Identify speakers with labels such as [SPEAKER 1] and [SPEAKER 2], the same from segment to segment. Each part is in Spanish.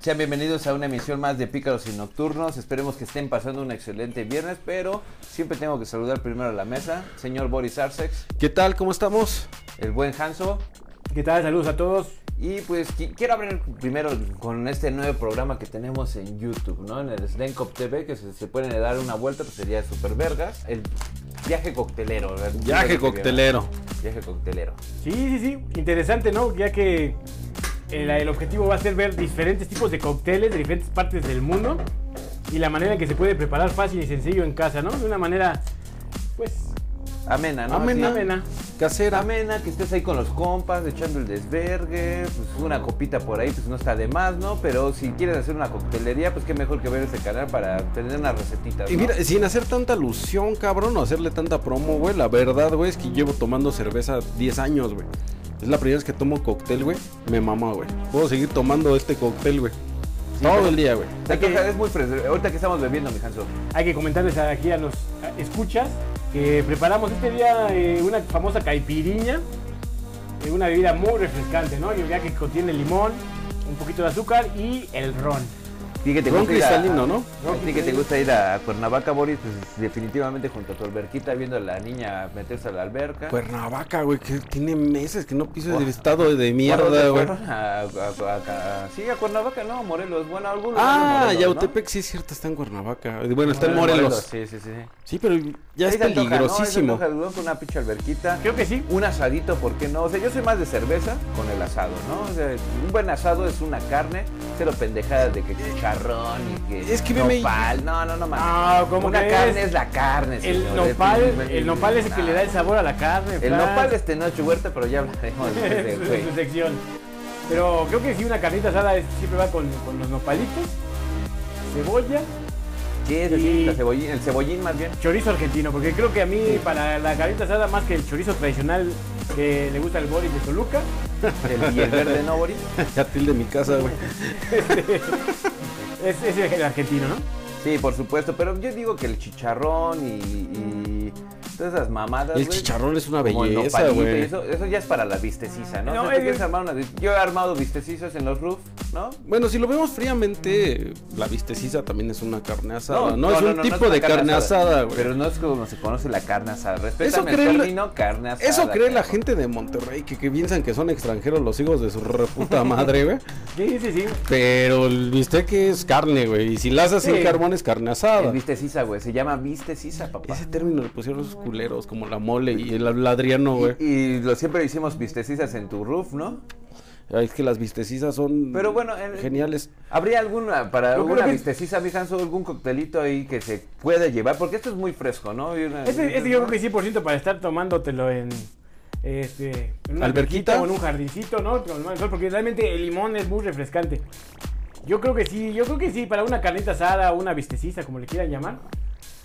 [SPEAKER 1] Sean bienvenidos a una emisión más de Pícaros y Nocturnos. Esperemos que estén pasando un excelente viernes, pero siempre tengo que saludar primero a la mesa. Señor Boris Arsex,
[SPEAKER 2] ¿Qué tal? ¿Cómo estamos?
[SPEAKER 1] el buen Hanso.
[SPEAKER 3] ¿Qué tal? Saludos a todos.
[SPEAKER 1] Y pues qui- quiero abrir primero con este nuevo programa que tenemos en YouTube, ¿no? En el Slencop TV, que se, se pueden dar una vuelta, pues sería super vergas. El viaje coctelero. ¿verdad?
[SPEAKER 2] Viaje coctelero.
[SPEAKER 1] Viaje coctelero.
[SPEAKER 3] Sí, sí, sí. Interesante, ¿no? Ya que el, el objetivo va a ser ver diferentes tipos de cócteles de diferentes partes del mundo y la manera en que se puede preparar fácil y sencillo en casa, ¿no? De una manera, pues,
[SPEAKER 1] Amena, ¿no?
[SPEAKER 2] Amena.
[SPEAKER 1] Así.
[SPEAKER 3] amena.
[SPEAKER 2] Casera.
[SPEAKER 1] amena, que estés ahí con los compas, echando el desvergue, pues una copita por ahí, pues no está de más, ¿no? Pero si quieres hacer una coctelería, pues qué mejor que ver este canal para tener unas recetitas.
[SPEAKER 2] Y
[SPEAKER 1] ¿no?
[SPEAKER 2] mira, sin hacer tanta alusión, cabrón, o hacerle tanta promo, güey. La verdad, güey, es que llevo tomando cerveza 10 años, güey. Es la primera vez que tomo cóctel, güey. Me mamá, güey. Puedo seguir tomando este cóctel, güey. Todo
[SPEAKER 1] pero-
[SPEAKER 2] el día, güey.
[SPEAKER 1] O sea, que es muy fresco. Ahorita que estamos bebiendo, mi Hanso.
[SPEAKER 3] Hay que comentarles aquí a los escuchas que preparamos este día eh, una famosa caipiriña, eh, una bebida muy refrescante, ¿no? Ya que contiene limón, un poquito de azúcar y el ron.
[SPEAKER 1] Sí que te
[SPEAKER 2] Ron
[SPEAKER 1] gusta ir a-
[SPEAKER 2] cristalino, ¿no?
[SPEAKER 1] a ti que te gusta ir a Cuernavaca, Boris, pues definitivamente junto a tu alberquita viendo a la niña meterse a la alberca.
[SPEAKER 2] Pues, Cuernavaca, güey, que tiene meses que no piso
[SPEAKER 1] Guau.
[SPEAKER 2] el estado de
[SPEAKER 1] Bueno,
[SPEAKER 2] mierda,
[SPEAKER 1] ¿te
[SPEAKER 2] güey.
[SPEAKER 1] fueron a, a- a- a- sí, a Cuernavaca, no, Morelos, bueno, algunos.
[SPEAKER 2] Ah,
[SPEAKER 1] Morelos, ¿no?
[SPEAKER 2] Yautepec sí es cierto, está en Cuernavaca. Bueno, está Ah, en
[SPEAKER 1] Morelos,
[SPEAKER 2] Morelos.
[SPEAKER 1] Sí, sí, sí.
[SPEAKER 2] Sí, pero ya es
[SPEAKER 1] Ahí se antoja, ¿no? Ahí se
[SPEAKER 2] peligrosísimo.
[SPEAKER 1] antoja, güey, con una pinche alberquita.
[SPEAKER 3] Creo que sí.
[SPEAKER 1] Un asadito, ¿por qué no? O sea, yo soy más de cerveza con el asado, ¿no? O sea, un buen asado es una carne, cero pendejadas de que chicharrón y que
[SPEAKER 2] Es que veme-
[SPEAKER 1] nopal. No, no, no, mames.
[SPEAKER 3] No, Ah, ¿cómo
[SPEAKER 1] Una
[SPEAKER 3] crees?
[SPEAKER 1] carne es la carne,
[SPEAKER 3] El
[SPEAKER 1] señor.
[SPEAKER 3] nopal,
[SPEAKER 1] Definitivamente.
[SPEAKER 3] el nopal es el que
[SPEAKER 1] No.
[SPEAKER 3] le da el sabor a la carne.
[SPEAKER 1] El
[SPEAKER 3] Fran.
[SPEAKER 1] nopal es Tenoch Huerta, pero ya hablaremos de
[SPEAKER 3] Es
[SPEAKER 1] ese
[SPEAKER 3] su- es su
[SPEAKER 1] güey.
[SPEAKER 3] sección. Pero creo que sí, una carnita asada es- siempre va con, con los nopalitos, cebolla,
[SPEAKER 1] Sí, es
[SPEAKER 3] Y-
[SPEAKER 1] así, la cebollín, el cebollín más bien.
[SPEAKER 3] chorizo argentino, porque creo que a mí para la carnita asada, más que el chorizo tradicional que le gusta al Boris de Toluca,
[SPEAKER 1] El, y el verde no, Boris.
[SPEAKER 2] Ya tilde mi casa, güey.
[SPEAKER 3] es, es el argentino, ¿no?
[SPEAKER 1] Sí, por supuesto, pero yo digo que el chicharrón y, y todas esas mamadas.
[SPEAKER 2] El
[SPEAKER 1] güey,
[SPEAKER 2] chicharrón es una
[SPEAKER 1] como el
[SPEAKER 2] belleza,
[SPEAKER 1] nopalito y
[SPEAKER 2] güey.
[SPEAKER 1] Eso, eso ya es para la vistecisa, ¿no?
[SPEAKER 3] No,
[SPEAKER 1] O sea, tú
[SPEAKER 3] es-
[SPEAKER 1] quieres armar una vis- Yo he armado vistecizas en los roof, ¿no?
[SPEAKER 2] Bueno, si lo vemos fríamente, la vistecisa también es una carne asada. No, es un
[SPEAKER 1] no
[SPEAKER 2] tipo
[SPEAKER 1] una
[SPEAKER 2] de carne asada, güey.
[SPEAKER 1] Pero no es como se conoce la carne asada.
[SPEAKER 2] Eso
[SPEAKER 1] Respétame el
[SPEAKER 2] cree la-
[SPEAKER 1] término carne asada.
[SPEAKER 2] Eso cree la
[SPEAKER 1] cabrón.
[SPEAKER 2] gente de Monterrey, que, que piensan que son extranjeros los hijos de su reputa madre, güey.
[SPEAKER 3] Sí, sí, sí.
[SPEAKER 2] Pero el bistec es carne, güey. Y si la haces sin
[SPEAKER 3] Sí.
[SPEAKER 2] carbón es carne
[SPEAKER 1] El
[SPEAKER 2] asada.
[SPEAKER 1] vistecisa, güey. Se llama vistecisa, papá.
[SPEAKER 2] Ese término le pusieron los culeros, como la mole y el ladriano, güey.
[SPEAKER 1] Y, y lo siempre hicimos vistecizas en tu roof, ¿no?
[SPEAKER 2] Ay, Ah, Es que las vistecisas son
[SPEAKER 1] Pero bueno, el-
[SPEAKER 2] geniales.
[SPEAKER 1] ¿Habría alguna, para
[SPEAKER 3] Yo
[SPEAKER 1] alguna
[SPEAKER 3] creo que-
[SPEAKER 1] vistecisa, mi Hanso, algún coctelito ahí que se pueda llevar? Porque esto es muy fresco, ¿no? Y una-
[SPEAKER 3] Este, este yo creo que sí, por ciento, para estar tomándotelo en. Este, en una
[SPEAKER 2] ¿Alberquita?
[SPEAKER 3] o en un jardincito, ¿no? Con el mal sol, Porque realmente el limón es muy refrescante. Yo creo que sí, yo creo que sí, para una carnita asada o una visteciza, como le quieran llamar,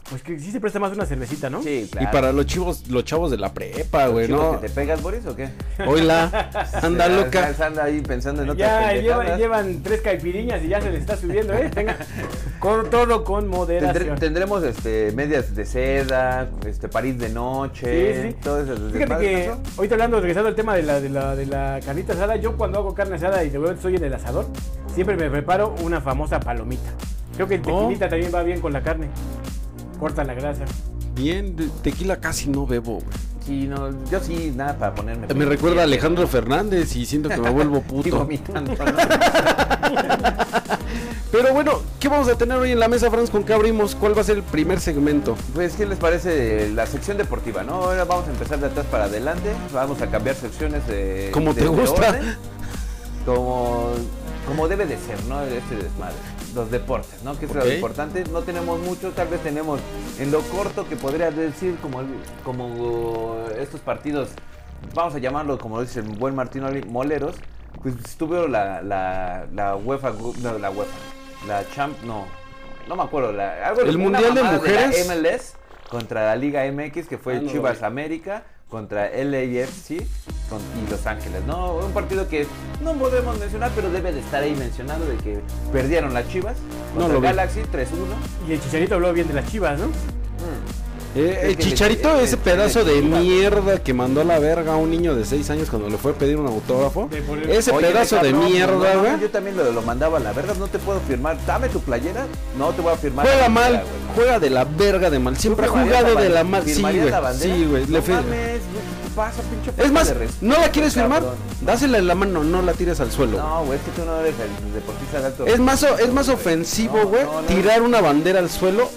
[SPEAKER 3] pues que sí se presta más una cervecita, ¿no?
[SPEAKER 1] Sí,
[SPEAKER 2] Y
[SPEAKER 1] claro.
[SPEAKER 2] para los chivos, los chavos de la prepa, güey,
[SPEAKER 1] Chico,
[SPEAKER 2] ¿no?
[SPEAKER 1] que te pegas, Boris, o qué?
[SPEAKER 2] Hola, anda
[SPEAKER 1] Se la-
[SPEAKER 2] loca.
[SPEAKER 1] se Anda ahí pensando en otras
[SPEAKER 3] Ya lleva-
[SPEAKER 1] pendejadas.
[SPEAKER 3] llevan tres caipiriñas y ya se les está subiendo, ¿eh? Tenga, con todo con
[SPEAKER 1] Tendré-
[SPEAKER 3] moderación.
[SPEAKER 1] tendremos este medias de seda, este París de noche,
[SPEAKER 3] Sí, sí.
[SPEAKER 1] todo eso. ¿Te
[SPEAKER 3] Fíjate
[SPEAKER 1] pasa
[SPEAKER 3] que
[SPEAKER 1] eso?
[SPEAKER 3] ahorita hablando, regresando al tema de la, de la, de la carnita asada, yo cuando hago carne asada y luego estoy en el asador, siempre me preparo una famosa palomita. Creo que el
[SPEAKER 2] Oh.
[SPEAKER 3] tequilita también va bien con la carne. Corta la grasa.
[SPEAKER 2] Bien, de- tequila casi no bebo, güey.
[SPEAKER 1] Sí, no, yo sí, nada para ponerme.
[SPEAKER 2] Me recuerda a Alejandro Fernández y siento que me vuelvo
[SPEAKER 1] Sí,
[SPEAKER 2] puto.
[SPEAKER 1] vomitando, ¿no?
[SPEAKER 2] Pero bueno, ¿qué vamos a tener hoy en la mesa, Franz? ¿Con qué abrimos? ¿Cuál va a ser el primer segmento?
[SPEAKER 1] Pues, ¿qué les parece la sección deportiva, no? Ahora vamos a empezar de atrás para adelante, vamos a cambiar secciones de...
[SPEAKER 2] Como
[SPEAKER 1] de-
[SPEAKER 2] te
[SPEAKER 1] de
[SPEAKER 2] gusta.
[SPEAKER 1] orden, como, como debe de ser, ¿no? Este desmadre. Los deportes, ¿no? Que es
[SPEAKER 2] Ok.
[SPEAKER 1] lo importante. No tenemos mucho, tal vez tenemos en lo corto que podría decir como, el- como estos partidos, vamos a llamarlo como dice el buen Martín Oli- Moleros, pues estuvo la, la, la UEFA, Gu- no, la UEFA, la Champ, no, no me acuerdo, la, algo-
[SPEAKER 2] ¿El
[SPEAKER 1] una
[SPEAKER 2] Mundial de
[SPEAKER 1] mamada la
[SPEAKER 2] Mujeres?
[SPEAKER 1] ML MLS contra la Liga MX, que fue
[SPEAKER 2] Ah, no lo
[SPEAKER 1] Chivas
[SPEAKER 2] vi.
[SPEAKER 1] América contra LAFC con- y Los Ángeles, ¿no? Un partido que no podemos mencionar, pero debe de estar ahí mencionado de que perdieron las Chivas
[SPEAKER 2] No
[SPEAKER 1] contra
[SPEAKER 2] lo vi.
[SPEAKER 1] Galaxy 3-1.
[SPEAKER 3] Y el chicharito habló bien de las chivas, ¿no?
[SPEAKER 1] Mm.
[SPEAKER 2] Eh,
[SPEAKER 1] Es
[SPEAKER 2] el
[SPEAKER 1] que
[SPEAKER 2] chicharito,
[SPEAKER 1] le-
[SPEAKER 2] ese
[SPEAKER 1] le-
[SPEAKER 2] pedazo
[SPEAKER 1] le-
[SPEAKER 2] de
[SPEAKER 1] le-
[SPEAKER 2] mierda que mandó a la verga a un niño de 6 años cuando le fue a pedir un autógrafo.
[SPEAKER 3] De por-
[SPEAKER 2] Ese
[SPEAKER 1] Mm. Oye,
[SPEAKER 2] pedazo de
[SPEAKER 1] cabrón, no,
[SPEAKER 2] mierda,
[SPEAKER 1] no,
[SPEAKER 2] güey.
[SPEAKER 1] Yo también lo, lo mandaba a la verga, no te puedo firmar. Dame tu playera, no te voy a firmar.
[SPEAKER 2] Juega
[SPEAKER 1] la
[SPEAKER 2] mal,
[SPEAKER 1] playera, güey.
[SPEAKER 2] juega de la verga de mal. Siempre ha
[SPEAKER 1] ¿Firmarías
[SPEAKER 2] jugado
[SPEAKER 1] la
[SPEAKER 2] de la
[SPEAKER 1] ban-
[SPEAKER 2] mal. Sí,
[SPEAKER 1] firmarías
[SPEAKER 2] güey.
[SPEAKER 1] la bandera?
[SPEAKER 2] Sí, güey. le
[SPEAKER 1] No
[SPEAKER 2] fir-
[SPEAKER 1] mames, güey, ¿qué pasa, pinche
[SPEAKER 2] Es
[SPEAKER 1] falta
[SPEAKER 2] más,
[SPEAKER 1] de respeto,
[SPEAKER 2] ¿no la quieres firmar?
[SPEAKER 1] cabrón?
[SPEAKER 2] Dásela en la mano, no la tires al suelo. güey.
[SPEAKER 1] No, güey, es que tú no eres el deportista de alto.
[SPEAKER 2] Es más, o- es
[SPEAKER 1] respeto,
[SPEAKER 2] más
[SPEAKER 1] güey.
[SPEAKER 2] ofensivo,
[SPEAKER 1] No,
[SPEAKER 2] güey,
[SPEAKER 1] no, no.
[SPEAKER 2] tirar una bandera al suelo.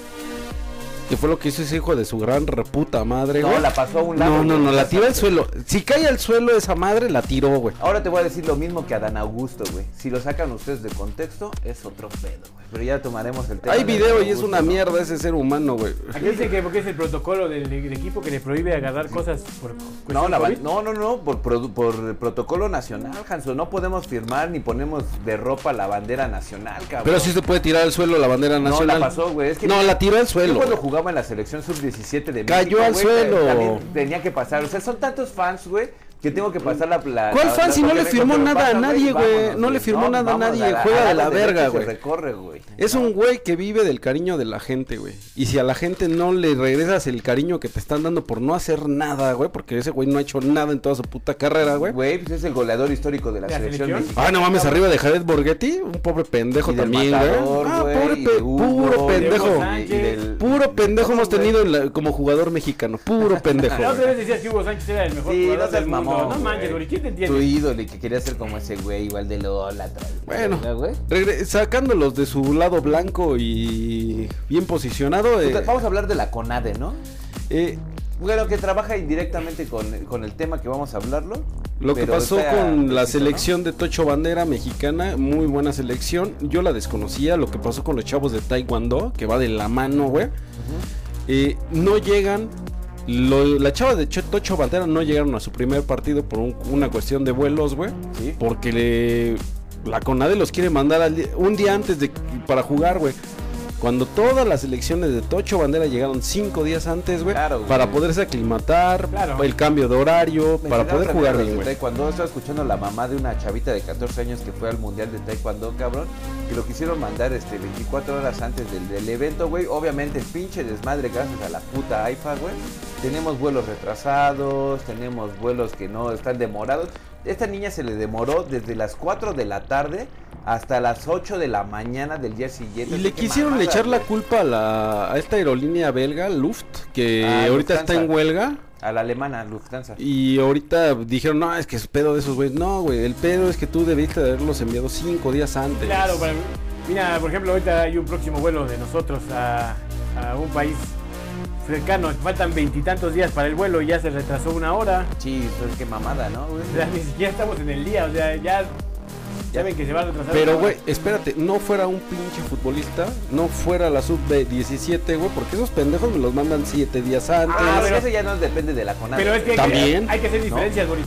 [SPEAKER 2] Que fue lo que hizo ese hijo de su gran reputa madre,
[SPEAKER 1] No,
[SPEAKER 2] güey.
[SPEAKER 1] la pasó a un lado,
[SPEAKER 2] No, no,
[SPEAKER 1] güey,
[SPEAKER 2] no, la
[SPEAKER 1] la
[SPEAKER 2] tira al
[SPEAKER 1] pasó.
[SPEAKER 2] suelo. Si cae al suelo esa madre, la tiró, güey.
[SPEAKER 1] Ahora te voy a decir lo mismo que a Dan Augusto, güey. Si lo sacan ustedes de contexto, es otro pedo, güey. Pero ya tomaremos el tema.
[SPEAKER 2] Hay
[SPEAKER 1] de Dan
[SPEAKER 2] video y es
[SPEAKER 1] Augusto,
[SPEAKER 2] una
[SPEAKER 1] ¿no?
[SPEAKER 2] mierda ese ser humano, güey.
[SPEAKER 3] Aquí dice que porque es el protocolo del, del equipo que le prohíbe agarrar cosas por cuestión
[SPEAKER 1] No, la
[SPEAKER 3] COVID.
[SPEAKER 1] van- no, no, no, por, produ- por protocolo nacional, Hanso. No podemos firmar ni ponemos de ropa la bandera nacional, cabrón.
[SPEAKER 2] Pero sí se puede tirar al suelo la bandera nacional.
[SPEAKER 1] No, la pasó, güey. Es que
[SPEAKER 2] No, la tiró al
[SPEAKER 1] Yo
[SPEAKER 2] suelo.
[SPEAKER 1] cuando
[SPEAKER 2] güey.
[SPEAKER 1] jugaba en la selección sub-17 de México,
[SPEAKER 2] Cayó al
[SPEAKER 1] güey,
[SPEAKER 2] suelo.
[SPEAKER 1] también tenía que pasar. O sea, son tantos fans, güey, que tengo que pasar la... la
[SPEAKER 2] ¿Cuál
[SPEAKER 1] la-
[SPEAKER 2] fan
[SPEAKER 1] la-
[SPEAKER 2] si no le
[SPEAKER 1] porque
[SPEAKER 2] firmó
[SPEAKER 1] cuando
[SPEAKER 2] nada a
[SPEAKER 1] pasan,
[SPEAKER 2] nadie, güey?
[SPEAKER 1] vámonos,
[SPEAKER 2] No le firmó nada a
[SPEAKER 1] vámonos
[SPEAKER 2] nadie,
[SPEAKER 1] la-
[SPEAKER 2] juega
[SPEAKER 1] al
[SPEAKER 2] de la
[SPEAKER 1] lado derecho
[SPEAKER 2] verga,
[SPEAKER 1] se
[SPEAKER 2] güey.
[SPEAKER 1] recorre, güey.
[SPEAKER 2] Es un güey que vive del cariño de la gente, güey. Y si a la gente no le regresas el cariño que te están dando por no hacer nada, güey, porque ese güey no ha hecho nada en toda su puta carrera, güey.
[SPEAKER 1] Güey, pues es el goleador histórico de la,
[SPEAKER 3] ¿De la
[SPEAKER 1] selección,
[SPEAKER 3] selección?
[SPEAKER 1] mexicana.
[SPEAKER 2] Ah, no mames, arriba de Jared Borghetti, un pobre pendejo
[SPEAKER 1] Y del
[SPEAKER 2] Ah, también, güey.
[SPEAKER 1] Matador,
[SPEAKER 2] Ah,
[SPEAKER 1] güey,
[SPEAKER 2] pobre
[SPEAKER 1] y
[SPEAKER 2] pe-
[SPEAKER 1] de Hugo,
[SPEAKER 2] puro
[SPEAKER 1] y de-
[SPEAKER 2] pendejo.
[SPEAKER 1] y del-
[SPEAKER 2] Puro pendejo hemos
[SPEAKER 1] güey.
[SPEAKER 2] tenido en la- como jugador mexicano, puro pendejo.
[SPEAKER 3] La otra
[SPEAKER 2] güey.
[SPEAKER 3] vez decías que Hugo Sánchez era el mejor
[SPEAKER 1] Sí, no
[SPEAKER 3] jugador
[SPEAKER 1] seas
[SPEAKER 3] del mundo.
[SPEAKER 1] mamón,
[SPEAKER 3] no manches,
[SPEAKER 1] güey.
[SPEAKER 3] güey. ¿Quién te
[SPEAKER 1] Tu
[SPEAKER 3] entiende?
[SPEAKER 1] ídolo y que quería ser como ese güey, igual de Lola. atrás.
[SPEAKER 2] Bueno,
[SPEAKER 1] ¿Verdad, güey?
[SPEAKER 2] regre- sacándolos de su lado blanco y bien posicionado. eh,
[SPEAKER 1] Puta, Vamos a hablar de la CONADE, ¿no?
[SPEAKER 2] eh,
[SPEAKER 1] Bueno, que trabaja indirectamente con, con el tema que vamos a hablarlo.
[SPEAKER 2] Lo que
[SPEAKER 1] pero
[SPEAKER 2] pasó
[SPEAKER 1] está
[SPEAKER 2] con la
[SPEAKER 1] preciso, ¿no?
[SPEAKER 2] selección de Tocho Bandera mexicana, muy buena selección. Yo la desconocía, lo que pasó con los chavos de Taekwondo, que va de la mano, güey. Eh, no llegan, lo- la chava de Cho- Tocho Bandera no llegaron a su primer partido por un- una cuestión de vuelos, güey.
[SPEAKER 1] Sí.
[SPEAKER 2] Porque le- la CONADE los quiere mandar al di- un día antes de para jugar, güey. Cuando todas las selecciones de Tocho Bandera llegaron cinco días antes, güey,
[SPEAKER 1] Claro, güey.
[SPEAKER 2] para poderse aclimatar,
[SPEAKER 3] Claro.
[SPEAKER 2] el cambio de horario, para
[SPEAKER 1] Mencionaron
[SPEAKER 2] poder
[SPEAKER 1] también
[SPEAKER 2] jugar
[SPEAKER 1] a los
[SPEAKER 2] bien,
[SPEAKER 1] de
[SPEAKER 2] güey.
[SPEAKER 1] Taekwondo estaba escuchando la mamá de una chavita de 14 años que fue al mundial de Taekwondo, cabrón, que lo quisieron mandar este 24 horas antes del, del evento, güey. Obviamente, el pinche desmadre gracias a la puta AIFA, güey. Tenemos vuelos retrasados, tenemos vuelos que no están demorados. Esta niña se le demoró desde las 4 de la tarde hasta las 8 de la mañana del día siguiente.
[SPEAKER 2] Y
[SPEAKER 1] Así
[SPEAKER 2] le
[SPEAKER 1] que
[SPEAKER 2] quisieron
[SPEAKER 1] mamadas,
[SPEAKER 2] echar la
[SPEAKER 1] güey.
[SPEAKER 2] culpa a, la, a esta aerolínea belga, Luft, que
[SPEAKER 1] Ah,
[SPEAKER 2] ahorita está en
[SPEAKER 1] Lufthansa.
[SPEAKER 2] huelga.
[SPEAKER 1] A la alemana, Lufthansa.
[SPEAKER 2] Y ahorita dijeron, no, es que es pedo de esos güeyes. No, güey, el pedo es que tú debiste de haberlos enviado cinco días antes.
[SPEAKER 3] Claro, para- mira, por ejemplo, ahorita hay un próximo vuelo de nosotros a, a un país cercano. Faltan veintitantos días para el vuelo y ya se retrasó una hora.
[SPEAKER 1] Sí, pues qué mamada, ¿no, güey?
[SPEAKER 3] O sea, ni siquiera estamos en el día. O sea, ya saben que se va a retrasar.
[SPEAKER 2] Pero,
[SPEAKER 3] una hora.
[SPEAKER 2] güey, espérate, no fuera un pinche futbolista, no fuera la sub-17, güey, porque esos pendejos me los mandan siete días antes.
[SPEAKER 1] Ah,
[SPEAKER 3] pero-
[SPEAKER 1] pero eso ya no depende de la CONADE.
[SPEAKER 3] Pero es que hay que-
[SPEAKER 2] También,
[SPEAKER 3] hay, que hacer diferencias, Boris.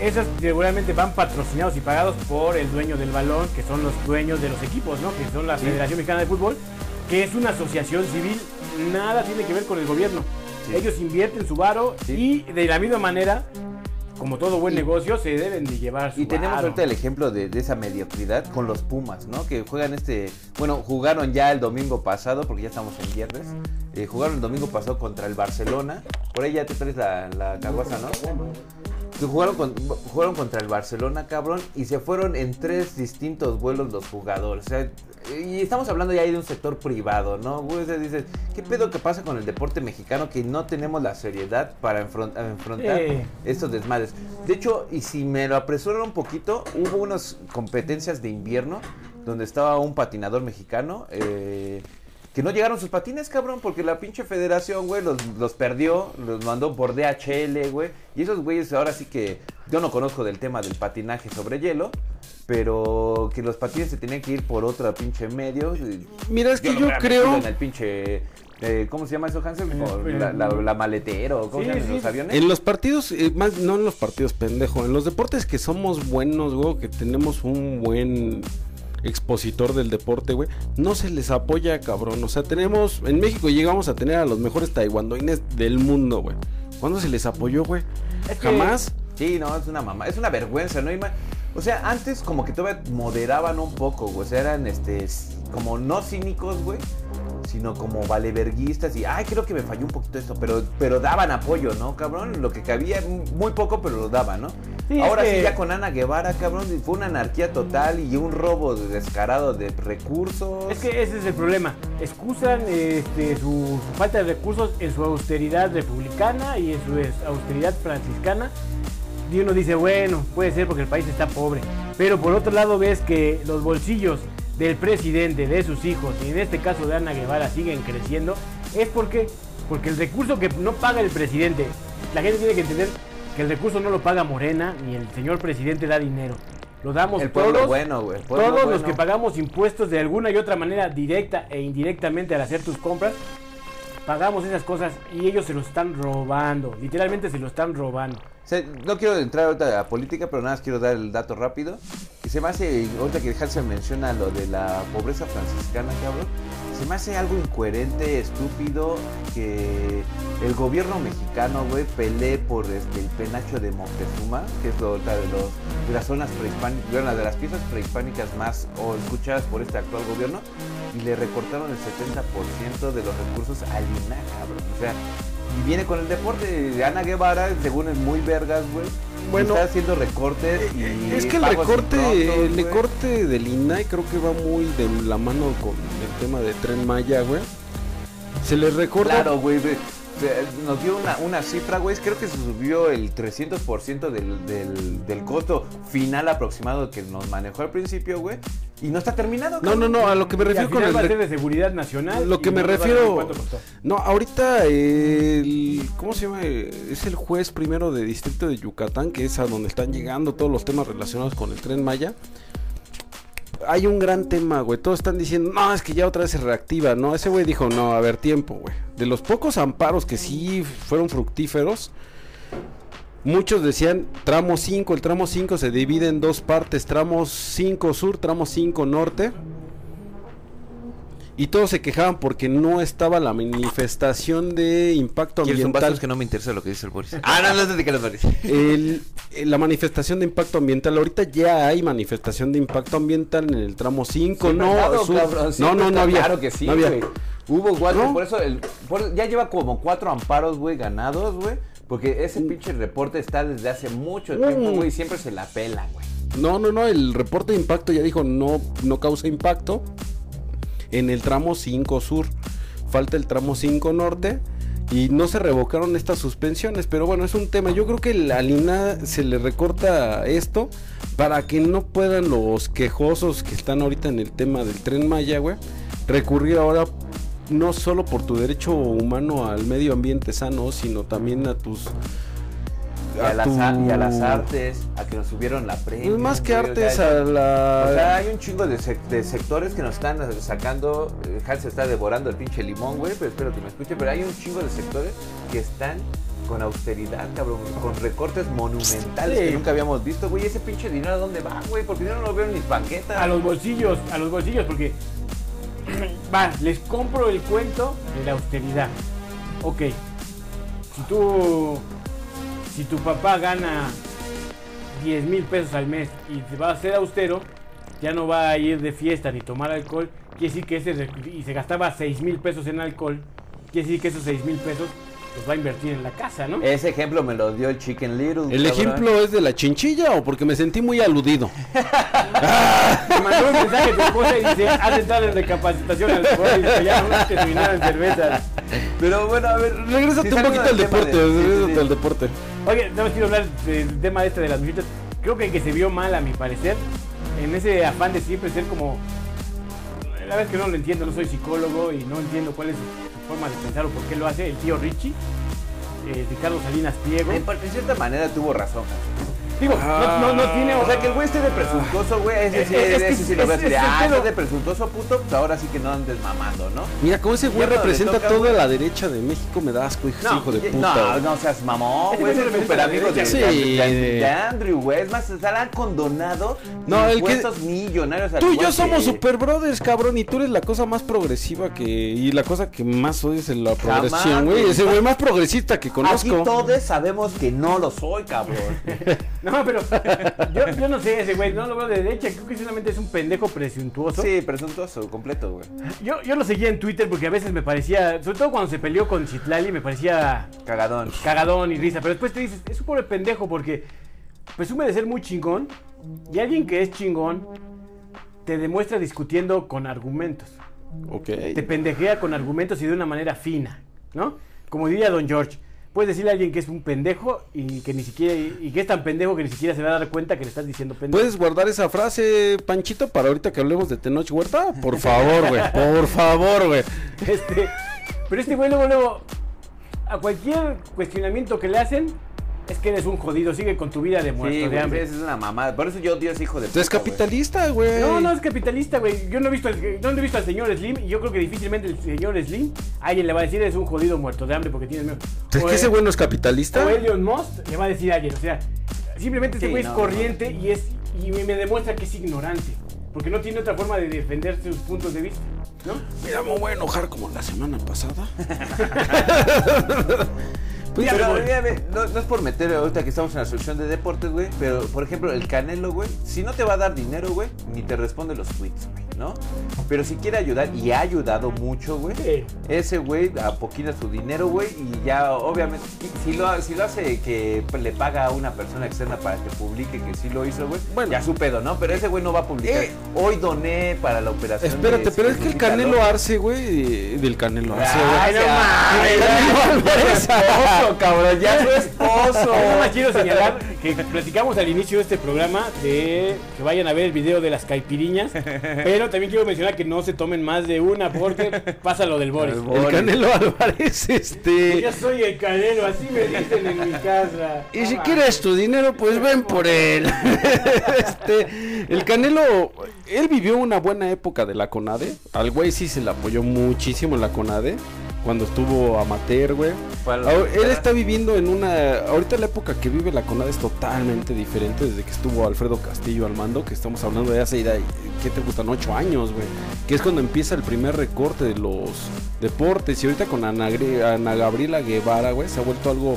[SPEAKER 3] Esas seguramente van patrocinados y pagados por el dueño del balón, que son los dueños de los equipos, ¿no? Que son la Federación Mexicana de Fútbol, que es una asociación civil, nada tiene que ver con el gobierno.
[SPEAKER 1] Sí.
[SPEAKER 3] Ellos invierten su varo
[SPEAKER 1] Sí.
[SPEAKER 3] y de la misma manera, como todo buen negocio, se deben de llevar su
[SPEAKER 1] Y tenemos
[SPEAKER 3] varo.
[SPEAKER 1] ahorita el ejemplo de, de esa mediocridad con los Pumas, ¿no? Que juegan este. Bueno, jugaron ya el domingo pasado, porque ya estamos en viernes. eh, jugaron el domingo pasado contra el Barcelona. Por ahí ya te traes la, la caguaza, ¿no? Que Jugaron, con- jugaron contra el Barcelona, cabrón, y se fueron en tres distintos vuelos los jugadores. O sea, y estamos hablando ya ahí de un sector privado, ¿no? Güey, o sea, dices, ¿qué pedo que pasa con el deporte mexicano que no tenemos la seriedad para enfron- enfrentar
[SPEAKER 3] Sí.
[SPEAKER 1] estos desmadres. De hecho, y si me lo apresuran un poquito, hubo unas competencias de invierno donde estaba un patinador mexicano eh, que no llegaron sus patines, cabrón, porque la pinche federación, güey, los, los perdió, los mandó por DHL, güey. Y esos güeyes ahora sí que yo no conozco del tema del patinaje sobre hielo, pero que los patines se tenían que ir por otro pinche medio. eh,
[SPEAKER 2] Mira, es que
[SPEAKER 1] lo
[SPEAKER 2] yo
[SPEAKER 1] hubiera metido
[SPEAKER 2] creo...
[SPEAKER 1] En el pinche... eh, ¿Cómo se llama eso, Hansel?
[SPEAKER 3] Eh,
[SPEAKER 1] Por
[SPEAKER 3] eh,
[SPEAKER 1] la, la, la maletera o ¿cómo
[SPEAKER 3] Sí,
[SPEAKER 1] se llaman
[SPEAKER 3] sí.
[SPEAKER 1] los aviones?
[SPEAKER 2] En los partidos, eh, más no en los partidos, pendejo. En los deportes que somos buenos, güey, que tenemos un buen expositor del deporte, güey, no se les apoya, cabrón. O sea, tenemos, en México llegamos a tener a los mejores taekwondoines del mundo, güey. ¿Cuándo se les apoyó, güey?
[SPEAKER 3] Es que-
[SPEAKER 2] Jamás.
[SPEAKER 1] Sí, no, es una mamá, es una vergüenza, ¿no? Ima- O sea, antes como que todavía moderaban un poco, güey. O sea, eran este, c- como no cínicos, güey. sino como valeverguistas y, ay, creo que me falló un poquito esto, pero, pero daban apoyo, ¿no, cabrón? Lo que cabía, m- muy poco, pero lo daban, ¿no?
[SPEAKER 3] Sí,
[SPEAKER 1] Ahora
[SPEAKER 3] es
[SPEAKER 1] sí,
[SPEAKER 3] que-
[SPEAKER 1] ya con Ana Guevara, cabrón, fue una anarquía total y un robo descarado de recursos.
[SPEAKER 3] Es que ese es el problema. Excusan este, su, su falta de recursos en su austeridad republicana y en su es- austeridad franciscana. Y uno dice, bueno, puede ser porque el país está pobre. Pero por otro lado ves que los bolsillos del presidente, de sus hijos, y en este caso de Ana Guevara, siguen creciendo. Es porque, porque el recurso que no paga el presidente, la gente tiene que entender que el recurso no lo paga Morena, ni el señor presidente da dinero. Lo damos
[SPEAKER 1] el pueblo
[SPEAKER 3] pues, todos,
[SPEAKER 1] bueno, güey. el pueblo
[SPEAKER 3] todos los
[SPEAKER 1] bueno.
[SPEAKER 3] que pagamos impuestos de alguna y otra manera, directa e indirectamente al hacer tus compras, pagamos esas cosas y ellos se lo están robando. Literalmente se lo están robando.
[SPEAKER 1] O sea, no quiero entrar ahorita a política, pero nada más quiero dar el dato rápido. Que se me hace, ahorita que Hansel menciona lo de la pobreza franciscana, cabrón. Se me hace algo incoherente, estúpido, que el gobierno mexicano, güey, pelee por este, el penacho de Moctezuma, que es lo, otra de, los, de las zonas prehispánicas, bueno, de las piezas prehispánicas más o escuchadas por este actual gobierno, y le recortaron el 70% de los recursos al INAH, cabrón. O sea, y viene con el deporte. Ana Guevara, según es muy vergas, güey.
[SPEAKER 2] Bueno. eh,
[SPEAKER 1] está haciendo recortes y.
[SPEAKER 2] Es que el
[SPEAKER 1] pagos
[SPEAKER 2] recorte,
[SPEAKER 1] improntos,
[SPEAKER 2] el
[SPEAKER 1] güey.
[SPEAKER 2] recorte del INAI creo que va muy de la mano con el tema de Tren Maya, güey. Se les recorta.
[SPEAKER 1] Claro, güey. güey. O sea, Nos dio una, una cifra, güey. Creo que se subió el 300% del, del, del costo final aproximado que nos manejó al principio, güey. Y no está terminado.
[SPEAKER 2] No, no, no, a lo que me
[SPEAKER 3] Y al
[SPEAKER 2] refiero con
[SPEAKER 3] final
[SPEAKER 2] el
[SPEAKER 3] va a
[SPEAKER 2] re-
[SPEAKER 3] ser de seguridad nacional.
[SPEAKER 2] Lo que
[SPEAKER 3] y
[SPEAKER 2] me
[SPEAKER 3] no te van a
[SPEAKER 2] refiero-
[SPEAKER 3] decir cuánto costó.
[SPEAKER 2] No, ahorita el... ¿Cómo se llama? Es el juez primero de distrito de Yucatán, que es a donde están llegando todos los temas relacionados con el tren Maya. Hay un gran tema, güey. Todos están diciendo, no, es que ya otra vez se reactiva, ¿no? Ese güey dijo, no, a ver, tiempo, güey. De los pocos amparos que sí fueron fructíferos, muchos decían tramo 5. El tramo 5 se divide en dos partes: tramo 5 sur, tramo 5 norte. Y todos se quejaban porque no estaba la manifestación de impacto ambiental.
[SPEAKER 1] no me interesa lo que dice el Boris. Ah, no, no te que Boris.
[SPEAKER 2] El- eh, la manifestación de impacto ambiental, ahorita ya hay manifestación de impacto ambiental en el tramo 5,
[SPEAKER 1] Siempre
[SPEAKER 2] no,
[SPEAKER 1] ha estado,
[SPEAKER 2] sur.
[SPEAKER 1] cabrón,
[SPEAKER 2] no,
[SPEAKER 1] siempre
[SPEAKER 2] no, no
[SPEAKER 1] está
[SPEAKER 2] había.
[SPEAKER 1] Claro que sí,
[SPEAKER 2] no había.
[SPEAKER 1] güey. Hubo cuatro,
[SPEAKER 2] ¿No?
[SPEAKER 1] por eso el- por- ya lleva como cuatro amparos, güey, ganados, güey. Porque ese pinche reporte está desde hace mucho tiempo,
[SPEAKER 2] Mm.
[SPEAKER 1] güey, y siempre se la pela, güey.
[SPEAKER 2] No, no, no, el reporte de impacto ya dijo no, no causa impacto en el tramo 5 sur. Falta el tramo 5 norte y no se revocaron estas suspensiones, pero bueno, es un tema. Yo creo que la Lina se le recorta esto para que no puedan los quejosos que están ahorita en el tema del tren Maya, güey, recurrir ahora no solo por tu derecho humano al medio ambiente sano, sino también a tus
[SPEAKER 1] Y a, las, a- y a las
[SPEAKER 2] tu-
[SPEAKER 1] artes, a que nos subieron la
[SPEAKER 2] Pues
[SPEAKER 1] prensa.
[SPEAKER 2] más que artes a la
[SPEAKER 1] O sea, hay un chingo de, sec- de sectores que nos están sacando. eh, Hans está devorando el pinche limón, güey, pero espero que me escuche. Pero hay un chingo de sectores que están con austeridad, cabrón, con recortes monumentales
[SPEAKER 3] Sí.
[SPEAKER 1] que nunca habíamos visto, güey. ¿Ese pinche dinero a dónde va, güey? Porque yo no lo veo en mis banquetas.
[SPEAKER 3] A los bolsillos, a los bolsillos, porque. va, les compro el cuento de la austeridad. Ok. Si tú. Si tu papá gana 10 mil pesos al mes y te va a ser austero, ya no va a ir de fiesta ni tomar alcohol. Quiere decir que ese. rec- Y se gastaba 6 mil pesos en alcohol. Quiere decir que esos 6 mil pesos los va a invertir en la casa, ¿no?
[SPEAKER 1] Ese ejemplo me lo dio el Chicken Little.
[SPEAKER 2] ¿El
[SPEAKER 1] cabrón.
[SPEAKER 2] ejemplo es de la chinchilla o porque me sentí muy aludido?
[SPEAKER 3] Me mandó un mensaje a tu esposa y dice: Has de estar en recapacitación alcohólica. Ya no te terminaron cervezas.
[SPEAKER 1] Pero bueno, a ver,
[SPEAKER 2] Regrésate
[SPEAKER 1] si
[SPEAKER 2] un poquito al
[SPEAKER 1] salgo del tema
[SPEAKER 2] deporte,
[SPEAKER 1] de- sí, sí,
[SPEAKER 2] regrésate
[SPEAKER 1] sí.
[SPEAKER 2] al deporte.
[SPEAKER 3] Oye, no quiero hablar del tema este de las muchachas. Creo que el que se vio mal, a mi parecer, en ese afán de siempre ser como... eh, La verdad es que no lo entiendo, no soy psicólogo y no entiendo cuál es su forma de pensar o por qué lo hace el tío Richie, eh, Ricardo Salinas Pliego.
[SPEAKER 1] En par- De cierta manera tuvo razón.
[SPEAKER 3] Digo, no, no, no tiene...
[SPEAKER 1] O sea, que el güey esté de presuntuoso, güey. Ese sí,
[SPEAKER 3] Es- es que
[SPEAKER 1] ese sí lo
[SPEAKER 3] es-
[SPEAKER 1] ves.
[SPEAKER 3] es
[SPEAKER 1] de,
[SPEAKER 3] el
[SPEAKER 1] Ah,
[SPEAKER 3] pedo".
[SPEAKER 1] estás de presuntuoso, puto. Pues ahora sí que no andes mamando, ¿no?
[SPEAKER 2] Mira, como ese güey
[SPEAKER 1] Ya no le
[SPEAKER 2] representa
[SPEAKER 1] toca,
[SPEAKER 2] toda
[SPEAKER 1] güey.
[SPEAKER 2] la derecha de México, me das asco, hijo,
[SPEAKER 1] No,
[SPEAKER 2] hijo de
[SPEAKER 1] ye-
[SPEAKER 2] puta.
[SPEAKER 1] No, no seas mamón, güey. Es
[SPEAKER 3] Ese
[SPEAKER 1] el
[SPEAKER 3] güey
[SPEAKER 1] super amigo de,
[SPEAKER 2] Sí,
[SPEAKER 1] de- de-
[SPEAKER 2] de-
[SPEAKER 1] de Andrew, güey. Es más, se han condonado
[SPEAKER 2] No, el que-
[SPEAKER 1] impuestos millonarios. al
[SPEAKER 2] Tú y
[SPEAKER 1] igual
[SPEAKER 2] yo somos
[SPEAKER 1] que-
[SPEAKER 2] super brothers, cabrón, y tú eres la cosa más progresiva que... Y la cosa que más odias en la
[SPEAKER 1] Jamás,
[SPEAKER 2] progresión, güey.
[SPEAKER 1] güey.
[SPEAKER 2] Ese güey más progresista que
[SPEAKER 1] Aquí
[SPEAKER 2] conozco.
[SPEAKER 1] todos sabemos que no lo soy, cabrón.
[SPEAKER 3] No, No, pero yo, yo no sé ese güey, no lo veo de derecha, creo que solamente es un pendejo presuntuoso.
[SPEAKER 1] Sí, presuntuoso, completo, güey.
[SPEAKER 3] Yo, yo lo seguía en Twitter porque a veces me parecía, sobre todo cuando se peleó con Citlali, me parecía
[SPEAKER 1] Cagadón.
[SPEAKER 3] cagadón y risa, pero después te dices, es un pobre pendejo porque presume de ser muy chingón y alguien que es chingón te demuestra discutiendo con argumentos
[SPEAKER 2] Ok.
[SPEAKER 3] te pendejea con argumentos y de una manera fina, ¿no? Como diría Don George, puedes decirle a alguien que es un pendejo y que ni siquiera y que es tan pendejo que ni siquiera se va a dar cuenta que le estás diciendo pendejo.
[SPEAKER 1] Pues,
[SPEAKER 2] ¿Puedes guardar esa frase, Panchito, para ahorita que hablemos de Tenoch Huerta? Por favor, güey. Por favor, güey.
[SPEAKER 3] Este, pero este güey luego luego a cualquier cuestionamiento que le hacen es que eres un jodido, sigue con tu vida de muerto
[SPEAKER 1] Sí,
[SPEAKER 3] de
[SPEAKER 1] güey,
[SPEAKER 3] hambre.
[SPEAKER 1] esa es una mamada. Por eso yo, Dios, hijo de puta,
[SPEAKER 2] Es capitalista, güey.
[SPEAKER 3] No, no es capitalista, güey. Yo no he visto al, eh, no he visto al señor Slim y yo creo que difícilmente el señor Slim a alguien le va a decir eres un jodido muerto de hambre porque tienes miedo.
[SPEAKER 2] Pues Es
[SPEAKER 3] O,
[SPEAKER 2] que ese
[SPEAKER 3] eh,
[SPEAKER 2] güey no es capitalista.
[SPEAKER 3] o Elon Musk le va a decir a alguien. O sea, simplemente este
[SPEAKER 1] Sí,
[SPEAKER 3] güey
[SPEAKER 1] no,
[SPEAKER 3] es
[SPEAKER 1] no,
[SPEAKER 3] corriente y es y me me demuestra que es ignorante. Porque no tiene otra forma de defender sus puntos de vista. ¿No?
[SPEAKER 2] Mira, me voy a enojar como la semana pasada.
[SPEAKER 1] güey.
[SPEAKER 2] Pues,
[SPEAKER 1] Pero,
[SPEAKER 2] güey,
[SPEAKER 1] mira, ve, no, no es por meter ahorita que estamos en la sección de deportes, güey. Pero, por ejemplo, el Canelo, güey, si no te va a dar dinero, güey, ni te responde los tweets, güey, ¿no? Pero si quiere ayudar, y ha ayudado mucho, güey.
[SPEAKER 3] Sí.
[SPEAKER 1] Ese güey apoquina su dinero, güey, y ya, obviamente, y si lo, si lo hace que le paga a una persona externa para que publique que sí lo hizo, güey,
[SPEAKER 2] Bueno.
[SPEAKER 1] ya su pedo, ¿no? Pero ese güey no va a publicar.
[SPEAKER 2] Eh.
[SPEAKER 1] Hoy doné para la operación.
[SPEAKER 2] Espérate,
[SPEAKER 1] de-
[SPEAKER 2] pero es que el
[SPEAKER 1] Lupita
[SPEAKER 2] Canelo
[SPEAKER 1] López.
[SPEAKER 2] Arce, güey, del Canelo Arce,
[SPEAKER 1] Ay,
[SPEAKER 2] güey.
[SPEAKER 1] no
[SPEAKER 3] Ay,
[SPEAKER 1] mames. esposo, cabrón, ya su esposo.
[SPEAKER 3] Yo nada más quiero señalar que platicamos al inicio de este programa de que vayan a ver el video de las caipiriñas, pero también quiero mencionar que no se tomen más de una porque pasa lo del Boris.
[SPEAKER 1] Al Boris.
[SPEAKER 2] El Canelo Álvarez,
[SPEAKER 3] Yo
[SPEAKER 2] este.
[SPEAKER 3] soy el canelo, así me dicen en mi casa.
[SPEAKER 2] Y si quieres tu dinero, pues ven por él. este, el Canelo, él vivió una buena época de la CONADE. Al güey sí se le apoyó muchísimo en la CONADE. Cuando estuvo amateur, güey.
[SPEAKER 1] Fue a la
[SPEAKER 2] Ahora, Él
[SPEAKER 1] universidad.
[SPEAKER 2] está viviendo en una. Ahorita la época que vive la CONADE es totalmente diferente desde que estuvo Alfredo Castillo al mando, que estamos hablando de hace. ida- ¿Qué te gustan? Ocho años, güey. Que es cuando empieza el primer recorte de los deportes. Y ahorita con Ana, Gre- Ana Gabriela Guevara, güey, se ha vuelto algo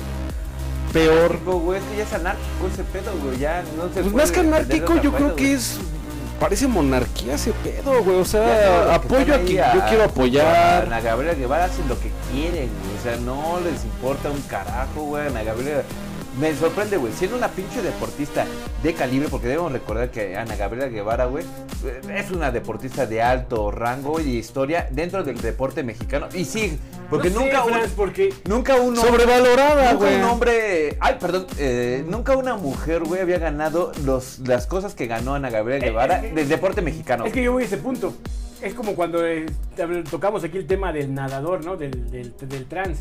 [SPEAKER 2] peor.
[SPEAKER 1] Digo, güey, es que ya es anárquico ese pedo, güey, ya no se
[SPEAKER 2] Pues
[SPEAKER 1] puede
[SPEAKER 2] más que
[SPEAKER 1] defender de
[SPEAKER 2] anárquico,
[SPEAKER 1] otra
[SPEAKER 2] yo
[SPEAKER 1] manera,
[SPEAKER 2] creo que
[SPEAKER 1] güey.
[SPEAKER 2] es. Parece monarquía ese pedo, güey. O
[SPEAKER 1] Ya pues, todos los
[SPEAKER 2] sea,
[SPEAKER 1] que
[SPEAKER 2] eh, apoyo
[SPEAKER 1] están
[SPEAKER 2] a
[SPEAKER 1] ahí
[SPEAKER 2] quien yo quiero
[SPEAKER 1] a
[SPEAKER 2] apoyar.
[SPEAKER 1] Ana Gabriela Guevara hacen lo que quieren, güey, o sea, no les importa un carajo, güey, Ana Gabriela. Me sorprende, güey, siendo una pinche deportista de calibre, porque debemos recordar que Ana Gabriela Guevara, güey, eh, es una deportista de alto rango y historia dentro del deporte mexicano. Y sí, porque nunca, un-
[SPEAKER 3] Franz, porque
[SPEAKER 1] nunca uno...
[SPEAKER 2] Sobrevalorada,
[SPEAKER 1] Nunca
[SPEAKER 2] güey.
[SPEAKER 1] un hombre, ay, perdón, eh, nunca una mujer, güey, había ganado los, las cosas que ganó Ana Gabriela
[SPEAKER 3] Eh,
[SPEAKER 1] Guevara
[SPEAKER 3] es que-
[SPEAKER 1] del deporte mexicano.
[SPEAKER 3] Es que yo voy a ese punto. Es como cuando eh, tocamos aquí el tema del nadador, ¿no? Del, del, del trans.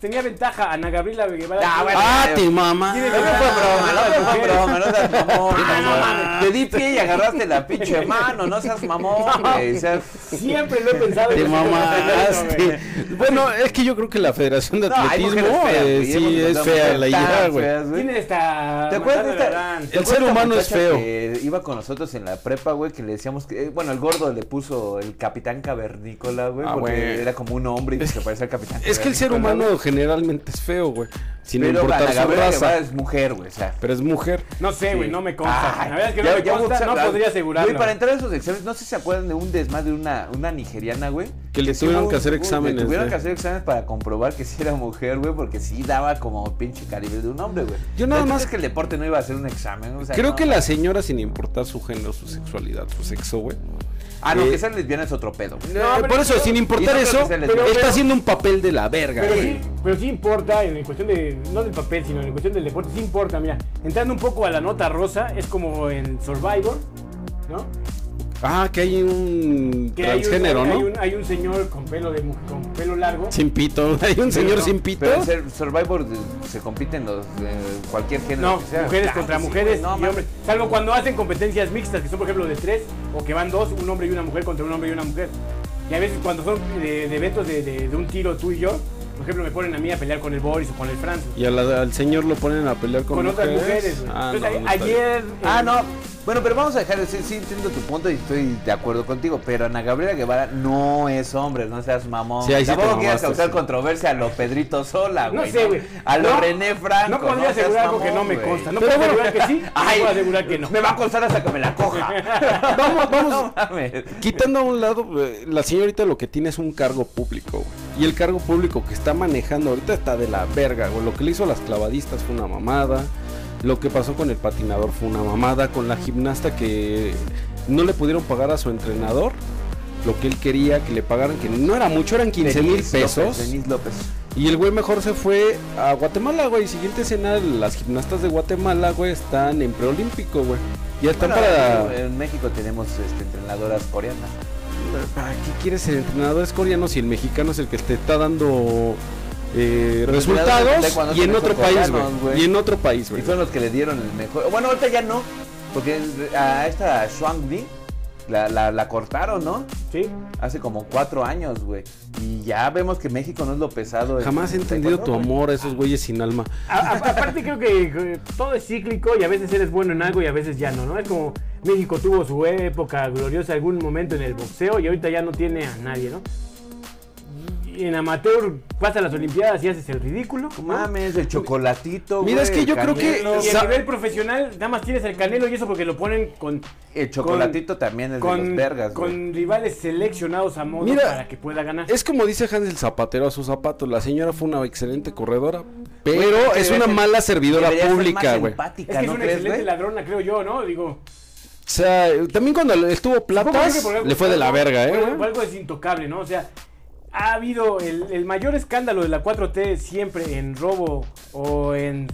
[SPEAKER 3] Tenía ventaja Ana Gabriela Guevara.
[SPEAKER 1] Ah, bueno.
[SPEAKER 2] Ah, te mamá.
[SPEAKER 1] No te fue broma, no te fue broma, no seas mamón.
[SPEAKER 3] Ah, no
[SPEAKER 1] güey.
[SPEAKER 3] mames.
[SPEAKER 1] Te di pie y agarraste la pinche mano, no seas mamón, güey. o sea,
[SPEAKER 3] Siempre lo he pensado.
[SPEAKER 2] Te
[SPEAKER 3] que-
[SPEAKER 2] mamaste. Bueno, es que yo creo que la Federación de
[SPEAKER 1] No, hay
[SPEAKER 2] Atletismo
[SPEAKER 1] mujeres feas,
[SPEAKER 2] eh,
[SPEAKER 1] güey, hemos
[SPEAKER 2] sí es
[SPEAKER 1] encontrado
[SPEAKER 2] fea
[SPEAKER 1] mujeres
[SPEAKER 2] la
[SPEAKER 1] tan
[SPEAKER 2] idea, güey.
[SPEAKER 1] feas, güey.
[SPEAKER 3] ¿Quién está?
[SPEAKER 1] ¿Te acuerdas de
[SPEAKER 3] matando a
[SPEAKER 1] esta,
[SPEAKER 3] Adán?
[SPEAKER 1] ¿te
[SPEAKER 2] El
[SPEAKER 1] acuerdas
[SPEAKER 2] ser
[SPEAKER 1] de esta
[SPEAKER 2] humano es
[SPEAKER 1] muchacha
[SPEAKER 2] feo.
[SPEAKER 1] que iba con nosotros en la prepa, güey, que le decíamos que. eh, Bueno, el gordo le puso el capitán cavernícola, güey,
[SPEAKER 2] Ah,
[SPEAKER 1] porque
[SPEAKER 2] güey.
[SPEAKER 1] era como un hombre y se parecía al capitán.
[SPEAKER 2] Es que el ser
[SPEAKER 1] Cavernícola, güey.
[SPEAKER 2] humano generalmente es feo, güey. Sin
[SPEAKER 1] Pero
[SPEAKER 2] importar
[SPEAKER 1] Ana
[SPEAKER 2] su
[SPEAKER 1] Gabriela Guevara
[SPEAKER 2] raza.
[SPEAKER 1] es mujer, güey, o sea.
[SPEAKER 2] Pero es mujer.
[SPEAKER 3] No sé, güey, no me consta.
[SPEAKER 1] Ay,
[SPEAKER 3] la verdad es que
[SPEAKER 1] ya-
[SPEAKER 3] no me
[SPEAKER 1] ya
[SPEAKER 3] consta,
[SPEAKER 1] vamos a-
[SPEAKER 3] no podría asegurarlo.
[SPEAKER 1] Güey, para entrar a esos exámenes, no sé si se acuerdan de un desmadre de una, una nigeriana, güey.
[SPEAKER 2] Que le
[SPEAKER 1] sí
[SPEAKER 2] tuvieron
[SPEAKER 1] hubo-
[SPEAKER 2] que hacer
[SPEAKER 1] hubo- le
[SPEAKER 2] exámenes, eh.
[SPEAKER 1] tuvieron
[SPEAKER 2] güey.
[SPEAKER 1] que hacer exámenes para comprobar que sí era mujer, güey, porque sí daba como pinche calibre de un hombre, güey.
[SPEAKER 2] Yo nada
[SPEAKER 1] La neta
[SPEAKER 2] más-
[SPEAKER 1] es que el deporte no iba a ser un examen, o sea,
[SPEAKER 2] Creo
[SPEAKER 1] no,
[SPEAKER 2] que
[SPEAKER 1] no.
[SPEAKER 2] la señora, sin importar su género, su sexualidad, su sexo, güey.
[SPEAKER 1] Ah, no,
[SPEAKER 2] eh,
[SPEAKER 1] que ser lesbiana es otro pedo.
[SPEAKER 2] Eh,
[SPEAKER 3] pero
[SPEAKER 2] por eso,
[SPEAKER 3] yo-
[SPEAKER 2] sin
[SPEAKER 1] y
[SPEAKER 2] importar
[SPEAKER 1] no creo
[SPEAKER 2] eso,
[SPEAKER 1] que sea
[SPEAKER 2] está
[SPEAKER 1] lesbiana.
[SPEAKER 3] Pero-
[SPEAKER 2] haciendo un papel de la verga,
[SPEAKER 3] Pero
[SPEAKER 2] güey.
[SPEAKER 3] sí, pero sí importa, en cuestión de, no del papel, sino en cuestión del deporte, sí importa, mira. Entrando un poco a la nota rosa, es como en Survivor, ¿no?
[SPEAKER 2] Ah, que hay un
[SPEAKER 3] Que hay un-
[SPEAKER 2] transgénero,
[SPEAKER 3] hay
[SPEAKER 2] ¿no?
[SPEAKER 3] un, hay un señor con pelo, de, mu- con pelo largo.
[SPEAKER 2] Sin pito. Hay un señor
[SPEAKER 3] no,
[SPEAKER 2] sin pito.
[SPEAKER 1] Pero en ser- Survivor eh, se compiten los eh, cualquier género.
[SPEAKER 3] No,
[SPEAKER 1] que sea.
[SPEAKER 3] mujeres
[SPEAKER 1] Claro
[SPEAKER 3] contra
[SPEAKER 1] que sí,
[SPEAKER 3] mujeres
[SPEAKER 1] güey, no,
[SPEAKER 3] y
[SPEAKER 1] mames.
[SPEAKER 3] hombres. Salvo cuando hacen competencias mixtas, que son por ejemplo de tres, o que van dos, un hombre eh, y una mujer contra un hombre y una mujer. Y a veces cuando son de, de eventos de, de- de un tiro tú y yo, Por ejemplo, me ponen a mí a pelear con el Boris o con el Francis.
[SPEAKER 2] Y a la- al señor lo ponen a pelear con,
[SPEAKER 3] Con, otras mujeres, güey.
[SPEAKER 2] Ah,
[SPEAKER 3] Entonces,
[SPEAKER 2] no, no
[SPEAKER 3] a-
[SPEAKER 2] está bien.
[SPEAKER 3] ayer.
[SPEAKER 1] Ah,
[SPEAKER 3] eh,
[SPEAKER 1] no. Bueno, pero vamos a dejar, sí, sí entiendo tu punto y estoy de acuerdo contigo, pero Ana Gabriela Guevara no es hombre, no seas mamón.
[SPEAKER 2] Sí, ahí sí te
[SPEAKER 1] Tampoco quieras
[SPEAKER 2] mamaste,
[SPEAKER 1] causar
[SPEAKER 2] sí.
[SPEAKER 1] controversia a lo Pedrito Sola,
[SPEAKER 3] No
[SPEAKER 1] güey.
[SPEAKER 3] sé, güey.
[SPEAKER 1] A lo
[SPEAKER 3] No,
[SPEAKER 1] René Franco.
[SPEAKER 3] no podría
[SPEAKER 1] seas
[SPEAKER 3] asegurar algo que
[SPEAKER 1] mamón,
[SPEAKER 3] no me
[SPEAKER 1] güey.
[SPEAKER 3] consta. No puedo asegurar que sí, no puedo asegurar que no.
[SPEAKER 1] Me va a costar hasta que me la coja.
[SPEAKER 2] Vamos, vamos.
[SPEAKER 1] No mames.
[SPEAKER 2] Quitando a un lado, eh, la señorita lo que tiene es un cargo público, güey. Y el cargo público que está manejando ahorita está de la verga, güey. Lo que le hizo a las clavadistas fue una mamada. Lo que pasó con el patinador fue una mamada. Con la gimnasta que no le pudieron pagar a su entrenador lo que él quería que le pagaran, que no era mucho, eran 15 mil
[SPEAKER 1] Denis López,
[SPEAKER 2] pesos.
[SPEAKER 1] Denis López.
[SPEAKER 2] Y el güey mejor se fue a Guatemala, güey. Siguiente escena, las gimnastas de Guatemala, güey, están en preolímpico, güey. Ya están
[SPEAKER 1] Bueno,
[SPEAKER 2] para...
[SPEAKER 1] En México tenemos este, entrenadoras coreanas.
[SPEAKER 2] ¿Para Ah, qué quieres el entrenador es coreano si el mexicano es el que te está dando eh,
[SPEAKER 1] Los entrenadores de
[SPEAKER 2] resultados
[SPEAKER 1] taekwondo
[SPEAKER 2] y en,
[SPEAKER 1] son
[SPEAKER 2] otro país,
[SPEAKER 1] coreanos,
[SPEAKER 2] güey,
[SPEAKER 1] güey.
[SPEAKER 2] y en otro país,
[SPEAKER 1] Y
[SPEAKER 2] güey?
[SPEAKER 1] son los que le dieron el mejor. Bueno, ahorita ya no. Porque a esta Shuang Di la, la, la cortaron, ¿no?
[SPEAKER 3] Sí.
[SPEAKER 1] Hace como cuatro años, güey. Y ya vemos que México no es lo pesado. este, en-
[SPEAKER 2] Jamás he
[SPEAKER 1] en
[SPEAKER 2] entendido tu
[SPEAKER 1] taekwondo, güey.
[SPEAKER 2] amor a esos güeyes sin alma.
[SPEAKER 3] A- a- aparte creo que eh, todo es cíclico y a veces eres bueno en algo y a veces ya no, ¿no? Es como México tuvo su época gloriosa algún momento en el boxeo y ahorita ya no tiene a nadie, ¿no? Y en amateur vas a las olimpiadas y haces el ridículo.
[SPEAKER 1] No
[SPEAKER 3] ¿no?
[SPEAKER 1] Mames, el chocolatito,
[SPEAKER 2] Mira,
[SPEAKER 1] güey,
[SPEAKER 2] es que
[SPEAKER 1] el
[SPEAKER 2] yo creo que-
[SPEAKER 1] Canelo.
[SPEAKER 3] Y a
[SPEAKER 2] Sa-
[SPEAKER 3] nivel profesional nada más tienes el canelo y eso porque lo ponen con...
[SPEAKER 1] El chocolatito también es de
[SPEAKER 3] Con,
[SPEAKER 1] los vergas, güey.
[SPEAKER 3] con rivales seleccionados a modo
[SPEAKER 2] Mira,
[SPEAKER 3] para que pueda ganar.
[SPEAKER 2] Es como dice Hans el zapatero a sus zapatos. La señora fue una excelente corredora,
[SPEAKER 1] Güey,
[SPEAKER 2] pero
[SPEAKER 1] que
[SPEAKER 2] es
[SPEAKER 1] debería
[SPEAKER 2] una
[SPEAKER 1] ser-
[SPEAKER 2] mala servidora
[SPEAKER 1] Debería ser más
[SPEAKER 2] pública, güey. O
[SPEAKER 1] empática,
[SPEAKER 3] Es que es
[SPEAKER 1] ¿no
[SPEAKER 3] una
[SPEAKER 1] crees,
[SPEAKER 3] excelente
[SPEAKER 1] güey?
[SPEAKER 3] ladrona, creo yo, ¿no? Digo,
[SPEAKER 2] sea, eh, también cuando le- estuvo
[SPEAKER 3] Supongo que
[SPEAKER 2] platas,
[SPEAKER 3] por algo-
[SPEAKER 2] le fue de la
[SPEAKER 3] por algo-
[SPEAKER 2] verga,
[SPEAKER 3] por algo-
[SPEAKER 2] eh.
[SPEAKER 3] por algo es intocable, ¿no? O sea, ha habido el, el mayor escándalo de la 4T siempre en robo o en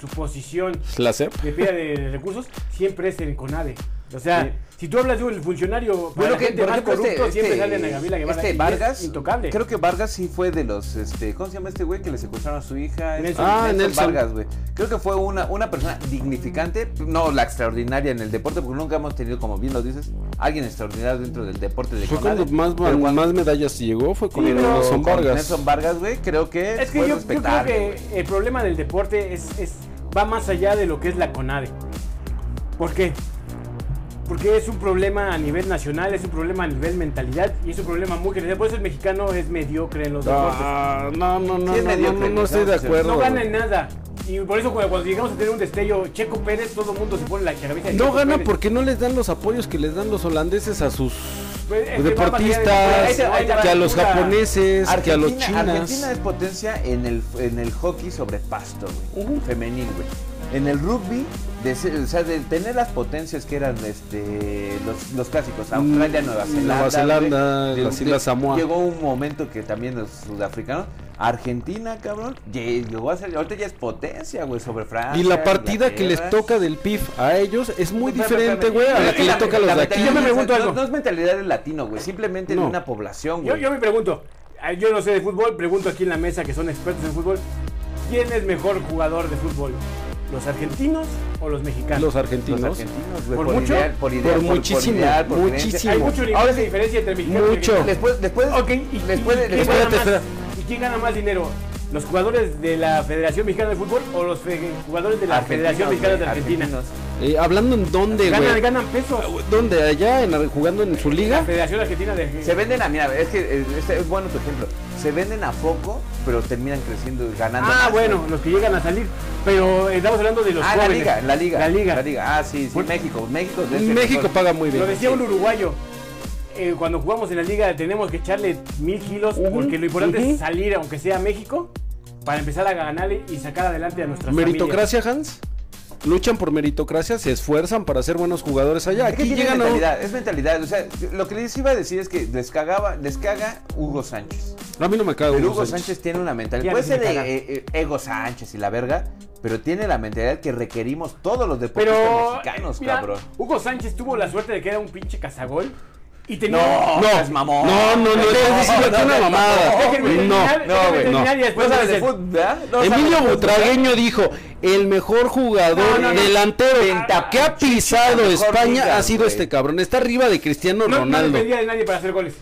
[SPEAKER 3] suposición
[SPEAKER 2] La CEP.
[SPEAKER 3] de pérdida de recursos, siempre es en CONADE. O sea,
[SPEAKER 1] Sí.
[SPEAKER 3] si tú hablas de un funcionario para
[SPEAKER 1] Bueno,
[SPEAKER 3] la
[SPEAKER 1] que,
[SPEAKER 3] gente
[SPEAKER 1] por
[SPEAKER 3] más
[SPEAKER 1] ejemplo,
[SPEAKER 3] corrupto,
[SPEAKER 1] este,
[SPEAKER 3] siempre
[SPEAKER 1] este-
[SPEAKER 3] sale Ana Gabriela Guevara. y
[SPEAKER 1] este
[SPEAKER 3] es
[SPEAKER 1] Vargas,
[SPEAKER 3] intocable.
[SPEAKER 1] creo que Vargas sí fue de los, este, ¿cómo se llama este güey que le secuestraron a su hija? Este,
[SPEAKER 3] Nelson.
[SPEAKER 2] Ah, Nelson.
[SPEAKER 1] Vargas, güey. Creo que fue una, una persona dignificante, no la extraordinaria en el deporte, porque nunca hemos tenido, como bien lo dices, alguien extraordinario dentro del deporte de
[SPEAKER 2] Fue
[SPEAKER 1] Conade.
[SPEAKER 2] cuando más,
[SPEAKER 1] Pero cuando-
[SPEAKER 2] más medallas llegó, fue con
[SPEAKER 3] Sí,
[SPEAKER 2] el
[SPEAKER 3] pero-
[SPEAKER 1] con
[SPEAKER 2] Nelson Vargas.
[SPEAKER 1] Nelson Vargas, güey, creo que
[SPEAKER 3] Es que
[SPEAKER 1] fue
[SPEAKER 3] yo, yo creo
[SPEAKER 1] respetable,
[SPEAKER 3] que
[SPEAKER 1] güey.
[SPEAKER 3] el problema del deporte es, es- va más allá de lo que es la CONADE. ¿Por qué? Porque es un problema a nivel nacional, es un problema a nivel mentalidad y es un problema muy general. Por eso el mexicano es mediocre en los deportes.
[SPEAKER 2] Ah, no, no, no,
[SPEAKER 1] Sí es
[SPEAKER 2] no, no,
[SPEAKER 1] mediocre,
[SPEAKER 2] no, no
[SPEAKER 1] ¿no?
[SPEAKER 2] estoy de acuerdo.
[SPEAKER 3] No gana
[SPEAKER 2] güey.
[SPEAKER 3] en nada. Y por eso cuando, cuando llegamos a tener un destello, Checo Pérez, todo el mundo se pone la cabeza. de
[SPEAKER 2] No
[SPEAKER 3] Checo
[SPEAKER 2] gana
[SPEAKER 3] Pérez.
[SPEAKER 2] porque no les dan los apoyos que les dan los holandeses a sus
[SPEAKER 3] Pues, es que va más allá de- Ahí
[SPEAKER 2] deportistas,
[SPEAKER 3] te- ahí te va
[SPEAKER 2] que a
[SPEAKER 3] la
[SPEAKER 2] los
[SPEAKER 3] cultura.
[SPEAKER 2] japoneses, que a los
[SPEAKER 1] Argentina-
[SPEAKER 2] chinas.
[SPEAKER 1] Argentina es potencia en el, en el hockey sobre pasto, güey.
[SPEAKER 2] Ujú.
[SPEAKER 1] Femenil, güey. En el rugby, de, ser- o sea, de tener las potencias que eran este, los, los clásicos, Australia,
[SPEAKER 2] Mm,
[SPEAKER 1] Nueva Zelanda.
[SPEAKER 2] Nueva Zelanda,
[SPEAKER 1] güey.
[SPEAKER 2] las Islas Samoa.
[SPEAKER 1] Llegó un momento que también los sudafricanos. Argentina, cabrón, lle- llegó a ser, ahorita ya es potencia, güey, sobre Francia.
[SPEAKER 2] Y la partida que les
[SPEAKER 1] Inglaterra.
[SPEAKER 2] toca del PIF a ellos es muy
[SPEAKER 1] Espérame,
[SPEAKER 2] diferente,
[SPEAKER 1] espérame.
[SPEAKER 2] güey, a la que les
[SPEAKER 1] Espérame,
[SPEAKER 2] toca a los
[SPEAKER 1] la
[SPEAKER 2] de aquí.
[SPEAKER 1] mentalidad
[SPEAKER 3] Yo me
[SPEAKER 1] es-
[SPEAKER 3] pregunto
[SPEAKER 1] no-
[SPEAKER 3] algo.
[SPEAKER 1] No, es mentalidad del latino, güey, simplemente
[SPEAKER 2] No.
[SPEAKER 1] de una población,
[SPEAKER 3] Yo,
[SPEAKER 1] güey.
[SPEAKER 3] yo me pregunto, ah, yo no sé de fútbol, pregunto aquí en la mesa que son expertos en fútbol, ¿quién es mejor jugador de fútbol? ¿Los argentinos o los mexicanos?
[SPEAKER 2] Los
[SPEAKER 1] Los
[SPEAKER 2] argentinos.
[SPEAKER 1] argentinos, güey,
[SPEAKER 3] ¿Por mucho?
[SPEAKER 1] ideal, por, ideal,
[SPEAKER 2] Por muchísimo,
[SPEAKER 1] ideal, por
[SPEAKER 2] muchísimo.
[SPEAKER 1] creencia.
[SPEAKER 3] Hay mucho nivel
[SPEAKER 1] Ahora
[SPEAKER 3] de
[SPEAKER 1] sí.
[SPEAKER 3] diferencia entre mexicanos y
[SPEAKER 2] Mucho.
[SPEAKER 3] argentinos.
[SPEAKER 1] Después, después,
[SPEAKER 3] Ok, ¿y, y-
[SPEAKER 1] después,
[SPEAKER 3] y
[SPEAKER 1] después-
[SPEAKER 3] quién gana
[SPEAKER 2] espérate,
[SPEAKER 3] más,
[SPEAKER 2] espera.
[SPEAKER 3] ¿y quién gana más dinero? ¿Los jugadores de la Federación Mexicana de Fútbol o los fe- jugadores de la Federación Mexicana de Argentina?
[SPEAKER 1] argentinos.
[SPEAKER 2] Eh, hablando en dónde,
[SPEAKER 3] Ganan,
[SPEAKER 2] güey.
[SPEAKER 3] ganan pesos.
[SPEAKER 2] ¿Dónde? ¿Allá? en- jugando en su
[SPEAKER 3] La
[SPEAKER 2] liga?
[SPEAKER 3] Federación Argentina de...
[SPEAKER 1] Se venden a, mira, es que eh, este es bueno tu ejemplo. Se venden a poco, pero terminan creciendo y ganando.
[SPEAKER 3] Ah,
[SPEAKER 1] más,
[SPEAKER 3] bueno,
[SPEAKER 1] güey.
[SPEAKER 3] los que llegan a salir. Pero eh, estamos hablando de los
[SPEAKER 1] Ah, la
[SPEAKER 3] jóvenes.
[SPEAKER 1] liga, la liga.
[SPEAKER 3] La liga.
[SPEAKER 1] Ah, sí, sí, México. México. es el
[SPEAKER 2] México
[SPEAKER 1] mejor.
[SPEAKER 2] paga muy
[SPEAKER 3] Lo
[SPEAKER 2] bien.
[SPEAKER 3] decía un uruguayo. eh, cuando jugamos en la liga tenemos que echarle mil kilos
[SPEAKER 2] Ujú,
[SPEAKER 3] porque lo importante
[SPEAKER 2] ujú.
[SPEAKER 3] es salir, aunque sea a México, para empezar a ganar y sacar adelante a nuestras
[SPEAKER 2] ¿Meritocracia, Hans? Luchan por meritocracia, se esfuerzan para ser buenos jugadores allá.
[SPEAKER 1] Es que
[SPEAKER 2] Aquí
[SPEAKER 1] tiene
[SPEAKER 2] llegan a un-
[SPEAKER 1] mentalidad, es mentalidad. O sea, lo que les iba a decir es que les cagaba, les caga Hugo Sánchez.
[SPEAKER 2] A mí no me cago.
[SPEAKER 1] Pero
[SPEAKER 2] Hugo
[SPEAKER 1] Hugo
[SPEAKER 2] Sánchez.
[SPEAKER 1] Sánchez tiene una
[SPEAKER 3] Ya
[SPEAKER 1] mentalidad.
[SPEAKER 3] no
[SPEAKER 1] Puede
[SPEAKER 3] se
[SPEAKER 1] ser
[SPEAKER 3] me
[SPEAKER 1] de
[SPEAKER 3] caga.
[SPEAKER 1] eh, eh, Ego Sánchez y la verga, pero tiene la mentalidad que requerimos todos los deportistas
[SPEAKER 3] Pero eh,
[SPEAKER 1] mexicanos,
[SPEAKER 3] mira,
[SPEAKER 1] cabrón.
[SPEAKER 3] Hugo Sánchez tuvo la suerte de que era un pinche cazagol y tenía
[SPEAKER 1] No, no, es mamón.
[SPEAKER 2] No, no, no, estás diciendo que es una mamada.
[SPEAKER 3] Déjenme terminar,
[SPEAKER 2] No,
[SPEAKER 1] no,
[SPEAKER 3] déjenme
[SPEAKER 1] güey,
[SPEAKER 3] terminar y
[SPEAKER 1] No
[SPEAKER 3] después
[SPEAKER 1] sabes de
[SPEAKER 3] dicen,
[SPEAKER 1] fútbol, ¿verdad? No pues,
[SPEAKER 2] Emilio
[SPEAKER 1] sabes de
[SPEAKER 2] Butragueño dijo, el mejor jugador
[SPEAKER 3] No, no, no.
[SPEAKER 2] delantero
[SPEAKER 1] Ah,
[SPEAKER 2] que ha pisado
[SPEAKER 1] mejor
[SPEAKER 2] España
[SPEAKER 1] digas,
[SPEAKER 2] ha sido
[SPEAKER 1] güey.
[SPEAKER 2] este cabrón. Está arriba de Cristiano
[SPEAKER 3] no, no
[SPEAKER 2] Ronaldo.
[SPEAKER 3] dependía de nadie para hacer goles.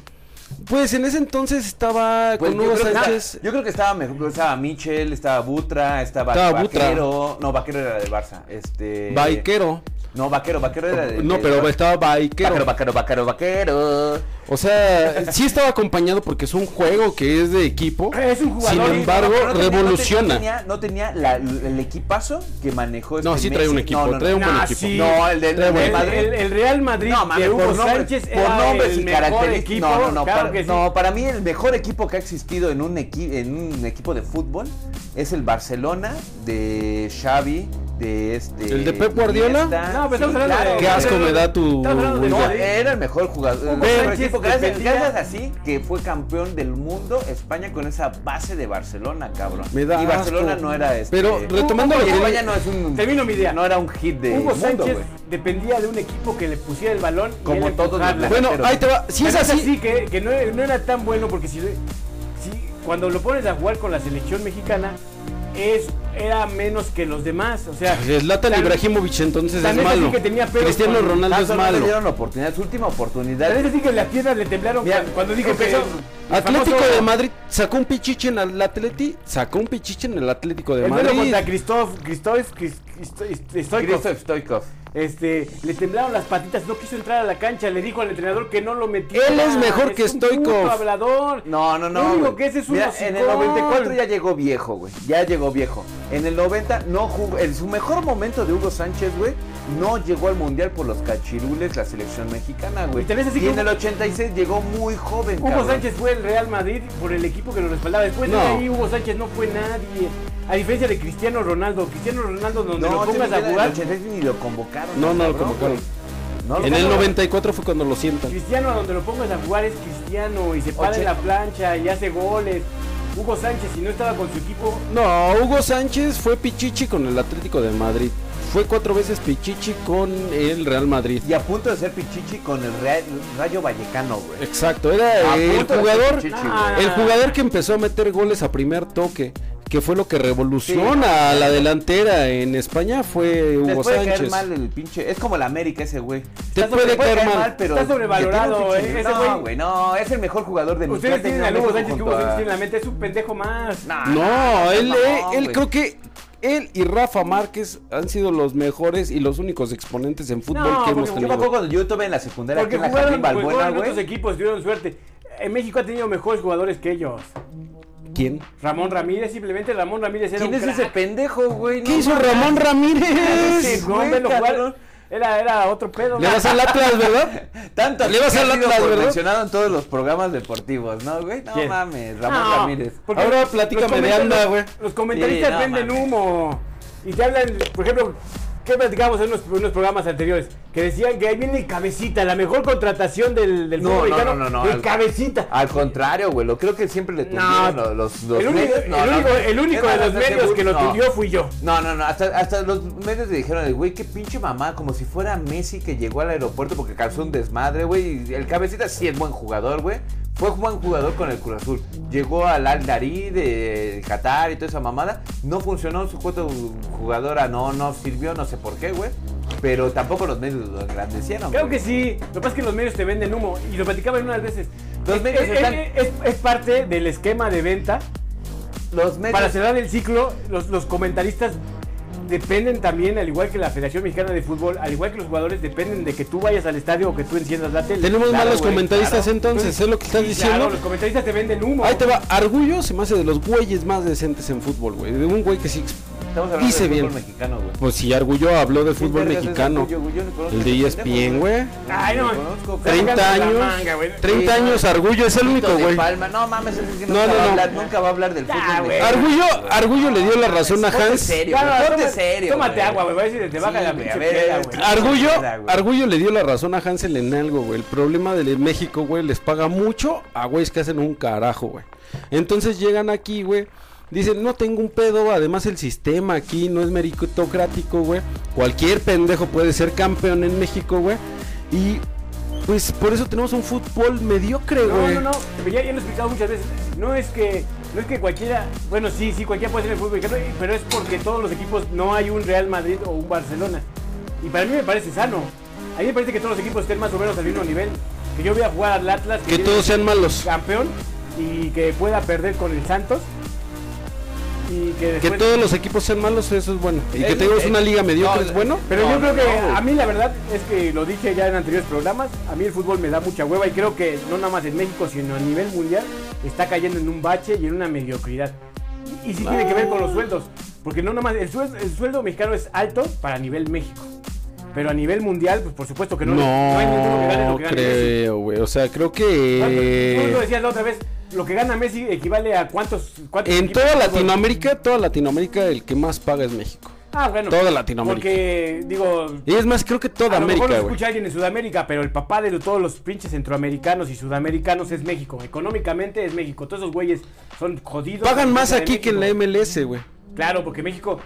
[SPEAKER 2] Pues en ese entonces estaba
[SPEAKER 1] Pues,
[SPEAKER 2] con
[SPEAKER 1] yo,
[SPEAKER 2] Hugo
[SPEAKER 1] creo que estaba-
[SPEAKER 2] Sánchez.
[SPEAKER 1] yo creo que estaba mejor. pues, Estaba Michel, estaba Butra, estaba,
[SPEAKER 2] Estaba Butra.
[SPEAKER 1] Vaquero. No, Vaquero era del Barça. Este.
[SPEAKER 2] Vaquero.
[SPEAKER 1] No, Vaquero, Vaquero era de. Ah,
[SPEAKER 2] No,
[SPEAKER 1] de-
[SPEAKER 2] pero estaba
[SPEAKER 1] Vaquero,
[SPEAKER 2] Vaquero.
[SPEAKER 1] Vaquero, Vaquero, Vaquero.
[SPEAKER 2] O sea, sí estaba acompañado porque es un juego que es de equipo.
[SPEAKER 3] Ah, Es un jugador.
[SPEAKER 2] Sin embargo,
[SPEAKER 1] Pero tenía-
[SPEAKER 2] revoluciona.
[SPEAKER 1] No tenía, no tenía la- el equipazo que manejó este
[SPEAKER 2] No, sí trae
[SPEAKER 1] Messi.
[SPEAKER 2] un equipo,
[SPEAKER 1] No, no, no.
[SPEAKER 2] trae un buen
[SPEAKER 3] Nah,
[SPEAKER 2] equipo.
[SPEAKER 3] Ah, sí.
[SPEAKER 1] No, el del-
[SPEAKER 2] Trae
[SPEAKER 1] el
[SPEAKER 2] buen
[SPEAKER 1] del
[SPEAKER 2] equipo.
[SPEAKER 1] Madrid.
[SPEAKER 3] El, el Real Madrid
[SPEAKER 1] No, mames,
[SPEAKER 3] de Hugo
[SPEAKER 1] por nombres,
[SPEAKER 3] Sánchez
[SPEAKER 1] por
[SPEAKER 3] era
[SPEAKER 1] nombres
[SPEAKER 3] el
[SPEAKER 1] y
[SPEAKER 3] mejor
[SPEAKER 1] características.
[SPEAKER 3] equipo,
[SPEAKER 1] no, no, no,
[SPEAKER 3] claro
[SPEAKER 1] para,
[SPEAKER 3] que sí.
[SPEAKER 1] no, para mí el mejor equipo que ha existido en un, equi- en un equipo de fútbol es el Barcelona de Xavi, de este...
[SPEAKER 2] ¿El de Pep Guardiola?
[SPEAKER 1] Iniesta.
[SPEAKER 3] No, pero estamos
[SPEAKER 1] Sí,
[SPEAKER 3] hablando
[SPEAKER 1] claro,
[SPEAKER 3] de-
[SPEAKER 2] Qué asco
[SPEAKER 1] güey.
[SPEAKER 2] me da tu.
[SPEAKER 3] Estamos hablando de-
[SPEAKER 1] No,
[SPEAKER 3] Madrid.
[SPEAKER 1] era el mejor jugador. el
[SPEAKER 3] Hugo
[SPEAKER 1] mejor
[SPEAKER 3] Sánchez
[SPEAKER 1] equipo. Gracias,
[SPEAKER 3] dependía-
[SPEAKER 1] gracias así que fue campeón del mundo España con esa base de Barcelona, cabrón.
[SPEAKER 2] Me da
[SPEAKER 1] y Barcelona
[SPEAKER 2] asco.
[SPEAKER 1] no era este.
[SPEAKER 2] Pero retomando lo
[SPEAKER 1] y
[SPEAKER 2] que-
[SPEAKER 1] España no es un.
[SPEAKER 3] Termino mi idea.
[SPEAKER 1] No era un hit de
[SPEAKER 3] Hugo
[SPEAKER 1] mundo,
[SPEAKER 3] Sánchez
[SPEAKER 1] güey.
[SPEAKER 3] dependía de un equipo que le pusiera el balón y
[SPEAKER 1] Como
[SPEAKER 3] él
[SPEAKER 1] todos los
[SPEAKER 3] empujarla.
[SPEAKER 2] Bueno, ahí te va. Si
[SPEAKER 3] Pero
[SPEAKER 2] es así.
[SPEAKER 3] que, que no, no era tan bueno porque si, si cuando lo pones a jugar con la selección mexicana es era menos que los demás, o sea,
[SPEAKER 2] pues, Zlatan
[SPEAKER 3] tan-
[SPEAKER 2] Ibrahimovic entonces es
[SPEAKER 3] tan es así
[SPEAKER 2] malo.
[SPEAKER 3] que tenía pedos
[SPEAKER 2] Cristiano
[SPEAKER 3] con-
[SPEAKER 2] Ronaldo es
[SPEAKER 1] Tanto no le
[SPEAKER 2] malo.
[SPEAKER 1] dieron la oportunidad, su última oportunidad.
[SPEAKER 3] Tal vez así que las piernas le temblaron
[SPEAKER 1] Mira,
[SPEAKER 3] cuando, cuando dije
[SPEAKER 1] creo que
[SPEAKER 3] empezó.
[SPEAKER 1] el
[SPEAKER 3] el
[SPEAKER 2] Atlético
[SPEAKER 3] famoso-
[SPEAKER 2] de Madrid sacó un pichiche en el Atleti, sacó un pichiche en el Atlético de
[SPEAKER 3] El duelo
[SPEAKER 2] Madrid.
[SPEAKER 3] contra Christoph, Christoph, Chris- Christo- Stoikov.
[SPEAKER 1] Christoph Stoikov.
[SPEAKER 3] Este, le temblaron las patitas, no quiso entrar a la cancha, le dijo al entrenador que no lo metiera.
[SPEAKER 2] Él es mejor que
[SPEAKER 3] un puto
[SPEAKER 2] Stoikov.
[SPEAKER 3] hablador.
[SPEAKER 1] No, no, no.
[SPEAKER 3] Lo único
[SPEAKER 1] güey.
[SPEAKER 3] que ese es un
[SPEAKER 1] Mira, en el
[SPEAKER 3] hocicón.
[SPEAKER 1] 94 ya llegó viejo, güey. Ya llegó viejo. En el 90 no jugó. En su mejor momento de Hugo Sánchez, güey, no llegó al mundial por los cachirules la selección mexicana, güey.
[SPEAKER 3] Y tal vez así
[SPEAKER 1] Y
[SPEAKER 3] que
[SPEAKER 1] en
[SPEAKER 3] Hugo-
[SPEAKER 1] el 86 llegó muy joven,
[SPEAKER 3] Hugo
[SPEAKER 1] cabrón.
[SPEAKER 3] Sánchez fue el Real Madrid por el equipo que lo respaldaba. Después
[SPEAKER 2] No.
[SPEAKER 3] de ahí Hugo Sánchez no fue nadie. A diferencia de Cristiano Ronaldo, Cristiano Ronaldo donde
[SPEAKER 1] No,
[SPEAKER 3] lo pongas a
[SPEAKER 1] en el
[SPEAKER 3] jugar,
[SPEAKER 1] 86 ni lo convocaron.
[SPEAKER 2] No, no lo
[SPEAKER 1] cabrón,
[SPEAKER 2] convocaron.
[SPEAKER 1] güey. No lo
[SPEAKER 2] En el
[SPEAKER 1] convocaron.
[SPEAKER 2] 94 fue cuando lo sientan.
[SPEAKER 3] Cristiano a donde lo pongas a jugar es Cristiano y se para
[SPEAKER 1] Oche-
[SPEAKER 3] en la plancha y hace goles. Hugo Sánchez si no estaba con su equipo,
[SPEAKER 2] No, Hugo Sánchez fue pichichi con el Atlético de Madrid. Fue cuatro veces pichichi con el Real Madrid.
[SPEAKER 1] Y a punto de ser Pichichi con el Real- Rayo Vallecano, güey.
[SPEAKER 2] Exacto, era
[SPEAKER 1] A
[SPEAKER 2] el
[SPEAKER 1] punto de
[SPEAKER 2] jugador,
[SPEAKER 1] ser Pichichi,
[SPEAKER 3] Ah,
[SPEAKER 1] güey.
[SPEAKER 2] el jugador que empezó a meter goles a primer toque, que fue lo que revoluciona a la delantera en España fue Hugo
[SPEAKER 1] Después de caer
[SPEAKER 2] Sánchez.
[SPEAKER 1] mal el pinche. Es como el América ese güey.
[SPEAKER 2] Te
[SPEAKER 1] Está
[SPEAKER 2] puede
[SPEAKER 1] sobre-
[SPEAKER 2] caer mal.
[SPEAKER 1] pero.
[SPEAKER 3] Está sobrevalorado,
[SPEAKER 1] que tiene un
[SPEAKER 3] eh,
[SPEAKER 1] pinche-
[SPEAKER 3] ese güey.
[SPEAKER 1] No, güey, no. Es el mejor jugador de mi
[SPEAKER 3] ustedes
[SPEAKER 1] plata y
[SPEAKER 3] tienen
[SPEAKER 1] no
[SPEAKER 3] al Hugo
[SPEAKER 1] México
[SPEAKER 3] Sánchez que Hugo
[SPEAKER 1] junto
[SPEAKER 3] Sánchez
[SPEAKER 1] a-
[SPEAKER 3] tiene en la mente, es un pendejo más.
[SPEAKER 1] Nah,
[SPEAKER 2] No, él,
[SPEAKER 1] Ah, mamón,
[SPEAKER 2] él- él
[SPEAKER 1] güey.
[SPEAKER 2] creo que él y Rafa Márquez han sido los mejores y los únicos exponentes en fútbol
[SPEAKER 3] No,
[SPEAKER 2] que
[SPEAKER 3] porque
[SPEAKER 2] hemos
[SPEAKER 1] Yo
[SPEAKER 3] yo
[SPEAKER 1] me
[SPEAKER 2] tenido.
[SPEAKER 1] acuerdo cuando yo estuve en la secundaria aquí
[SPEAKER 3] Porque
[SPEAKER 1] en la
[SPEAKER 3] jugaron,
[SPEAKER 1] Jardín
[SPEAKER 3] pues,
[SPEAKER 1] Balbuena,
[SPEAKER 3] jugaron otros
[SPEAKER 1] güey.
[SPEAKER 3] equipos, tuvieron suerte. En México ha tenido mejores jugadores que ellos.
[SPEAKER 2] ¿Quién?
[SPEAKER 3] Ramón Ramírez, simplemente Ramón Ramírez era
[SPEAKER 1] ¿Quién
[SPEAKER 3] un
[SPEAKER 1] es ese
[SPEAKER 3] crack.
[SPEAKER 1] pendejo, güey?
[SPEAKER 2] ¿Qué
[SPEAKER 1] No
[SPEAKER 2] hizo
[SPEAKER 1] mames.
[SPEAKER 2] Ramón
[SPEAKER 1] Sí,
[SPEAKER 2] Ramírez?
[SPEAKER 1] güey,
[SPEAKER 3] No, velo
[SPEAKER 1] cabrón.
[SPEAKER 3] jugar. Era, era otro pedo.
[SPEAKER 2] Le vas al Atlas, ¿verdad?
[SPEAKER 1] Tanto
[SPEAKER 2] Le vas
[SPEAKER 1] que
[SPEAKER 2] al
[SPEAKER 1] ha sido
[SPEAKER 2] Atlas,
[SPEAKER 1] por-
[SPEAKER 2] ¿verdad?
[SPEAKER 1] mencionado en todos los programas deportivos, ¿no, güey? No
[SPEAKER 3] ¿Quién?
[SPEAKER 1] mames, Ramón
[SPEAKER 3] No,
[SPEAKER 1] Ramírez.
[SPEAKER 3] porque
[SPEAKER 2] Ahora
[SPEAKER 3] los
[SPEAKER 2] platícame de
[SPEAKER 3] comentaristas-
[SPEAKER 2] Anda, güey.
[SPEAKER 3] Los comentaristas
[SPEAKER 1] Sí, no,
[SPEAKER 3] venden
[SPEAKER 1] mames.
[SPEAKER 3] humo. Y te hablan, por ejemplo, ¿qué platicamos en unos, unos programas anteriores? Que decían que ahí viene el cabecita, la mejor contratación del, del
[SPEAKER 1] No,
[SPEAKER 3] fútbol
[SPEAKER 1] no,
[SPEAKER 3] mexicano.
[SPEAKER 1] no, no, no,
[SPEAKER 3] el
[SPEAKER 1] al-
[SPEAKER 3] cabecita.
[SPEAKER 1] Al contrario, güey, lo creo que siempre le tuvieron
[SPEAKER 3] No.
[SPEAKER 1] los, los
[SPEAKER 3] el único,
[SPEAKER 1] medios. No,
[SPEAKER 3] el
[SPEAKER 1] no,
[SPEAKER 3] único,
[SPEAKER 1] no.
[SPEAKER 3] el único
[SPEAKER 1] Es
[SPEAKER 3] de
[SPEAKER 1] más,
[SPEAKER 3] los
[SPEAKER 1] hasta
[SPEAKER 3] medios
[SPEAKER 1] según-
[SPEAKER 3] que lo
[SPEAKER 1] no.
[SPEAKER 3] tuvió fui yo.
[SPEAKER 1] No, no, no, hasta, hasta los medios le dijeron, al güey, qué pinche mamá, como si fuera Messi que llegó al aeropuerto porque causó un desmadre, güey. y El cabecita sí es buen jugador, güey. Fue buen jugador con el Cruz Azul. Llegó al Al Darí de Qatar y toda esa mamada. No funcionó, su cuota jugadora no, no sirvió, no sé por qué, güey. Pero tampoco los medios lo engrandecieron.
[SPEAKER 3] Claro
[SPEAKER 1] güey.
[SPEAKER 3] que sí. Lo que pasa es que los medios te venden humo. Y lo platicaban unas veces.
[SPEAKER 1] Los
[SPEAKER 3] Es-
[SPEAKER 1] medios
[SPEAKER 3] es-
[SPEAKER 1] están-
[SPEAKER 3] es- es- es parte del esquema de venta.
[SPEAKER 1] Los medios.
[SPEAKER 3] Para cerrar el ciclo, los, los comentaristas dependen también, al igual que la Federación Mexicana de Fútbol, al igual que los jugadores, dependen de que tú vayas al estadio o que tú enciendas la tele.
[SPEAKER 2] Tenemos
[SPEAKER 1] Claro,
[SPEAKER 2] malos
[SPEAKER 1] güey,
[SPEAKER 2] comentaristas
[SPEAKER 1] claro. Pues,
[SPEAKER 2] entonces, es lo que estás
[SPEAKER 3] Sí,
[SPEAKER 2] diciendo.
[SPEAKER 3] Claro, los comentaristas te venden humo.
[SPEAKER 2] Ahí te va, Argullo se me hace de los güeyes más decentes en fútbol, güey. De un güey que sí.
[SPEAKER 1] Estamos hablando
[SPEAKER 2] Dice
[SPEAKER 1] del
[SPEAKER 2] bien.
[SPEAKER 1] fútbol mexicano, güey.
[SPEAKER 2] Pues sí, Argullo habló de fútbol
[SPEAKER 1] vergas es
[SPEAKER 2] mexicano.
[SPEAKER 1] Orgullo, güey? Yo no conozco
[SPEAKER 2] El de E
[SPEAKER 1] ese
[SPEAKER 2] ESPN,
[SPEAKER 1] pendejo,
[SPEAKER 2] güey.
[SPEAKER 3] Ay, no.
[SPEAKER 1] Lo conozco, pero-
[SPEAKER 2] 30
[SPEAKER 3] Sacando la
[SPEAKER 2] años.
[SPEAKER 3] manga, güey.
[SPEAKER 2] 30
[SPEAKER 1] Sí,
[SPEAKER 2] años, Argullo es el único,
[SPEAKER 1] de
[SPEAKER 2] güey.
[SPEAKER 1] Palma. No mames, es que nunca,
[SPEAKER 2] No, no,
[SPEAKER 1] va a
[SPEAKER 2] no.
[SPEAKER 1] hablar, nunca va a hablar del
[SPEAKER 3] Ya,
[SPEAKER 1] fútbol.
[SPEAKER 3] Ah, güey.
[SPEAKER 1] mexicano.
[SPEAKER 2] Argullo, Argullo le dio la razón a
[SPEAKER 1] Ponte
[SPEAKER 2] Hans.
[SPEAKER 1] serio,
[SPEAKER 3] Ya,
[SPEAKER 1] güey,
[SPEAKER 3] no,
[SPEAKER 1] ponte
[SPEAKER 3] toma-
[SPEAKER 1] serio.
[SPEAKER 3] Tómate
[SPEAKER 1] güey.
[SPEAKER 3] agua, güey. Va a decir, te baja
[SPEAKER 1] Sí,
[SPEAKER 3] la
[SPEAKER 1] güey,
[SPEAKER 3] pinche
[SPEAKER 1] a ver,
[SPEAKER 3] peda,
[SPEAKER 1] güey.
[SPEAKER 3] güey.
[SPEAKER 2] Argullo,
[SPEAKER 1] Nada, güey.
[SPEAKER 2] Argullo le dio la razón a Hansel en algo, güey. El problema de México, güey, les paga mucho a güeyes que hacen un carajo, güey. Entonces llegan aquí, güey. Dicen, no tengo un pedo, además el sistema aquí no es meritocrático, güey. Cualquier pendejo puede ser campeón en México, güey. Y pues por eso tenemos un fútbol mediocre,
[SPEAKER 3] No,
[SPEAKER 2] güey.
[SPEAKER 3] no, no, pero ya, ya lo he explicado muchas veces. No es que no es que cualquiera, bueno, sí, sí, cualquiera puede ser el fútbol mexicano, y- pero es porque todos los equipos no hay un Real Madrid o un Barcelona. Y para mí me parece sano. A mí me parece que todos los equipos estén más o menos al mismo nivel. que yo voy a jugar al Atlas.
[SPEAKER 2] Que
[SPEAKER 3] viene
[SPEAKER 2] todos sean malos.
[SPEAKER 3] campeón y que pueda perder con el Santos. Y que
[SPEAKER 2] Que
[SPEAKER 3] después-
[SPEAKER 2] todos los equipos sean malos, eso es bueno. Y que
[SPEAKER 1] Es-
[SPEAKER 2] tengamos una liga mediocre
[SPEAKER 1] no,
[SPEAKER 2] es bueno.
[SPEAKER 3] eh, Pero
[SPEAKER 1] No,
[SPEAKER 3] yo creo que
[SPEAKER 1] no.
[SPEAKER 3] a mí la verdad es que lo dije ya en anteriores programas, a mí el fútbol me da mucha hueva y creo que no nada más en México, sino a nivel mundial, está cayendo en un bache y en una mediocridad. Y sí tiene que ver con los sueldos, porque no nada más, el sueldo, el sueldo mexicano es alto para nivel México, pero a nivel mundial, pues por supuesto que no,
[SPEAKER 2] No,
[SPEAKER 3] hay ninguno que gane lo que gane Ah, Messi.
[SPEAKER 2] creo, güey. O sea, creo
[SPEAKER 3] Bueno, Tú lo
[SPEAKER 2] que
[SPEAKER 3] decías la otra vez, lo que gana Messi equivale a cuántos... cuántos
[SPEAKER 2] en
[SPEAKER 3] equipos
[SPEAKER 2] toda
[SPEAKER 3] de fútbol.
[SPEAKER 2] Latinoamérica, toda Latinoamérica, el que más paga es México.
[SPEAKER 3] Ah, bueno.
[SPEAKER 2] toda Latinoamérica.
[SPEAKER 3] Porque, digo,
[SPEAKER 2] Y es más, creo que toda
[SPEAKER 3] a lo mejor
[SPEAKER 2] América,
[SPEAKER 3] lo
[SPEAKER 2] güey.
[SPEAKER 3] escucha alguien en Sudamérica, pero el papá de todos los pinches centroamericanos y sudamericanos es México. Económicamente es México. Todos esos güeyes son jodidos.
[SPEAKER 2] Pagan
[SPEAKER 3] Son
[SPEAKER 2] más
[SPEAKER 3] de
[SPEAKER 2] aquí que en la
[SPEAKER 3] México.
[SPEAKER 2] MLS, güey.
[SPEAKER 3] Claro, porque México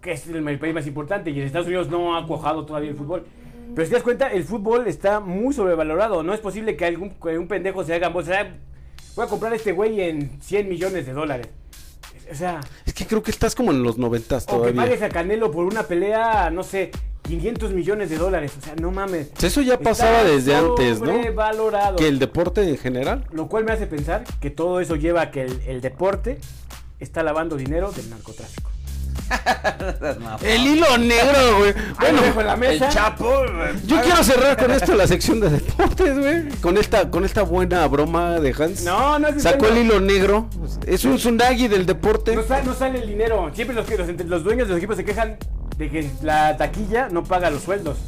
[SPEAKER 3] que es el país más importante y en Estados Unidos no ha cuajado todavía el fútbol. Pero si te das cuenta, el fútbol está muy sobrevalorado. No es posible que algún que un pendejo se haga... O sea, voy a comprar a este güey en 100 millones de dólares. O sea...
[SPEAKER 2] Es que creo que estás como en los noventas
[SPEAKER 3] O que pagues
[SPEAKER 2] todavía.
[SPEAKER 3] a Canelo por una pelea, no sé, 500 millones de dólares. O sea, no mames.
[SPEAKER 2] Eso ya pasaba
[SPEAKER 3] Está
[SPEAKER 2] desde antes, ¿no?
[SPEAKER 3] sobrevalorado.
[SPEAKER 2] Que el deporte en general.
[SPEAKER 3] Lo cual me hace pensar que todo eso lleva a que el, el deporte está lavando dinero del narcotráfico.
[SPEAKER 2] El hilo negro, güey.
[SPEAKER 3] Ahí
[SPEAKER 2] Bueno,
[SPEAKER 3] lo dejo en la mesa.
[SPEAKER 1] El Chapo.
[SPEAKER 2] yo quiero cerrar con esto la sección de deportes, güey. Con esta, con esta buena broma de Hans.
[SPEAKER 3] No, no es
[SPEAKER 2] Sacó el
[SPEAKER 3] dinero.
[SPEAKER 2] hilo negro. Es un tsunami del deporte.
[SPEAKER 3] No, sa- no sale el dinero. Siempre los, que- los, entre- los dueños de los equipos se quejan de que la taquilla no paga los sueldos.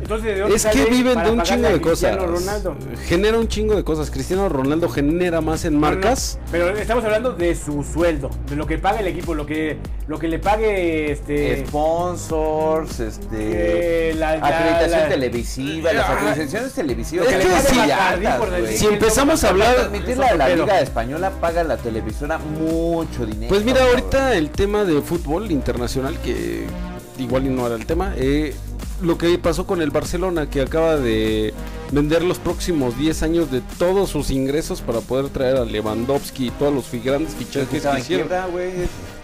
[SPEAKER 3] Entonces, ¿de dónde
[SPEAKER 2] Es que
[SPEAKER 3] sale
[SPEAKER 2] viven
[SPEAKER 3] para
[SPEAKER 2] de un
[SPEAKER 3] pagarle
[SPEAKER 2] chingo
[SPEAKER 3] a
[SPEAKER 2] de cosas.
[SPEAKER 3] Cristiano Ronaldo?
[SPEAKER 2] Genera un chingo de cosas. Cristiano Ronaldo genera más en marcas.
[SPEAKER 3] No, no, pero estamos hablando de su sueldo, de lo que paga el equipo, lo que, lo que le pague
[SPEAKER 2] Eh,
[SPEAKER 1] Eh,
[SPEAKER 3] este.
[SPEAKER 1] Sponsors, este.
[SPEAKER 3] eh, la- la-
[SPEAKER 1] acreditación
[SPEAKER 3] la-
[SPEAKER 1] televisiva, las
[SPEAKER 2] Ah.
[SPEAKER 1] acreditaciones televisivas.
[SPEAKER 2] Es que
[SPEAKER 1] le
[SPEAKER 2] sí,
[SPEAKER 1] pagan
[SPEAKER 3] Bacardi
[SPEAKER 1] altas,
[SPEAKER 3] por
[SPEAKER 1] güey.
[SPEAKER 3] decir
[SPEAKER 2] Si empezamos a
[SPEAKER 1] Para
[SPEAKER 2] hablar.
[SPEAKER 1] transmitir la, la
[SPEAKER 3] Pero-
[SPEAKER 1] Liga Española paga la televisora mucho dinero.
[SPEAKER 2] Pues mira,
[SPEAKER 1] cabrón.
[SPEAKER 2] ahorita el tema de fútbol internacional, que igual y no era el tema, eh, lo que pasó con el Barcelona, que acaba de vender los próximos 10 años de todos sus ingresos para poder traer a Lewandowski y todos los fi- grandes
[SPEAKER 1] Pues
[SPEAKER 2] fichajes
[SPEAKER 1] que
[SPEAKER 2] que
[SPEAKER 1] estaba en
[SPEAKER 2] hicieron.
[SPEAKER 1] quiebra, güey,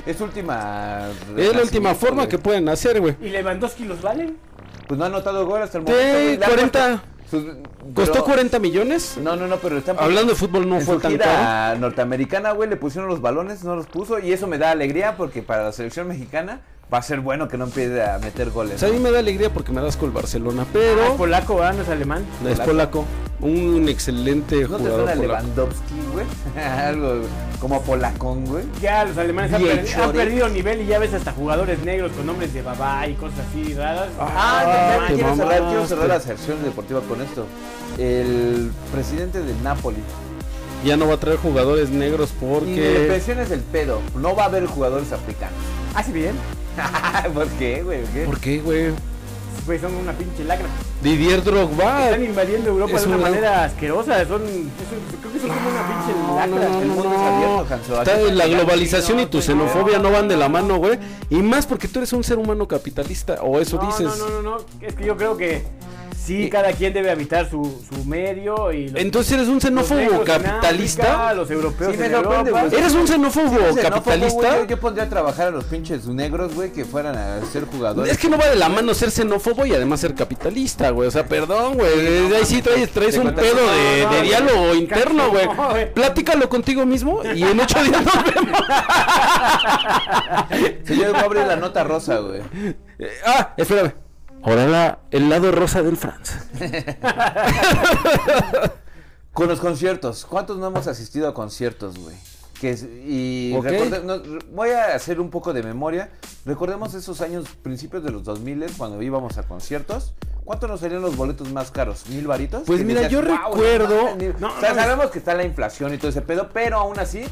[SPEAKER 1] Es, es última.
[SPEAKER 2] Es la última
[SPEAKER 1] renacimiento,
[SPEAKER 2] forma
[SPEAKER 1] güey.
[SPEAKER 2] que pueden hacer, güey.
[SPEAKER 3] ¿Y Lewandowski los vale?
[SPEAKER 1] Pues no ha anotado gol hasta el
[SPEAKER 2] Sí,
[SPEAKER 1] momento. güey. Le han
[SPEAKER 2] 40.
[SPEAKER 1] puesto- sus-
[SPEAKER 2] ¿Costó
[SPEAKER 1] pero-
[SPEAKER 2] 40 millones?
[SPEAKER 1] No, no, no, pero están
[SPEAKER 2] Hablando de fútbol no
[SPEAKER 1] en
[SPEAKER 2] fue
[SPEAKER 1] su
[SPEAKER 2] tan
[SPEAKER 1] gira
[SPEAKER 2] caro.
[SPEAKER 1] norteamericana, güey, le pusieron los balones, no los puso. Y eso me da alegría porque para la selección mexicana va a ser bueno que no empiece a meter goles.
[SPEAKER 2] O sea, a mí me da alegría porque me das con el Barcelona, pero
[SPEAKER 3] Ah, es polaco, ¿verdad? No es alemán.
[SPEAKER 2] es polaco. Un excelente
[SPEAKER 1] ¿No te
[SPEAKER 2] jugador
[SPEAKER 1] suena
[SPEAKER 2] polaco.
[SPEAKER 1] Lewandowski, güey? Algo como polacón, güey.
[SPEAKER 3] Ya los alemanes han,
[SPEAKER 1] Bien
[SPEAKER 3] perdi- han
[SPEAKER 1] chores.
[SPEAKER 3] perdido nivel y ya ves hasta jugadores negros con nombres de babá y cosas así raras.
[SPEAKER 1] Ah, ya, ya,
[SPEAKER 2] te
[SPEAKER 1] quiero, cerrar, quiero
[SPEAKER 2] mamaste.
[SPEAKER 1] cerrar la sección deportiva con esto. El presidente del Napoli.
[SPEAKER 2] Ya no va a traer jugadores negros
[SPEAKER 1] Y mi
[SPEAKER 2] porque...
[SPEAKER 1] impresión es el pedo. No va a haber jugadores africanos. Ah,
[SPEAKER 3] ¿Hace Ah, bien?
[SPEAKER 1] ¿Por qué, güey? ¿Por qué?
[SPEAKER 2] ¿Por qué, güey?
[SPEAKER 3] Pues son una pinche lacra.
[SPEAKER 2] Didier Drogba.
[SPEAKER 3] Están invadiendo Europa
[SPEAKER 2] Ah, es
[SPEAKER 3] de una
[SPEAKER 2] una-
[SPEAKER 3] manera asquerosa. Son, es- creo que son como una pinche
[SPEAKER 2] Ah, No, no,
[SPEAKER 3] lacra.
[SPEAKER 2] no,
[SPEAKER 1] el
[SPEAKER 2] no,
[SPEAKER 1] mundo es
[SPEAKER 2] no.
[SPEAKER 1] abierto, Hanso.
[SPEAKER 2] Está-
[SPEAKER 1] Así que
[SPEAKER 2] la
[SPEAKER 1] ya,
[SPEAKER 2] globalización
[SPEAKER 1] sí,
[SPEAKER 2] y tu
[SPEAKER 1] no,
[SPEAKER 2] xenofobia no van de la mano, güey. Y más porque tú eres un ser humano capitalista, o eso
[SPEAKER 3] no,
[SPEAKER 2] dices.
[SPEAKER 3] No, no, no, no, es que yo creo que sí,
[SPEAKER 2] Eh,
[SPEAKER 3] cada quien debe habitar su, su medio y los-
[SPEAKER 2] Entonces eres un
[SPEAKER 3] los
[SPEAKER 2] xenófobo
[SPEAKER 3] negros en África,
[SPEAKER 2] capitalista.
[SPEAKER 3] los europeos
[SPEAKER 1] Sí, me
[SPEAKER 3] en
[SPEAKER 1] sorprende,
[SPEAKER 3] Europa.
[SPEAKER 1] güey.
[SPEAKER 2] ¿Eres un xenófobo
[SPEAKER 1] Ese xenófobo, güey,
[SPEAKER 2] capitalista?
[SPEAKER 1] yo, yo pondría a trabajar a los pinches negros, güey, que fueran a ser jugadores.
[SPEAKER 2] Es que no va de la mano ser xenófobo y además ser capitalista, güey. O sea, perdón, güey. Ahí sí traes, traes
[SPEAKER 1] Te
[SPEAKER 2] un
[SPEAKER 1] contagias.
[SPEAKER 2] pedo de,
[SPEAKER 3] No,
[SPEAKER 2] de
[SPEAKER 3] no,
[SPEAKER 2] diálogo interno, güey.
[SPEAKER 3] No, güey.
[SPEAKER 2] Platícalo contigo mismo y en ocho días nos vemos.
[SPEAKER 1] Si yo voy a abrir la nota rosa, güey.
[SPEAKER 2] Eh, ah, espérame. Ahora la- el lado rosa del France.
[SPEAKER 1] Con los conciertos, ¿cuántos no hemos asistido a conciertos, güey? Que es- y
[SPEAKER 2] Ok.
[SPEAKER 1] recorde- no, re- voy a hacer un poco de memoria. Recordemos esos años, principios de los 2000, cuando íbamos a conciertos. ¿Cuánto nos salían los boletos más caros? ¿Mil varitos?
[SPEAKER 2] Pues
[SPEAKER 1] Que
[SPEAKER 2] mira, yo
[SPEAKER 1] "Guau,
[SPEAKER 2] recuerdo-
[SPEAKER 1] mames, mil".
[SPEAKER 3] No,
[SPEAKER 1] o sea,
[SPEAKER 3] mames.
[SPEAKER 1] sabemos que está la inflación y todo ese pedo, pero aún así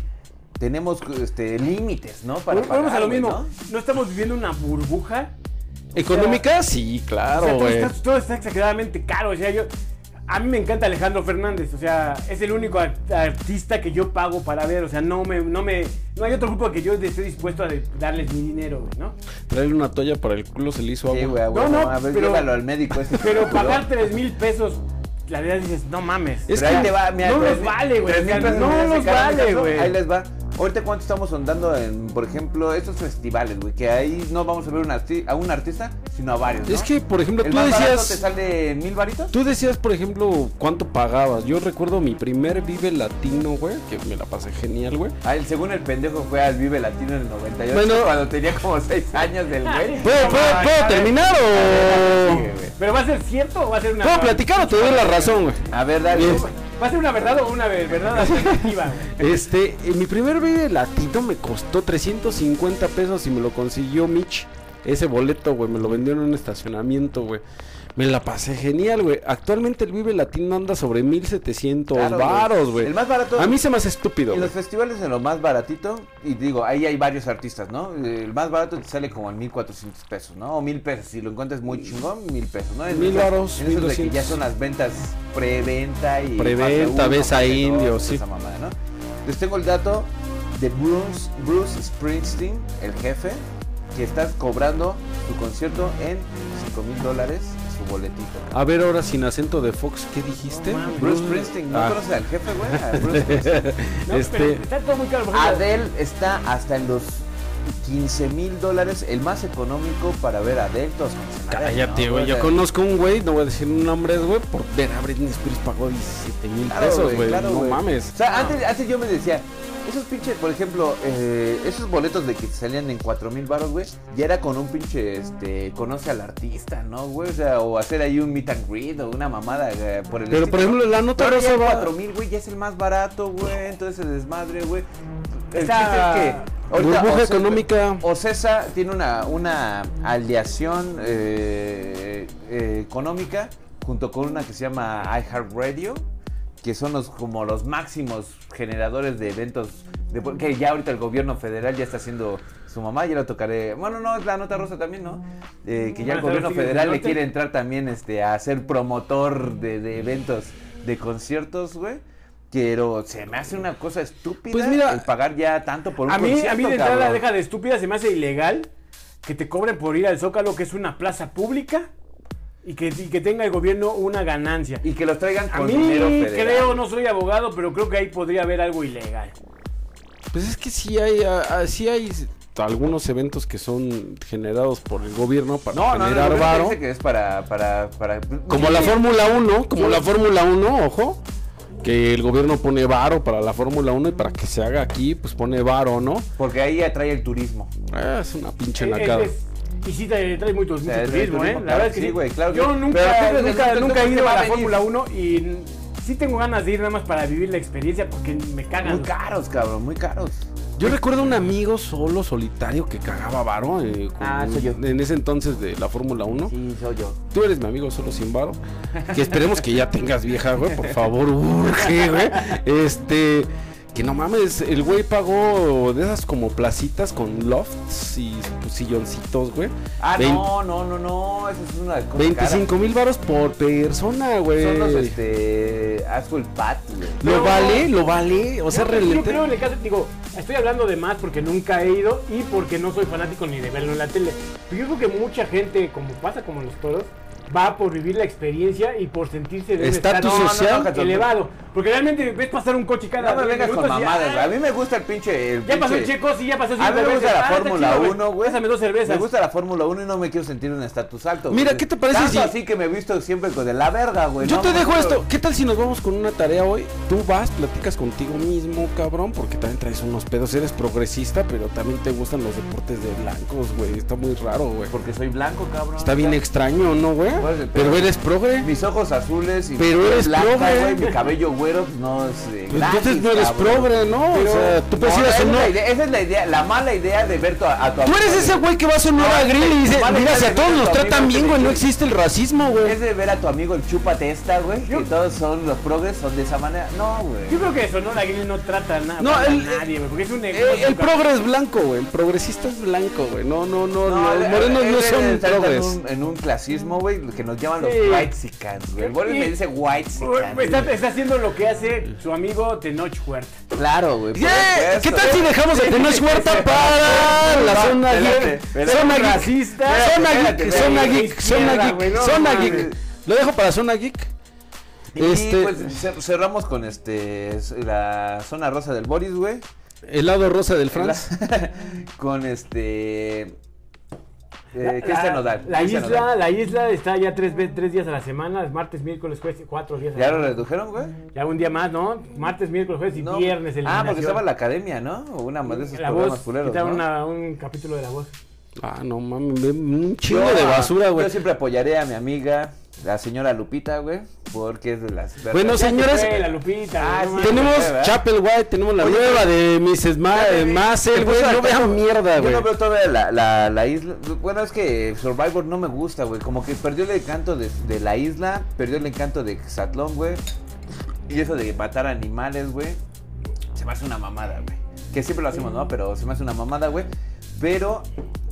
[SPEAKER 1] tenemos este, límites, ¿no? Para
[SPEAKER 3] Volvemos a
[SPEAKER 1] pagar,
[SPEAKER 3] lo
[SPEAKER 1] güey,
[SPEAKER 3] mismo.
[SPEAKER 1] ¿no?
[SPEAKER 3] ¿no? estamos viviendo una burbuja.
[SPEAKER 2] ¿Económica? Sí,
[SPEAKER 3] O sea,
[SPEAKER 2] claro,
[SPEAKER 3] todo,
[SPEAKER 2] güey.
[SPEAKER 3] está, todo está exageradamente caro. O sea, yo. A mí me encanta Alejandro Fernández. O sea, es el único ar- artista que yo pago para ver. O sea, no me, no me. No hay otro grupo que yo esté dispuesto a de- darles mi dinero, güey, ¿no?
[SPEAKER 2] Traer una toalla para el culo se le hizo agua.
[SPEAKER 1] Sí, güey, a
[SPEAKER 3] No,
[SPEAKER 1] huevo,
[SPEAKER 3] no,
[SPEAKER 1] a ver,
[SPEAKER 3] pero-
[SPEAKER 1] llévalo al médico. Este
[SPEAKER 3] Pero
[SPEAKER 1] culón.
[SPEAKER 3] pagar 3 mil pesos, la verdad dices, no mames.
[SPEAKER 2] Es
[SPEAKER 1] Pero ahí
[SPEAKER 2] que
[SPEAKER 1] te va, mira,
[SPEAKER 3] no
[SPEAKER 1] tres
[SPEAKER 3] los
[SPEAKER 1] mil-
[SPEAKER 3] vale, güey.
[SPEAKER 1] tres
[SPEAKER 3] O sea,
[SPEAKER 1] mil pesos
[SPEAKER 3] no
[SPEAKER 1] en ese
[SPEAKER 3] los
[SPEAKER 1] caso,
[SPEAKER 3] vale,
[SPEAKER 1] caso,
[SPEAKER 3] güey.
[SPEAKER 1] Ahí les va. Ahorita cuánto estamos ondando en, por ejemplo, estos festivales, güey, que ahí no vamos a ver un arti- a un artista, sino a varios. ¿no?
[SPEAKER 2] Es que, por ejemplo,
[SPEAKER 1] el
[SPEAKER 2] tú
[SPEAKER 1] más barato te
[SPEAKER 2] decías.
[SPEAKER 1] sale mil varitos.
[SPEAKER 2] Tú decías, por ejemplo, cuánto pagabas. Yo recuerdo mi primer Vive Latino, güey, que me la pasé genial, güey.
[SPEAKER 1] Ah, el- según el pendejo fue al Vive Latino en el 98
[SPEAKER 2] Bueno.
[SPEAKER 1] cuando tenía como 6 años del güey.
[SPEAKER 2] ¿Puedo,
[SPEAKER 1] No
[SPEAKER 2] puedo-
[SPEAKER 1] mames,
[SPEAKER 2] puedo
[SPEAKER 1] a ver,
[SPEAKER 2] terminar
[SPEAKER 1] a ver,
[SPEAKER 2] o.?
[SPEAKER 1] sigue, güey.
[SPEAKER 3] ¿Pero va a ser cierto o va a ser una
[SPEAKER 2] ¿Puedo platicar o te doy la razón, güey?
[SPEAKER 1] A ver, dale.
[SPEAKER 2] Yes.
[SPEAKER 3] ¿Va a ser una verdad o una ver- verdad alternativa? güey?
[SPEAKER 2] Este, eh, mi primer Vive Latino me costó 350 pesos y me lo consiguió Mitch. Ese boleto, güey, me lo vendió en un estacionamiento, güey. Me la pasé genial, güey. Actualmente el Vive Latino anda sobre 1700
[SPEAKER 1] Claro, güey.
[SPEAKER 2] varos, güey.
[SPEAKER 1] El más barato.
[SPEAKER 2] A mí se me hace estúpido.
[SPEAKER 1] En
[SPEAKER 2] güey.
[SPEAKER 1] los festivales en lo más baratito, y digo, ahí hay varios artistas, ¿no? El más barato te sale como en 1400 pesos, ¿no? O 1000 pesos, si lo encuentras muy chingón, 1000 pesos, ¿no? En
[SPEAKER 2] Mil
[SPEAKER 1] esos-
[SPEAKER 2] varos,
[SPEAKER 1] en esos de que
[SPEAKER 2] 1200.
[SPEAKER 1] ya son las ventas preventa y...
[SPEAKER 2] Preventa,
[SPEAKER 1] fase uno,
[SPEAKER 2] ves a
[SPEAKER 1] fase dos,
[SPEAKER 2] indios,
[SPEAKER 1] toda
[SPEAKER 2] sí.
[SPEAKER 1] esa mamada, ¿no? Les tengo el dato de Bruce, Bruce Springsteen, el jefe, que estás cobrando tu concierto en 5000 dólares su boletito.
[SPEAKER 2] A ver ahora sin acento de Fox, ¿qué dijiste?
[SPEAKER 3] No mames.
[SPEAKER 1] Bruce Springsteen, ¿no
[SPEAKER 2] Ah.
[SPEAKER 1] conoces al jefe, güey? A Bruce Springsteen.
[SPEAKER 3] No,
[SPEAKER 2] este,
[SPEAKER 3] pero está todo muy caro. por ejemplo.
[SPEAKER 1] Adele está hasta en los 15 mil dólares, el más económico para ver a Adele. todos conocen a Adele,
[SPEAKER 2] cállate,
[SPEAKER 1] ¿no?
[SPEAKER 2] güey.
[SPEAKER 1] O
[SPEAKER 2] Yo
[SPEAKER 1] sea,
[SPEAKER 2] conozco un güey, no voy a decir nombres, güey, por ver a Britney Spears pagó 17 mil
[SPEAKER 1] claro,
[SPEAKER 2] pesos, güey.
[SPEAKER 1] claro,
[SPEAKER 2] no
[SPEAKER 1] güey.
[SPEAKER 2] mames.
[SPEAKER 1] O sea, antes, antes yo me decía, esos pinches, por ejemplo, eh, esos boletos de que salían en 4 mil baros, güey, ya era con un pinche, este, conoce al artista, ¿no, güey? O sea, o hacer ahí un meet and greet o una mamada eh, por el
[SPEAKER 2] Pero por
[SPEAKER 1] estilo, ¿no?
[SPEAKER 2] ejemplo, la nota
[SPEAKER 1] Ahora ya
[SPEAKER 2] rosa
[SPEAKER 1] el
[SPEAKER 2] va.
[SPEAKER 1] 4000, güey, ya es el más barato, güey. Entonces el desmadre, güey. El
[SPEAKER 3] Esa
[SPEAKER 1] chiste es que ahorita
[SPEAKER 2] burbuja
[SPEAKER 1] Ocesa-
[SPEAKER 2] económica.
[SPEAKER 1] Ocesa tiene una, una aliación eh, eh, económica junto con una que se llama iHeartRadio, que son los como los máximos generadores de eventos. de- que ya ahorita el gobierno federal ya está haciendo su mamá, ya lo tocaré. Bueno, no, es la nota rosa también, ¿no? Eh, que ya el
[SPEAKER 3] Bueno,
[SPEAKER 1] gobierno
[SPEAKER 3] sigue,
[SPEAKER 1] federal le
[SPEAKER 3] norte.
[SPEAKER 1] quiere entrar también este, a ser promotor de, de eventos, de conciertos, güey. Pero se me hace una cosa estúpida
[SPEAKER 2] Pues mira,
[SPEAKER 1] el pagar ya tanto por un
[SPEAKER 3] A mí,
[SPEAKER 1] concierto,
[SPEAKER 3] a mí de entrada
[SPEAKER 1] cabrón.
[SPEAKER 3] deja de estúpida, se me hace ilegal que te cobren por ir al Zócalo, que es una plaza pública, y que, y que tenga el gobierno una ganancia.
[SPEAKER 1] Y que los traigan
[SPEAKER 3] A
[SPEAKER 1] con
[SPEAKER 3] mí
[SPEAKER 1] dinero federal.
[SPEAKER 3] creo, no soy abogado, pero creo que ahí podría haber algo ilegal.
[SPEAKER 2] Pues es que sí hay, ah, ah, sí hay algunos eventos que son generados por el gobierno para
[SPEAKER 1] No, no, no,
[SPEAKER 2] generar
[SPEAKER 1] no,
[SPEAKER 2] varo.
[SPEAKER 1] parece que es para, para, para...
[SPEAKER 2] Como la Fórmula 1, como la Fórmula 1, ojo, que el gobierno pone varo para la Fórmula 1 y para que se haga aquí, pues pone varo, ¿no?
[SPEAKER 1] Porque ahí atrae el turismo.
[SPEAKER 2] Ah, es una pinche
[SPEAKER 3] Eh,
[SPEAKER 2] nacada.
[SPEAKER 3] es- es- y sí te trae mucho, mucho
[SPEAKER 1] sea, trae
[SPEAKER 3] turismo, ¿eh?
[SPEAKER 1] turismo,
[SPEAKER 3] La
[SPEAKER 1] claro
[SPEAKER 3] verdad
[SPEAKER 1] que
[SPEAKER 3] es que
[SPEAKER 1] sí, güey, claro
[SPEAKER 3] Yo
[SPEAKER 1] que sí. Pero
[SPEAKER 3] nunca,
[SPEAKER 1] siempre-
[SPEAKER 3] nunca,
[SPEAKER 1] nunca
[SPEAKER 3] nunca he
[SPEAKER 1] se
[SPEAKER 3] ido
[SPEAKER 1] va
[SPEAKER 3] a
[SPEAKER 1] a
[SPEAKER 3] la
[SPEAKER 1] venir.
[SPEAKER 3] Fórmula 1 y n- sí tengo ganas de ir nada más para vivir la experiencia porque me cagan.
[SPEAKER 1] Muy
[SPEAKER 3] los-
[SPEAKER 1] caros, cabrón, muy caros.
[SPEAKER 2] Yo recuerdo un amigo solo, solitario, que cagaba varo. eh, con-
[SPEAKER 1] Ah, soy yo.
[SPEAKER 2] En ese entonces de la Fórmula 1.
[SPEAKER 1] Sí, soy yo.
[SPEAKER 2] Tú eres mi amigo solo sin varo. Que esperemos que ya tengas vieja, güey. Por favor, urge, güey. Este. Que no mames, el güey pagó de esas como placitas con lofts y pues, silloncitos, güey.
[SPEAKER 1] Ah,
[SPEAKER 2] Vein-
[SPEAKER 1] no, no, no, no, esa es una cosa
[SPEAKER 2] 25 mil varos por persona,
[SPEAKER 1] cara.
[SPEAKER 2] güey.
[SPEAKER 1] Son los, este, asco el pat, güey.
[SPEAKER 2] Lo
[SPEAKER 3] Pero-
[SPEAKER 2] vale, lo vale. O sea,
[SPEAKER 3] pues, Yo- yo,
[SPEAKER 2] realmente.
[SPEAKER 3] creo en el caso, digo, estoy hablando de más porque nunca he ido y porque no soy fanático ni de verlo en la tele. Pero yo creo que mucha gente, como pasa como los toros, va por vivir la experiencia y por sentirse de un
[SPEAKER 2] Estatus
[SPEAKER 3] estatus
[SPEAKER 2] social.
[SPEAKER 1] Cato,
[SPEAKER 3] elevado. Porque realmente ves pasar un coche cada
[SPEAKER 1] No me
[SPEAKER 3] diez
[SPEAKER 1] vengas con
[SPEAKER 3] minutos y,
[SPEAKER 1] mamadas,
[SPEAKER 3] "Ay,
[SPEAKER 1] güey. A mí me gusta el pinche... el
[SPEAKER 3] Ya pasó el
[SPEAKER 1] pinche-
[SPEAKER 3] checo, sí, ya pasó
[SPEAKER 1] A mí
[SPEAKER 3] cinco
[SPEAKER 1] me gusta
[SPEAKER 3] veces.
[SPEAKER 1] la
[SPEAKER 3] Ah, está
[SPEAKER 1] Fórmula
[SPEAKER 3] chido,
[SPEAKER 1] 1, güey.
[SPEAKER 3] Pásame dos cervezas.
[SPEAKER 1] Me gusta la Fórmula 1 y no me quiero sentir un estatus alto.
[SPEAKER 2] Mira,
[SPEAKER 1] güey.
[SPEAKER 2] ¿qué te parece
[SPEAKER 1] Tanto
[SPEAKER 2] si-
[SPEAKER 1] así que me he visto siempre con de la verga, güey.
[SPEAKER 2] Yo
[SPEAKER 1] No,
[SPEAKER 2] te
[SPEAKER 1] me
[SPEAKER 2] dejo
[SPEAKER 1] quiero-
[SPEAKER 2] esto. ¿Qué tal si nos vamos con una tarea hoy? Tú vas, platicas contigo mismo, cabrón, porque también traes unos pedos. Eres progresista, pero también te gustan los deportes de blancos, güey. Está muy raro, güey.
[SPEAKER 1] Porque soy blanco, cabrón.
[SPEAKER 2] Está bien eh.
[SPEAKER 1] Ya.
[SPEAKER 2] extraño, ¿no, güey?
[SPEAKER 1] ¿Cuál es el pedo?
[SPEAKER 2] Pero eres progre.
[SPEAKER 1] Mis ojos azules y
[SPEAKER 2] Pero
[SPEAKER 1] mi piel
[SPEAKER 2] eres
[SPEAKER 1] blanca,
[SPEAKER 2] progre.
[SPEAKER 1] güey, Mi cabello güero pues, no es. eh,
[SPEAKER 2] Pues entonces
[SPEAKER 1] gratis,
[SPEAKER 2] no eres
[SPEAKER 1] cabrón.
[SPEAKER 2] progre, ¿no?
[SPEAKER 1] Pero-
[SPEAKER 2] o sea, tú puedes
[SPEAKER 1] No,
[SPEAKER 2] ir a
[SPEAKER 1] esa es la
[SPEAKER 2] Sonora.
[SPEAKER 1] idea- Esa es la idea, la mala idea de ver tu- a tu
[SPEAKER 2] Tú eres
[SPEAKER 1] amigo,
[SPEAKER 2] ese güey que va a Sonora
[SPEAKER 1] No,
[SPEAKER 2] Grill y dice,
[SPEAKER 1] vale,
[SPEAKER 2] mira, si a
[SPEAKER 1] vale,
[SPEAKER 2] todos
[SPEAKER 1] vale,
[SPEAKER 2] nos
[SPEAKER 1] tu
[SPEAKER 2] tratan
[SPEAKER 1] amigo
[SPEAKER 2] bien,
[SPEAKER 1] que
[SPEAKER 2] güey,
[SPEAKER 1] te-
[SPEAKER 2] no existe el racismo, güey.
[SPEAKER 1] Es de ver a tu amigo el chúpate esta, güey.
[SPEAKER 3] Yo-
[SPEAKER 1] Que todos son los progres, son de esa manera. No,
[SPEAKER 3] Yo
[SPEAKER 1] güey.
[SPEAKER 3] creo que eso, ¿no? La Grill no trata nada.
[SPEAKER 2] No,
[SPEAKER 3] No,
[SPEAKER 2] el-
[SPEAKER 3] a nadie, güey, porque es un negocio.
[SPEAKER 2] Eh, El
[SPEAKER 3] cabrón.
[SPEAKER 2] progre es blanco, güey. El progresista es blanco, güey. No, no, no. los
[SPEAKER 1] el-
[SPEAKER 2] morenos
[SPEAKER 1] el-
[SPEAKER 2] no
[SPEAKER 1] el-
[SPEAKER 2] son
[SPEAKER 1] están en
[SPEAKER 2] progres.
[SPEAKER 1] un, en un clasismo, güey, que nos llaman los
[SPEAKER 3] Sí.
[SPEAKER 1] white güey. El Boris
[SPEAKER 3] Y-
[SPEAKER 1] me dice white
[SPEAKER 3] Güey, Está, está haciendo lo que hace su amigo Tenoch Huerta.
[SPEAKER 1] Claro, güey. por
[SPEAKER 2] Yeah, ¿Qué
[SPEAKER 1] supuesto.
[SPEAKER 2] tal si dejamos a Tenoch Huerta para la zona
[SPEAKER 1] Espérate,
[SPEAKER 2] geek?
[SPEAKER 1] espérate.
[SPEAKER 2] Zona geek,
[SPEAKER 1] Racista.
[SPEAKER 2] zona
[SPEAKER 1] Espérate,
[SPEAKER 2] geek, zona
[SPEAKER 1] espérate,
[SPEAKER 2] geek, zona
[SPEAKER 3] izquierda,
[SPEAKER 2] geek,
[SPEAKER 3] güey, no
[SPEAKER 2] zona
[SPEAKER 3] mames.
[SPEAKER 2] geek. Lo dejo para zona geek.
[SPEAKER 1] Y
[SPEAKER 2] Este,
[SPEAKER 1] este, pues cer- cerramos con este s- la zona rosa del Boris, güey.
[SPEAKER 2] El lado rosa del Franz.
[SPEAKER 1] con este. eh,
[SPEAKER 3] La-
[SPEAKER 1] Cristian
[SPEAKER 3] la-
[SPEAKER 1] Nodal.
[SPEAKER 3] Ah, La
[SPEAKER 1] Cristian
[SPEAKER 3] isla,
[SPEAKER 1] Nodal.
[SPEAKER 3] la isla está ya tres, ve- tres días a la semana, es martes, miércoles, jueves, cuatro días. a la
[SPEAKER 1] ¿Ya lo
[SPEAKER 3] semana.
[SPEAKER 1] redujeron, güey?
[SPEAKER 3] Ya un día más, ¿no? Martes, miércoles, jueves y
[SPEAKER 1] No.
[SPEAKER 3] viernes.
[SPEAKER 1] Ah, porque
[SPEAKER 3] eliminación.
[SPEAKER 1] estaba la academia, ¿no? O una más de esos
[SPEAKER 3] La
[SPEAKER 1] programas
[SPEAKER 3] voz,
[SPEAKER 1] culeros.
[SPEAKER 3] quitaron
[SPEAKER 1] ¿no?
[SPEAKER 3] una- un capítulo de la voz.
[SPEAKER 2] Ah, no mames, ve un chingo
[SPEAKER 1] Yo-
[SPEAKER 2] de basura, güey.
[SPEAKER 1] Yo siempre apoyaré a mi amiga, la señora Lupita, güey, porque es de las.
[SPEAKER 2] Bueno,
[SPEAKER 1] verdaderas-
[SPEAKER 2] señores,
[SPEAKER 3] Güey, la Lupita.
[SPEAKER 1] Ah,
[SPEAKER 3] no
[SPEAKER 1] sí.
[SPEAKER 3] mames.
[SPEAKER 2] Tenemos
[SPEAKER 1] ¿verdad?
[SPEAKER 2] Chapel White, tenemos la nueva de Mrs. Ma
[SPEAKER 1] Ya me vi.
[SPEAKER 2] Massel, güey.
[SPEAKER 1] Te
[SPEAKER 2] No
[SPEAKER 1] puse
[SPEAKER 2] vean
[SPEAKER 1] al tanto.
[SPEAKER 2] mierda, güey.
[SPEAKER 1] Yo no veo todavía la, la, la isla. Bueno, es que Survivor no me gusta, güey. Como que perdió el encanto de, de la isla, perdió el encanto de Xatlón, güey. Y eso de matar animales, güey. Se me hace una mamada, güey. Que siempre lo hacemos, ¿no? Pero se me hace una mamada, güey. Pero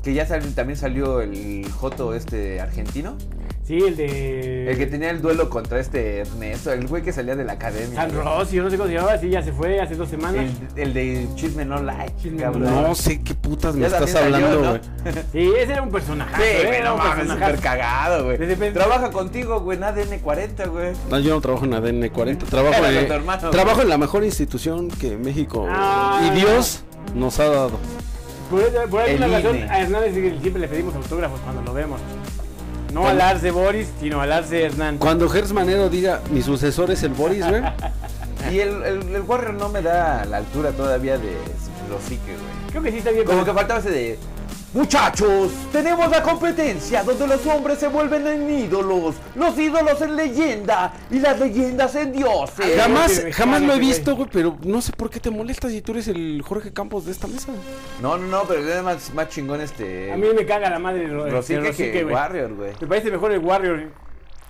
[SPEAKER 1] que ya sal- también salió el Joto este argentino.
[SPEAKER 3] Sí, el de.
[SPEAKER 1] El que tenía el duelo contra este Ernesto, el güey que salía de la academia.
[SPEAKER 3] San
[SPEAKER 1] güey.
[SPEAKER 3] Rossi, yo no sé cómo se llamaba, sí, ya se fue hace dos semanas.
[SPEAKER 1] El, el de Chisme No Like,
[SPEAKER 3] Chisme No
[SPEAKER 1] cabrón.
[SPEAKER 2] No sé qué putas me
[SPEAKER 1] Ya
[SPEAKER 2] estás
[SPEAKER 1] también salió,
[SPEAKER 2] hablando,
[SPEAKER 1] ¿no?
[SPEAKER 2] güey.
[SPEAKER 3] Sí, ese era un personaje.
[SPEAKER 1] Sí, güey, no mames, súper cagado, güey.
[SPEAKER 3] De repente-
[SPEAKER 1] Trabaja contigo, güey, en ADN 40, güey.
[SPEAKER 2] No, yo no trabajo en ADN 40, trabajo,
[SPEAKER 1] Era
[SPEAKER 2] en,
[SPEAKER 1] con tu hermano,
[SPEAKER 2] trabajo en la mejor institución que México
[SPEAKER 3] Ah.
[SPEAKER 2] y Dios nos ha dado.
[SPEAKER 3] Por, esa- por alguna
[SPEAKER 1] El
[SPEAKER 3] razón,
[SPEAKER 1] INE.
[SPEAKER 3] a Hernández siempre le pedimos autógrafos cuando lo vemos. No al Arce Boris, sino al Arce Hernán.
[SPEAKER 2] Cuando Gers Manero diga, mi sucesor es el Boris, güey.
[SPEAKER 1] Y el, el, el Warrior no me da la altura todavía de los psique, güey.
[SPEAKER 3] Creo que sí está bien.
[SPEAKER 1] Como que
[SPEAKER 3] pero-
[SPEAKER 1] faltaba ese de. Muchachos, tenemos la competencia donde los hombres se vuelven en ídolos, los ídolos en leyenda y las leyendas en dioses.
[SPEAKER 2] Jamás,
[SPEAKER 3] mexicano,
[SPEAKER 2] jamás lo he
[SPEAKER 3] güey.
[SPEAKER 2] visto, güey, pero no sé por qué te molestas si tú eres el Jorge Campos de esta mesa.
[SPEAKER 1] No, no, no, pero es más, más chingón este.
[SPEAKER 3] A mí me caga la madre de Ro-
[SPEAKER 1] Rosique
[SPEAKER 3] de Rosique,
[SPEAKER 1] que
[SPEAKER 3] güey.
[SPEAKER 1] Warrior, güey.
[SPEAKER 3] Me parece mejor el Warrior.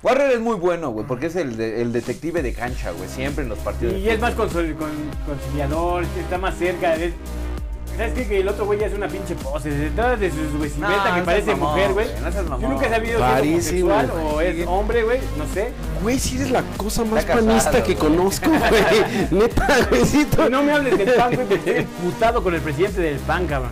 [SPEAKER 1] Warrior es muy bueno, güey, porque es el, de- el detective de cancha, güey, siempre en los partidos.
[SPEAKER 3] Y
[SPEAKER 1] de
[SPEAKER 3] es más
[SPEAKER 1] fútbol.
[SPEAKER 3] consol- con- conciliador, está más cerca. es- ¿Sabes qué? Que el otro güey ya es una pinche pose. De todas de sus vestimenta
[SPEAKER 1] No,
[SPEAKER 3] que
[SPEAKER 1] no
[SPEAKER 3] parece
[SPEAKER 1] seas mamón,
[SPEAKER 3] mujer, güey.
[SPEAKER 1] güey, no seas
[SPEAKER 3] Yo
[SPEAKER 1] mamón.
[SPEAKER 3] nunca he sabido si es
[SPEAKER 2] Clarísimo,
[SPEAKER 3] homosexual
[SPEAKER 2] güey.
[SPEAKER 3] o es hombre, güey. No sé.
[SPEAKER 2] Güey, si eres la cosa más
[SPEAKER 1] casado,
[SPEAKER 2] panista que
[SPEAKER 1] güey.
[SPEAKER 2] conozco, güey. Neta, güey, si tú-
[SPEAKER 3] No me hables del PAN, güey, porque estoy emputado con el presidente del PAN, cabrón.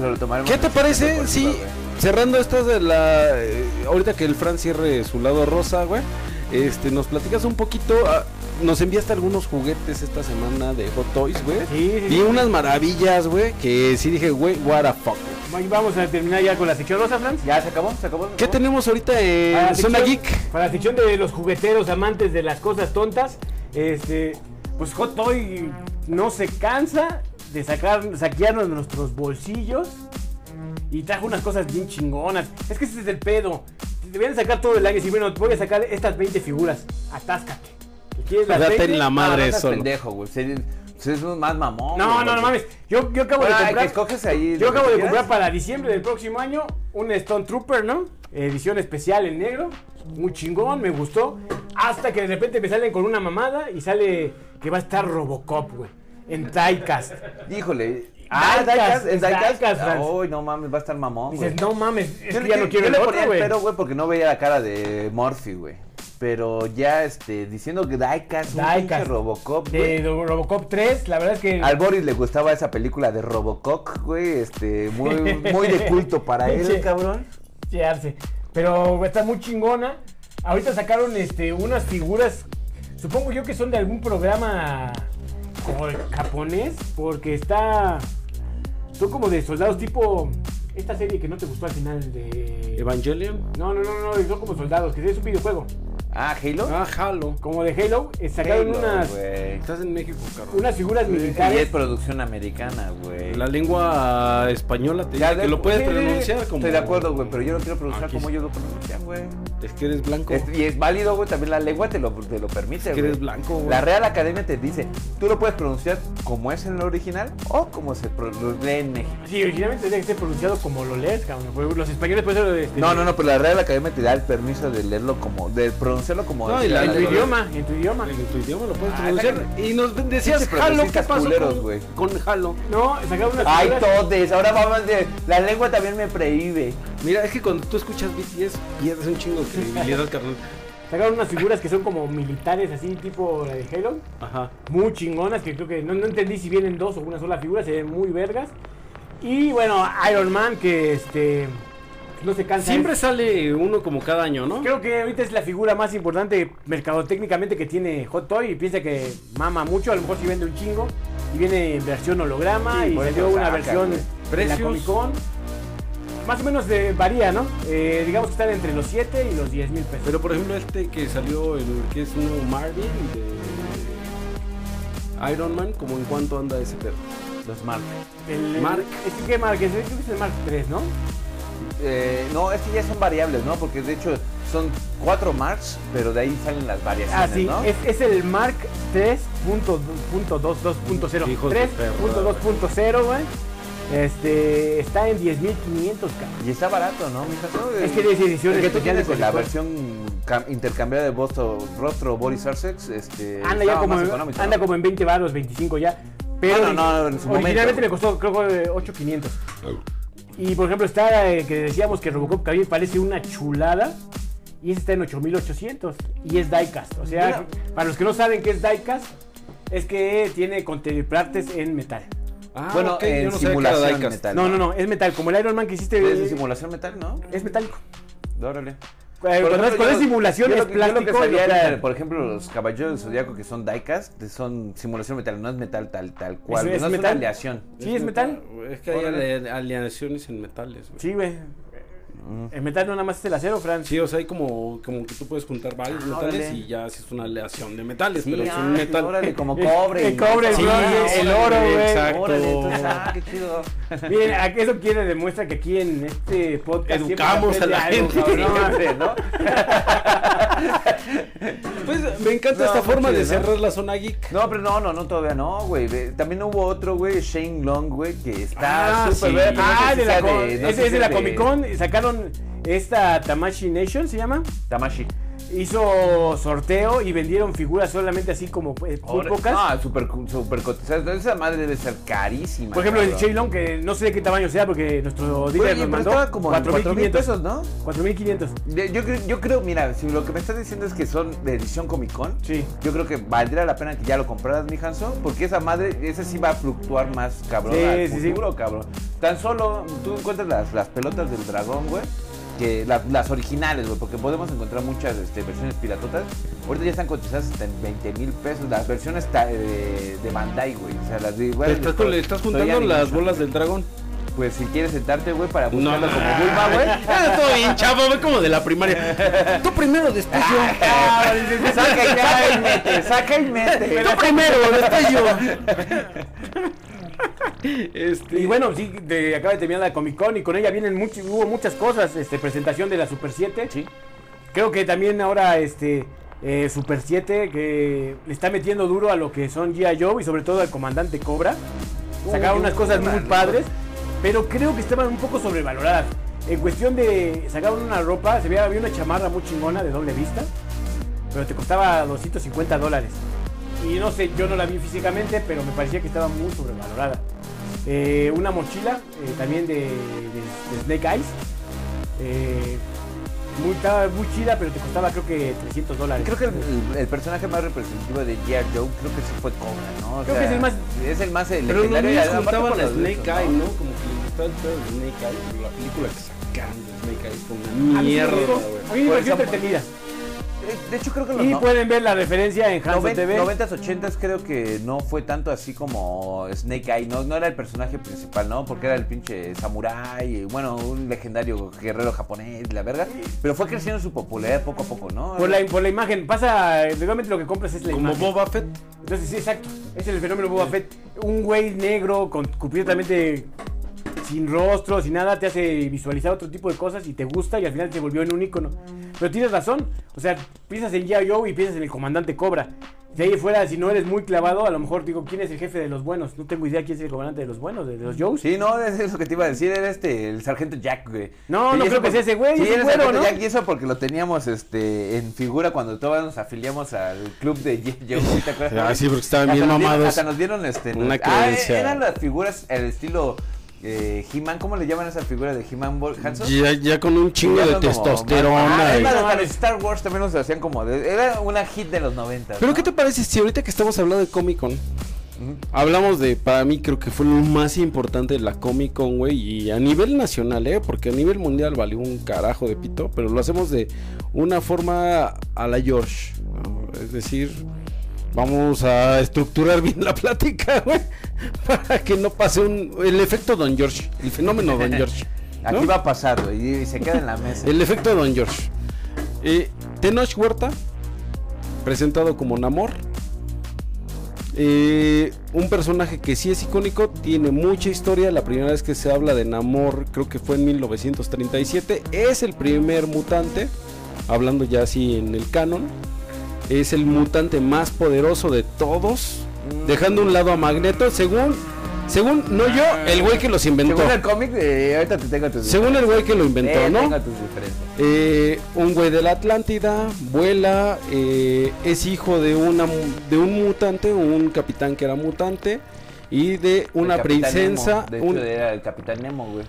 [SPEAKER 1] Lo tomaremos
[SPEAKER 2] ¿Qué
[SPEAKER 1] en
[SPEAKER 2] te
[SPEAKER 1] sección
[SPEAKER 2] parece
[SPEAKER 1] deportiva,
[SPEAKER 2] si
[SPEAKER 1] güey.
[SPEAKER 2] cerrando esta de la eh, ahorita que el Fran cierre su lado rosa, güey? Este, nos platicas un poquito, ah, nos enviaste algunos juguetes esta semana de Hot Toys, güey.
[SPEAKER 3] Sí, sí,
[SPEAKER 2] Y
[SPEAKER 3] sí.
[SPEAKER 2] unas maravillas, güey, que sí dije, güey, what a fuck. güey.
[SPEAKER 3] Ahí Vamos a terminar ya con la sección rosa, Franz.
[SPEAKER 1] Ya se acabó, se acabó. se
[SPEAKER 2] ¿Qué
[SPEAKER 1] acabó.
[SPEAKER 2] tenemos ahorita en
[SPEAKER 1] Ah,
[SPEAKER 3] Para la
[SPEAKER 2] Eh, Zona
[SPEAKER 3] sección-
[SPEAKER 2] Geek?
[SPEAKER 3] Para la sección de los jugueteros amantes de las cosas tontas, este, pues Hot Toy no se cansa de sacar, saquearnos nuestros bolsillos y trajo unas cosas bien chingonas. Es que ese es el pedo. Te Deberían sacar todo el año y decir, bueno, te voy a sacar estas 20 figuras. Atáscate. ¿Quieres las
[SPEAKER 2] Date
[SPEAKER 3] 20?
[SPEAKER 2] en la madre
[SPEAKER 1] no, no seas
[SPEAKER 2] solo.
[SPEAKER 1] pendejo, güey. Se- se es un más mamón.
[SPEAKER 3] No,
[SPEAKER 1] güey,
[SPEAKER 3] no,
[SPEAKER 1] porque-
[SPEAKER 3] no mames. Yo, yo acabo
[SPEAKER 1] Bueno,
[SPEAKER 3] de
[SPEAKER 1] hay
[SPEAKER 3] comprar.
[SPEAKER 1] que escoges ahí
[SPEAKER 3] yo
[SPEAKER 1] lo que
[SPEAKER 3] acabo de
[SPEAKER 1] quieras.
[SPEAKER 3] comprar para diciembre del próximo año un Stone Trooper, ¿no? Edición especial en negro. Muy chingón, me gustó. Hasta que de repente me salen con una mamada y sale que va a estar Robocop, güey. En Tycast.
[SPEAKER 1] Híjole. Ah,
[SPEAKER 3] Diecast,
[SPEAKER 1] Diecast,
[SPEAKER 3] es
[SPEAKER 1] es Diecast.
[SPEAKER 3] Diecast, Franz.
[SPEAKER 1] Ay, no mames, va a estar mamón, güey.
[SPEAKER 3] Dices, no mames, es
[SPEAKER 1] Yo
[SPEAKER 3] que
[SPEAKER 1] le-
[SPEAKER 3] ya
[SPEAKER 1] yo-
[SPEAKER 3] no quiero
[SPEAKER 1] yo
[SPEAKER 3] el
[SPEAKER 1] le
[SPEAKER 3] otro,
[SPEAKER 1] ponía el
[SPEAKER 3] güey.
[SPEAKER 1] pero, güey, porque no veía la cara de Morphy, güey. Pero ya, este, diciendo que Diecast, un
[SPEAKER 3] Diecast.
[SPEAKER 1] pinche Robocop,
[SPEAKER 3] De
[SPEAKER 1] güey.
[SPEAKER 3] Robocop 3, la verdad es que.
[SPEAKER 1] Al Boris le gustaba esa película de Robocop, güey, este, muy, muy de culto para
[SPEAKER 3] Sí.
[SPEAKER 1] él, cabrón.
[SPEAKER 3] Sí, Arce. Pero está muy chingona. Ahorita sacaron este, unas figuras, supongo yo que son de algún programa como el japonés, porque está... Son como de soldados tipo... Esta serie que no te gustó al final de...
[SPEAKER 2] Evangelion.
[SPEAKER 3] No, no, no, no, son como soldados, que es un videojuego.
[SPEAKER 1] Ah, Halo.
[SPEAKER 2] Ah, jalo.
[SPEAKER 3] Como de Halo, eh, sacaron
[SPEAKER 1] Halo,
[SPEAKER 3] unas,
[SPEAKER 1] güey.
[SPEAKER 2] Estás en México, cabrón.
[SPEAKER 3] unas figuras
[SPEAKER 1] Y es
[SPEAKER 3] militares.
[SPEAKER 1] producción americana, güey.
[SPEAKER 2] La lengua española te
[SPEAKER 1] Ya
[SPEAKER 2] dice
[SPEAKER 1] de-
[SPEAKER 2] que lo puedes
[SPEAKER 1] sí, sí, sí.
[SPEAKER 2] pronunciar como
[SPEAKER 1] Estoy de acuerdo, güey, pero yo no Este, quiero pronunciar
[SPEAKER 2] Aquí
[SPEAKER 1] como
[SPEAKER 2] sí.
[SPEAKER 1] ellos lo pronuncian, güey.
[SPEAKER 2] Es que eres blanco.
[SPEAKER 1] Es- y es válido, güey, también la lengua te lo, te lo permite,
[SPEAKER 2] Es que
[SPEAKER 1] güey.
[SPEAKER 2] eres blanco, güey.
[SPEAKER 1] La Real Academia te dice, tú lo puedes pronunciar como es en el original o como se pro- lo lee en México.
[SPEAKER 3] Sí, originalmente tenía que ser pronunciado como lo lees, cabrón. Fue- Los españoles pues eso, este,
[SPEAKER 1] No, no, no, pero la Real Academia te da el permiso de leerlo como, de pronunciarlo como...
[SPEAKER 2] No, y la-
[SPEAKER 3] En tu
[SPEAKER 2] el
[SPEAKER 3] idioma, en tu idioma.
[SPEAKER 2] En tu idioma lo puedes
[SPEAKER 1] Ah,
[SPEAKER 2] pronunciar.
[SPEAKER 1] sácame.
[SPEAKER 2] Y nos decías,
[SPEAKER 1] Pinches
[SPEAKER 2] jalo, ¿qué
[SPEAKER 1] progresistas
[SPEAKER 2] pasó
[SPEAKER 1] culeros, güey.
[SPEAKER 2] con, con jalo?
[SPEAKER 3] No, sacaron unas
[SPEAKER 1] Ay,
[SPEAKER 3] figuras-
[SPEAKER 1] todes, ahora vamos de... La lengua también me prohíbe.
[SPEAKER 2] Mira, es que cuando tú escuchas BTS pierdes un chingo de credibilidad, carnal.
[SPEAKER 3] Sacaron unas figuras que son como militares, así tipo la de Halo.
[SPEAKER 2] Ajá.
[SPEAKER 3] Muy chingonas, que creo que no, no entendí si vienen dos o una sola figura, se ven muy vergas. Y bueno, Iron Man, que este. no se cansa.
[SPEAKER 2] Siempre
[SPEAKER 3] Es-
[SPEAKER 2] sale uno como cada año, ¿no?
[SPEAKER 3] Creo que ahorita es la figura más importante mercadotécnicamente que tiene Hot Toy y piensa que mama mucho, a lo mejor si vende un chingo y viene en versión holograma
[SPEAKER 1] Sí,
[SPEAKER 3] y
[SPEAKER 1] por eso
[SPEAKER 3] salió una
[SPEAKER 1] sacan,
[SPEAKER 3] versión
[SPEAKER 1] güey.
[SPEAKER 3] de la
[SPEAKER 2] Precios.
[SPEAKER 3] Comic Con. Más o menos eh, varía, ¿no? Eh, digamos que están entre los 7 y los 10 mil pesos.
[SPEAKER 2] Pero por ejemplo este que salió, el, que es uno Marvin de Iron Man, como en cuánto anda ese perro.
[SPEAKER 1] Los Mark.
[SPEAKER 3] El,
[SPEAKER 2] Mark.
[SPEAKER 3] Este, ¿Qué Mark? Es, creo que es el Mark 3, ¿no?
[SPEAKER 1] Eh, no, es que ya son variables, ¿no? Porque de hecho son cuatro marks, pero de ahí salen las variaciones,
[SPEAKER 3] Ah, sí,
[SPEAKER 1] ¿no?
[SPEAKER 3] es, es el Mark 3.22.0.
[SPEAKER 2] Hijos de perra,
[SPEAKER 3] 3.2.0, güey. Este, está en 10.500, cabrón.
[SPEAKER 1] Y está barato, ¿no? mija? No,
[SPEAKER 3] Es
[SPEAKER 1] eh,
[SPEAKER 3] que dice edición
[SPEAKER 1] el que tú
[SPEAKER 3] especial de
[SPEAKER 1] tienes en la
[SPEAKER 3] colector.
[SPEAKER 1] versión cam- intercambiada de rostro, rostro Boris Arsex, este,
[SPEAKER 3] Anda ya
[SPEAKER 1] estaba
[SPEAKER 3] como,
[SPEAKER 1] más
[SPEAKER 3] en-
[SPEAKER 1] económico,
[SPEAKER 3] anda
[SPEAKER 1] ¿no?
[SPEAKER 3] como en 20 baros, 25 ya. Pero
[SPEAKER 1] No, no, no, en su
[SPEAKER 3] originalmente
[SPEAKER 1] momento.
[SPEAKER 3] me costó creo que 8500. Y por ejemplo está eh, que decíamos que Robocop Caballero parece una chulada y ese está en 8800 y es diecast, o sea,
[SPEAKER 1] Mira.
[SPEAKER 3] para los que no saben qué es diecast es que tiene contrapartes en metal.
[SPEAKER 2] Ah,
[SPEAKER 1] Bueno,
[SPEAKER 2] ok,
[SPEAKER 1] en
[SPEAKER 2] yo no sabía que era
[SPEAKER 1] simulación
[SPEAKER 2] diecast.
[SPEAKER 1] metal.
[SPEAKER 3] No, no, no, es metal, como el Iron Man que hiciste
[SPEAKER 1] Es de
[SPEAKER 3] eh,
[SPEAKER 1] simulación metal, ¿no?
[SPEAKER 3] es metálico.
[SPEAKER 1] Órale.
[SPEAKER 3] Eh, Cuando, es, cuando es simulación es plástico.
[SPEAKER 1] Yo lo que sabía
[SPEAKER 3] y lo
[SPEAKER 1] era,
[SPEAKER 3] pintan.
[SPEAKER 1] por ejemplo, los caballeros del zodiaco que son diecast, son simulación metal, no es metal tal tal cual,
[SPEAKER 3] ¿Es-
[SPEAKER 1] no
[SPEAKER 3] es
[SPEAKER 1] es,
[SPEAKER 3] metal?
[SPEAKER 1] una aleación.
[SPEAKER 3] Sí, es metal.
[SPEAKER 2] Es que hay ale- aleaciones en metales, güey.
[SPEAKER 3] Sí, güey.
[SPEAKER 1] Mm.
[SPEAKER 3] El metal no nada más es el acero, Fran.
[SPEAKER 2] Sí, o sea, hay como, como que tú puedes juntar varios
[SPEAKER 1] Ah, Órale.
[SPEAKER 2] metales y ya haces una aleación de metales, pero es
[SPEAKER 1] ah,
[SPEAKER 2] un metal.
[SPEAKER 1] Órale, como
[SPEAKER 3] El-
[SPEAKER 1] cobre.
[SPEAKER 3] el cobre,
[SPEAKER 2] Sí,
[SPEAKER 1] sí,
[SPEAKER 3] bro, el
[SPEAKER 2] órale,
[SPEAKER 3] oro, güey.
[SPEAKER 2] exacto.
[SPEAKER 1] Órale, entonces, ah, qué chido.
[SPEAKER 3] Miren, a que eso quiere demuestra que aquí en este podcast siempre
[SPEAKER 2] Educamos
[SPEAKER 3] se aprende
[SPEAKER 2] a la
[SPEAKER 3] algo,
[SPEAKER 2] gente.
[SPEAKER 3] cabrón.
[SPEAKER 1] Siempre, Ah, ¿no?
[SPEAKER 2] Pues me encanta
[SPEAKER 1] No,
[SPEAKER 2] esta
[SPEAKER 1] muy
[SPEAKER 2] forma de
[SPEAKER 1] chido, ¿no?
[SPEAKER 2] cerrar la zona geek.
[SPEAKER 1] No, pero no, no, no, todavía no, güey. Ve, También hubo otro, güey, Shane Long, güey, que está
[SPEAKER 2] Ah,
[SPEAKER 1] súper
[SPEAKER 2] sí.
[SPEAKER 1] verde, pero no sé
[SPEAKER 3] Ah,
[SPEAKER 1] si
[SPEAKER 3] de la,
[SPEAKER 1] sea
[SPEAKER 3] co-
[SPEAKER 1] no
[SPEAKER 3] ese
[SPEAKER 1] sé
[SPEAKER 3] es
[SPEAKER 1] si
[SPEAKER 3] de la Comic Con. Sacaron esta Tamashi Nation, ¿se llama?
[SPEAKER 1] Tamashi.
[SPEAKER 3] Hizo sorteo y vendieron figuras solamente así como eh, muy
[SPEAKER 1] Órale.
[SPEAKER 3] pocas.
[SPEAKER 1] Ah, súper super cotizada. Esa madre debe ser carísima.
[SPEAKER 3] Por ejemplo, el
[SPEAKER 1] cabrón.
[SPEAKER 3] Shailon, que no sé de qué tamaño sea porque nuestro
[SPEAKER 1] Oye,
[SPEAKER 3] dealer
[SPEAKER 1] pero
[SPEAKER 3] nos mandó.
[SPEAKER 1] estaba como en 4 mil
[SPEAKER 3] 4.500.
[SPEAKER 1] pesos, ¿no?
[SPEAKER 3] 4.500.
[SPEAKER 1] De- Yo, creo- yo creo, mira, si lo que me estás diciendo es que son de edición Comic Con,
[SPEAKER 3] Sí.
[SPEAKER 1] yo creo que valdría la pena que ya lo compraras, mi Hanson, porque esa madre, esa sí va a fluctuar más, cabrón.
[SPEAKER 3] Sí,
[SPEAKER 1] al
[SPEAKER 3] sí, sí.
[SPEAKER 1] futuro, cabrón. Tan solo tú encuentras las, las pelotas del dragón, güey, que la- las originales, güey, porque podemos encontrar muchas este, versiones piratotas. Ahorita ya están cotizadas hasta en 20 mil pesos las versiones ta- eh, de, de Bandai, güey. O sea, las de igual.
[SPEAKER 2] Le estás,
[SPEAKER 1] de-
[SPEAKER 2] le estás
[SPEAKER 1] todavía
[SPEAKER 2] juntando
[SPEAKER 1] ni
[SPEAKER 2] las
[SPEAKER 1] mucho.
[SPEAKER 2] bolas del dragón.
[SPEAKER 1] Pues si quieres sentarte, güey, para
[SPEAKER 2] No,
[SPEAKER 1] buscarlas
[SPEAKER 2] no,
[SPEAKER 1] como Bulma, güey.
[SPEAKER 2] Todo bien, chavo, güey, como de la primaria. Tú primero, después yo.
[SPEAKER 3] Ah,
[SPEAKER 1] Saca y saca y mete, saca y mete.
[SPEAKER 2] Tú primero, después yo. Este,
[SPEAKER 3] Y bueno, sí, de- acaba de terminar la Comic Con y con ella vienen mucho, hubo muchas cosas. Este, presentación de la Super 7.
[SPEAKER 1] Sí.
[SPEAKER 3] Creo que también ahora este eh, Super 7 que le está metiendo duro a lo que son G.I. Joe y sobre todo al comandante Cobra. Sacaron
[SPEAKER 1] qué
[SPEAKER 3] unas cosas muy
[SPEAKER 1] maravilla.
[SPEAKER 3] padres, pero creo que estaban un poco sobrevaloradas. En cuestión de sacaron una ropa, se veía había una chamarra muy chingona de doble vista, pero te costaba 250 dólares. Y no sé, yo no la vi físicamente, pero me parecía que estaba muy sobrevalorada. Eh, una mochila eh, también de, de- de Snake Eyes. eh, muy, estaba muy chida, pero te costaba creo que 300 dólares.
[SPEAKER 1] Creo que el, el personaje más representativo de G.I. Joe, creo que sí fue Cobra, ¿no? O
[SPEAKER 3] Creo que es el más-
[SPEAKER 1] Es el más eh,
[SPEAKER 2] Pero los
[SPEAKER 1] legendario. y
[SPEAKER 2] niños
[SPEAKER 1] además por
[SPEAKER 2] juntaban a
[SPEAKER 1] los
[SPEAKER 2] Snake
[SPEAKER 1] besos,
[SPEAKER 2] Eye, ¿no? Como que les gustaba el pedo de Snake Eye, pero la película que sacaron de Snake Eye fue
[SPEAKER 1] Ah,
[SPEAKER 2] una
[SPEAKER 3] A mí sí me
[SPEAKER 2] mierda,
[SPEAKER 3] gustó. A mí
[SPEAKER 2] güey.
[SPEAKER 3] me
[SPEAKER 1] Por
[SPEAKER 3] pareció
[SPEAKER 1] ejemplo.
[SPEAKER 3] entretenida.
[SPEAKER 1] Eh, De hecho, creo que los
[SPEAKER 3] Y
[SPEAKER 1] no-
[SPEAKER 3] pueden ver la referencia en Hanson
[SPEAKER 1] noven-
[SPEAKER 3] TV.
[SPEAKER 1] 90s, 80s creo que no fue tanto así como Snake Eye, ¿no? No era el personaje principal, ¿no? Porque era el pinche samurái, y, bueno, un legendario guerrero japonés, la verga. Pero fue creciendo su popularidad poco a poco, ¿no?
[SPEAKER 3] Por la, por la imagen, pasa, eh, realmente lo que compras es la
[SPEAKER 2] Como
[SPEAKER 3] imagen.
[SPEAKER 2] Boba Fett.
[SPEAKER 3] Entonces, sí, exacto. Es el fenómeno Boba Fett. Un güey negro, con, completamente sin rostro, sin nada, te hace visualizar otro tipo de cosas y te gusta y al final se volvió en un ícono. Pero tienes razón. O sea, piensas en G.I. Joe y piensas en el comandante Cobra. De ahí fuera, si no eres muy clavado, a lo mejor digo, ¿quién es el jefe de los buenos? No tengo idea quién es el comandante de los buenos, de, de los Joes.
[SPEAKER 1] Sí, no, es eso que te iba a decir, era este, el sargento Jack, güey.
[SPEAKER 3] No, no
[SPEAKER 1] eso
[SPEAKER 3] creo que
[SPEAKER 1] por-
[SPEAKER 3] sea ese güey,
[SPEAKER 1] Sí,
[SPEAKER 3] es un
[SPEAKER 1] era el
[SPEAKER 3] güero,
[SPEAKER 1] sargento
[SPEAKER 3] ¿no?
[SPEAKER 1] Jack y eso porque lo teníamos este, en figura cuando todos nos afiliamos al club de Joe, ¿te acuerdas?
[SPEAKER 2] Ah, sí, porque estaban
[SPEAKER 1] Hasta
[SPEAKER 2] bien
[SPEAKER 1] nos dieron-
[SPEAKER 2] mamados.
[SPEAKER 1] Hasta nos dieron este,
[SPEAKER 2] Una
[SPEAKER 1] nos- ah,
[SPEAKER 2] creencia.
[SPEAKER 1] eran las figuras, el estilo eh, He-Man, ¿cómo le llaman a esa figura de He-Man Bol- Hanson?
[SPEAKER 2] Ya, ya con un chingo
[SPEAKER 1] Ya
[SPEAKER 2] de
[SPEAKER 1] son como-
[SPEAKER 2] testosterona.
[SPEAKER 1] Ah, es
[SPEAKER 2] güey.
[SPEAKER 1] más,
[SPEAKER 3] No
[SPEAKER 1] hasta
[SPEAKER 3] mames.
[SPEAKER 1] los Star Wars también nos hacían como de- Era una hit de los 90.
[SPEAKER 2] Pero ¿qué te parece si ahorita que estamos hablando de Comic Con, Hablamos de, para mí creo que fue lo más importante de la Comic Con, güey, y a nivel nacional, ¿eh? Porque a nivel mundial valió un carajo de pito, pero lo hacemos de una forma a la George, ¿no? es decir, vamos a estructurar bien la plática, güey, para que no pase un, el efecto Don George, el fenómeno Don George. ¿no?
[SPEAKER 1] Aquí va a pasar, güey, y se queda en la mesa.
[SPEAKER 2] El efecto Don George. Eh, Tenoch Huerta, presentado como Namor. Eh, un personaje que sí es icónico, tiene mucha historia. La primera vez que se habla de Namor, creo que fue en 1937. Es el primer mutante, hablando ya así en el canon. Es el mutante más poderoso de todos. Dejando a un lado a Magneto, según, según no yo, el güey que los inventó.
[SPEAKER 1] Según el cómic, eh, ahorita te tengo tus
[SPEAKER 2] Según el güey que lo
[SPEAKER 1] diferencias.
[SPEAKER 2] inventó,
[SPEAKER 1] Eh,
[SPEAKER 2] ¿no?
[SPEAKER 1] tengo tus diferencias.
[SPEAKER 2] Eh, un güey de la Atlántida, vuela, eh, es hijo de, una, mu- de un mutante, un capitán que era mutante, y de una
[SPEAKER 1] El Capitán
[SPEAKER 2] princesa,
[SPEAKER 1] Nemo, De hecho,
[SPEAKER 2] un-
[SPEAKER 1] era el Capitán Nemo, güey.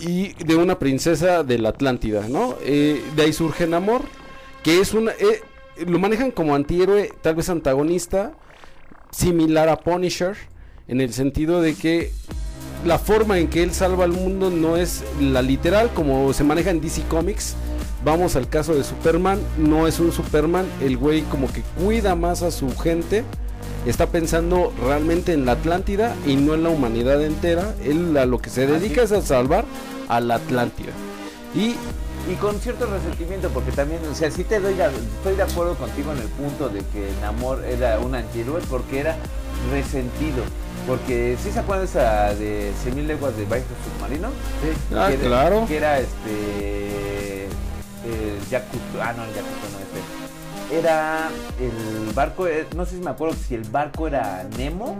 [SPEAKER 2] y de una princesa de la Atlántida, ¿no? Eh, de ahí surge Namor, que es una... eh, lo manejan como antihéroe, tal vez antagonista, similar a Punisher, en el sentido de que la forma en que él salva al mundo no es la literal, como se maneja en DC Comics. Vamos al caso de Superman, no es un Superman, el güey como que cuida más a su gente, está pensando realmente en la Atlántida y no en la humanidad entera, él a lo que
[SPEAKER 1] Ah,
[SPEAKER 2] se dedica es a salvar a la Atlántida. Y
[SPEAKER 1] Y con cierto resentimiento, porque también, o sea, sí te doy la- estoy de acuerdo contigo en el punto de que Namor era un antihéroe porque era resentido. Porque si se acuerdan esa de 100.000 leguas de Bajo Submarino,
[SPEAKER 3] Sí.
[SPEAKER 2] Ah,
[SPEAKER 1] que era-
[SPEAKER 2] claro.
[SPEAKER 1] que era este el Yakuto, ah no, el Yakuto no este. Era el barco, eh, no sé si me acuerdo si el barco era Nemo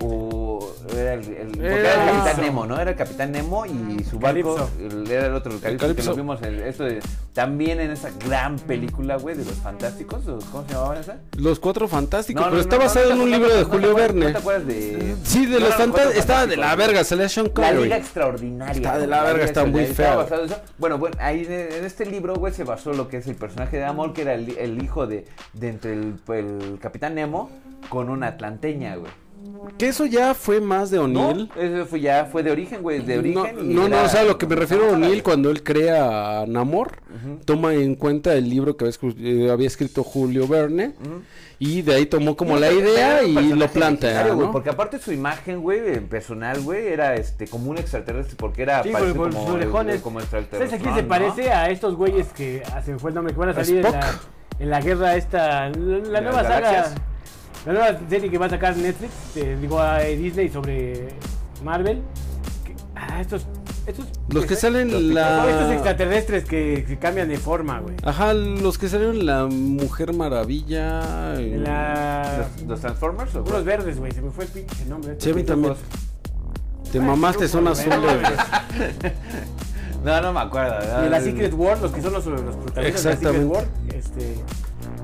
[SPEAKER 1] o era el, el- porque era el
[SPEAKER 2] Era-
[SPEAKER 1] Capitán Nemo, ¿no? Era el Capitán Nemo y su barco
[SPEAKER 3] Calypso.
[SPEAKER 1] el- era el otro el Calypso, que
[SPEAKER 2] Calypso.
[SPEAKER 1] lo vimos en- esto de- también en esa gran película, güey, de los fantásticos, ¿o ¿cómo se llamaba esa?
[SPEAKER 2] los cuatro fantásticos,
[SPEAKER 1] No, no,
[SPEAKER 2] pero
[SPEAKER 1] no,
[SPEAKER 2] está
[SPEAKER 1] no,
[SPEAKER 2] basado
[SPEAKER 1] no te
[SPEAKER 2] en un
[SPEAKER 1] acuerdas-
[SPEAKER 2] libro de
[SPEAKER 1] no te
[SPEAKER 2] Julio
[SPEAKER 1] acuerdas-
[SPEAKER 2] Verne.
[SPEAKER 1] ¿No te acuerdas de.?
[SPEAKER 2] Sí, de
[SPEAKER 1] No,
[SPEAKER 2] los
[SPEAKER 1] no, Cuatro
[SPEAKER 2] fantásticos. Estaba de la
[SPEAKER 1] Fantásticos,
[SPEAKER 2] verga, salía Sean
[SPEAKER 1] La
[SPEAKER 2] Connery.
[SPEAKER 1] Liga Extraordinaria.
[SPEAKER 2] Está de
[SPEAKER 1] güey,
[SPEAKER 2] la verga,
[SPEAKER 1] Liga
[SPEAKER 2] está muy
[SPEAKER 1] Extraordinaria.
[SPEAKER 2] feo.
[SPEAKER 1] Estaba basado en eso. Bueno, bueno, ahí de- en este libro, güey, se basó lo que es el personaje de Amor, que era el, el hijo de, de entre el, el Capitán Nemo con una atlanteña, güey.
[SPEAKER 2] Que eso ya fue más de
[SPEAKER 1] ¿No?
[SPEAKER 2] O'Neill.
[SPEAKER 1] Eso fue ya, fue de origen, güey, de origen.
[SPEAKER 2] No,
[SPEAKER 1] y
[SPEAKER 2] no, no,
[SPEAKER 1] era-
[SPEAKER 2] o sea, lo que me refiero a
[SPEAKER 1] Ah,
[SPEAKER 2] O'Neill
[SPEAKER 1] güey.
[SPEAKER 2] cuando él crea a Namor, toma en cuenta el libro que había, escri- eh, había escrito Julio Verne y de ahí tomó como
[SPEAKER 1] No,
[SPEAKER 2] la
[SPEAKER 1] pero- pero
[SPEAKER 2] idea
[SPEAKER 1] era un
[SPEAKER 2] y lo
[SPEAKER 1] personaje
[SPEAKER 2] plantea,
[SPEAKER 1] legendario, güey,
[SPEAKER 2] ¿no?
[SPEAKER 1] Porque aparte su imagen, güey, en personal, güey, era este como un extraterrestre, porque era
[SPEAKER 3] Sí,
[SPEAKER 1] parece
[SPEAKER 3] por, por sus orejones.
[SPEAKER 1] como este
[SPEAKER 3] ¿Sabes
[SPEAKER 1] extraterrestre.
[SPEAKER 3] a quién se parece? A estos güeyes que ah, se me fue el nombre que van a salir en la,
[SPEAKER 2] Spock.
[SPEAKER 3] en la guerra esta. La, la
[SPEAKER 1] ¿De
[SPEAKER 3] nueva
[SPEAKER 1] las
[SPEAKER 3] saga.
[SPEAKER 1] galaxias?
[SPEAKER 3] La nueva serie que va a sacar Netflix, eh, digo a Disney sobre Marvel. que- ah, estos. estos
[SPEAKER 2] Los que salen
[SPEAKER 1] Los que-
[SPEAKER 2] la... Ah,
[SPEAKER 3] no, estos extraterrestres que, que cambian de forma, güey.
[SPEAKER 2] Ajá, los que salieron la Mujer Maravilla. eh,
[SPEAKER 3] En la.
[SPEAKER 1] ¿Los, los Transformers o cuál?
[SPEAKER 3] Unos verdes, güey. Se me fue el pinche nombre.
[SPEAKER 2] Sí, a mí también. Te
[SPEAKER 3] Ay,
[SPEAKER 2] mamaste,
[SPEAKER 3] tú,
[SPEAKER 2] son
[SPEAKER 3] güey,
[SPEAKER 2] azules.
[SPEAKER 3] güey.
[SPEAKER 2] güey.
[SPEAKER 1] No, no me acuerdo.
[SPEAKER 3] Y
[SPEAKER 1] ¿verdad?
[SPEAKER 3] en la Secret War, los que son los, los protagonistas de la Secret
[SPEAKER 2] Exactamente.
[SPEAKER 3] War, este,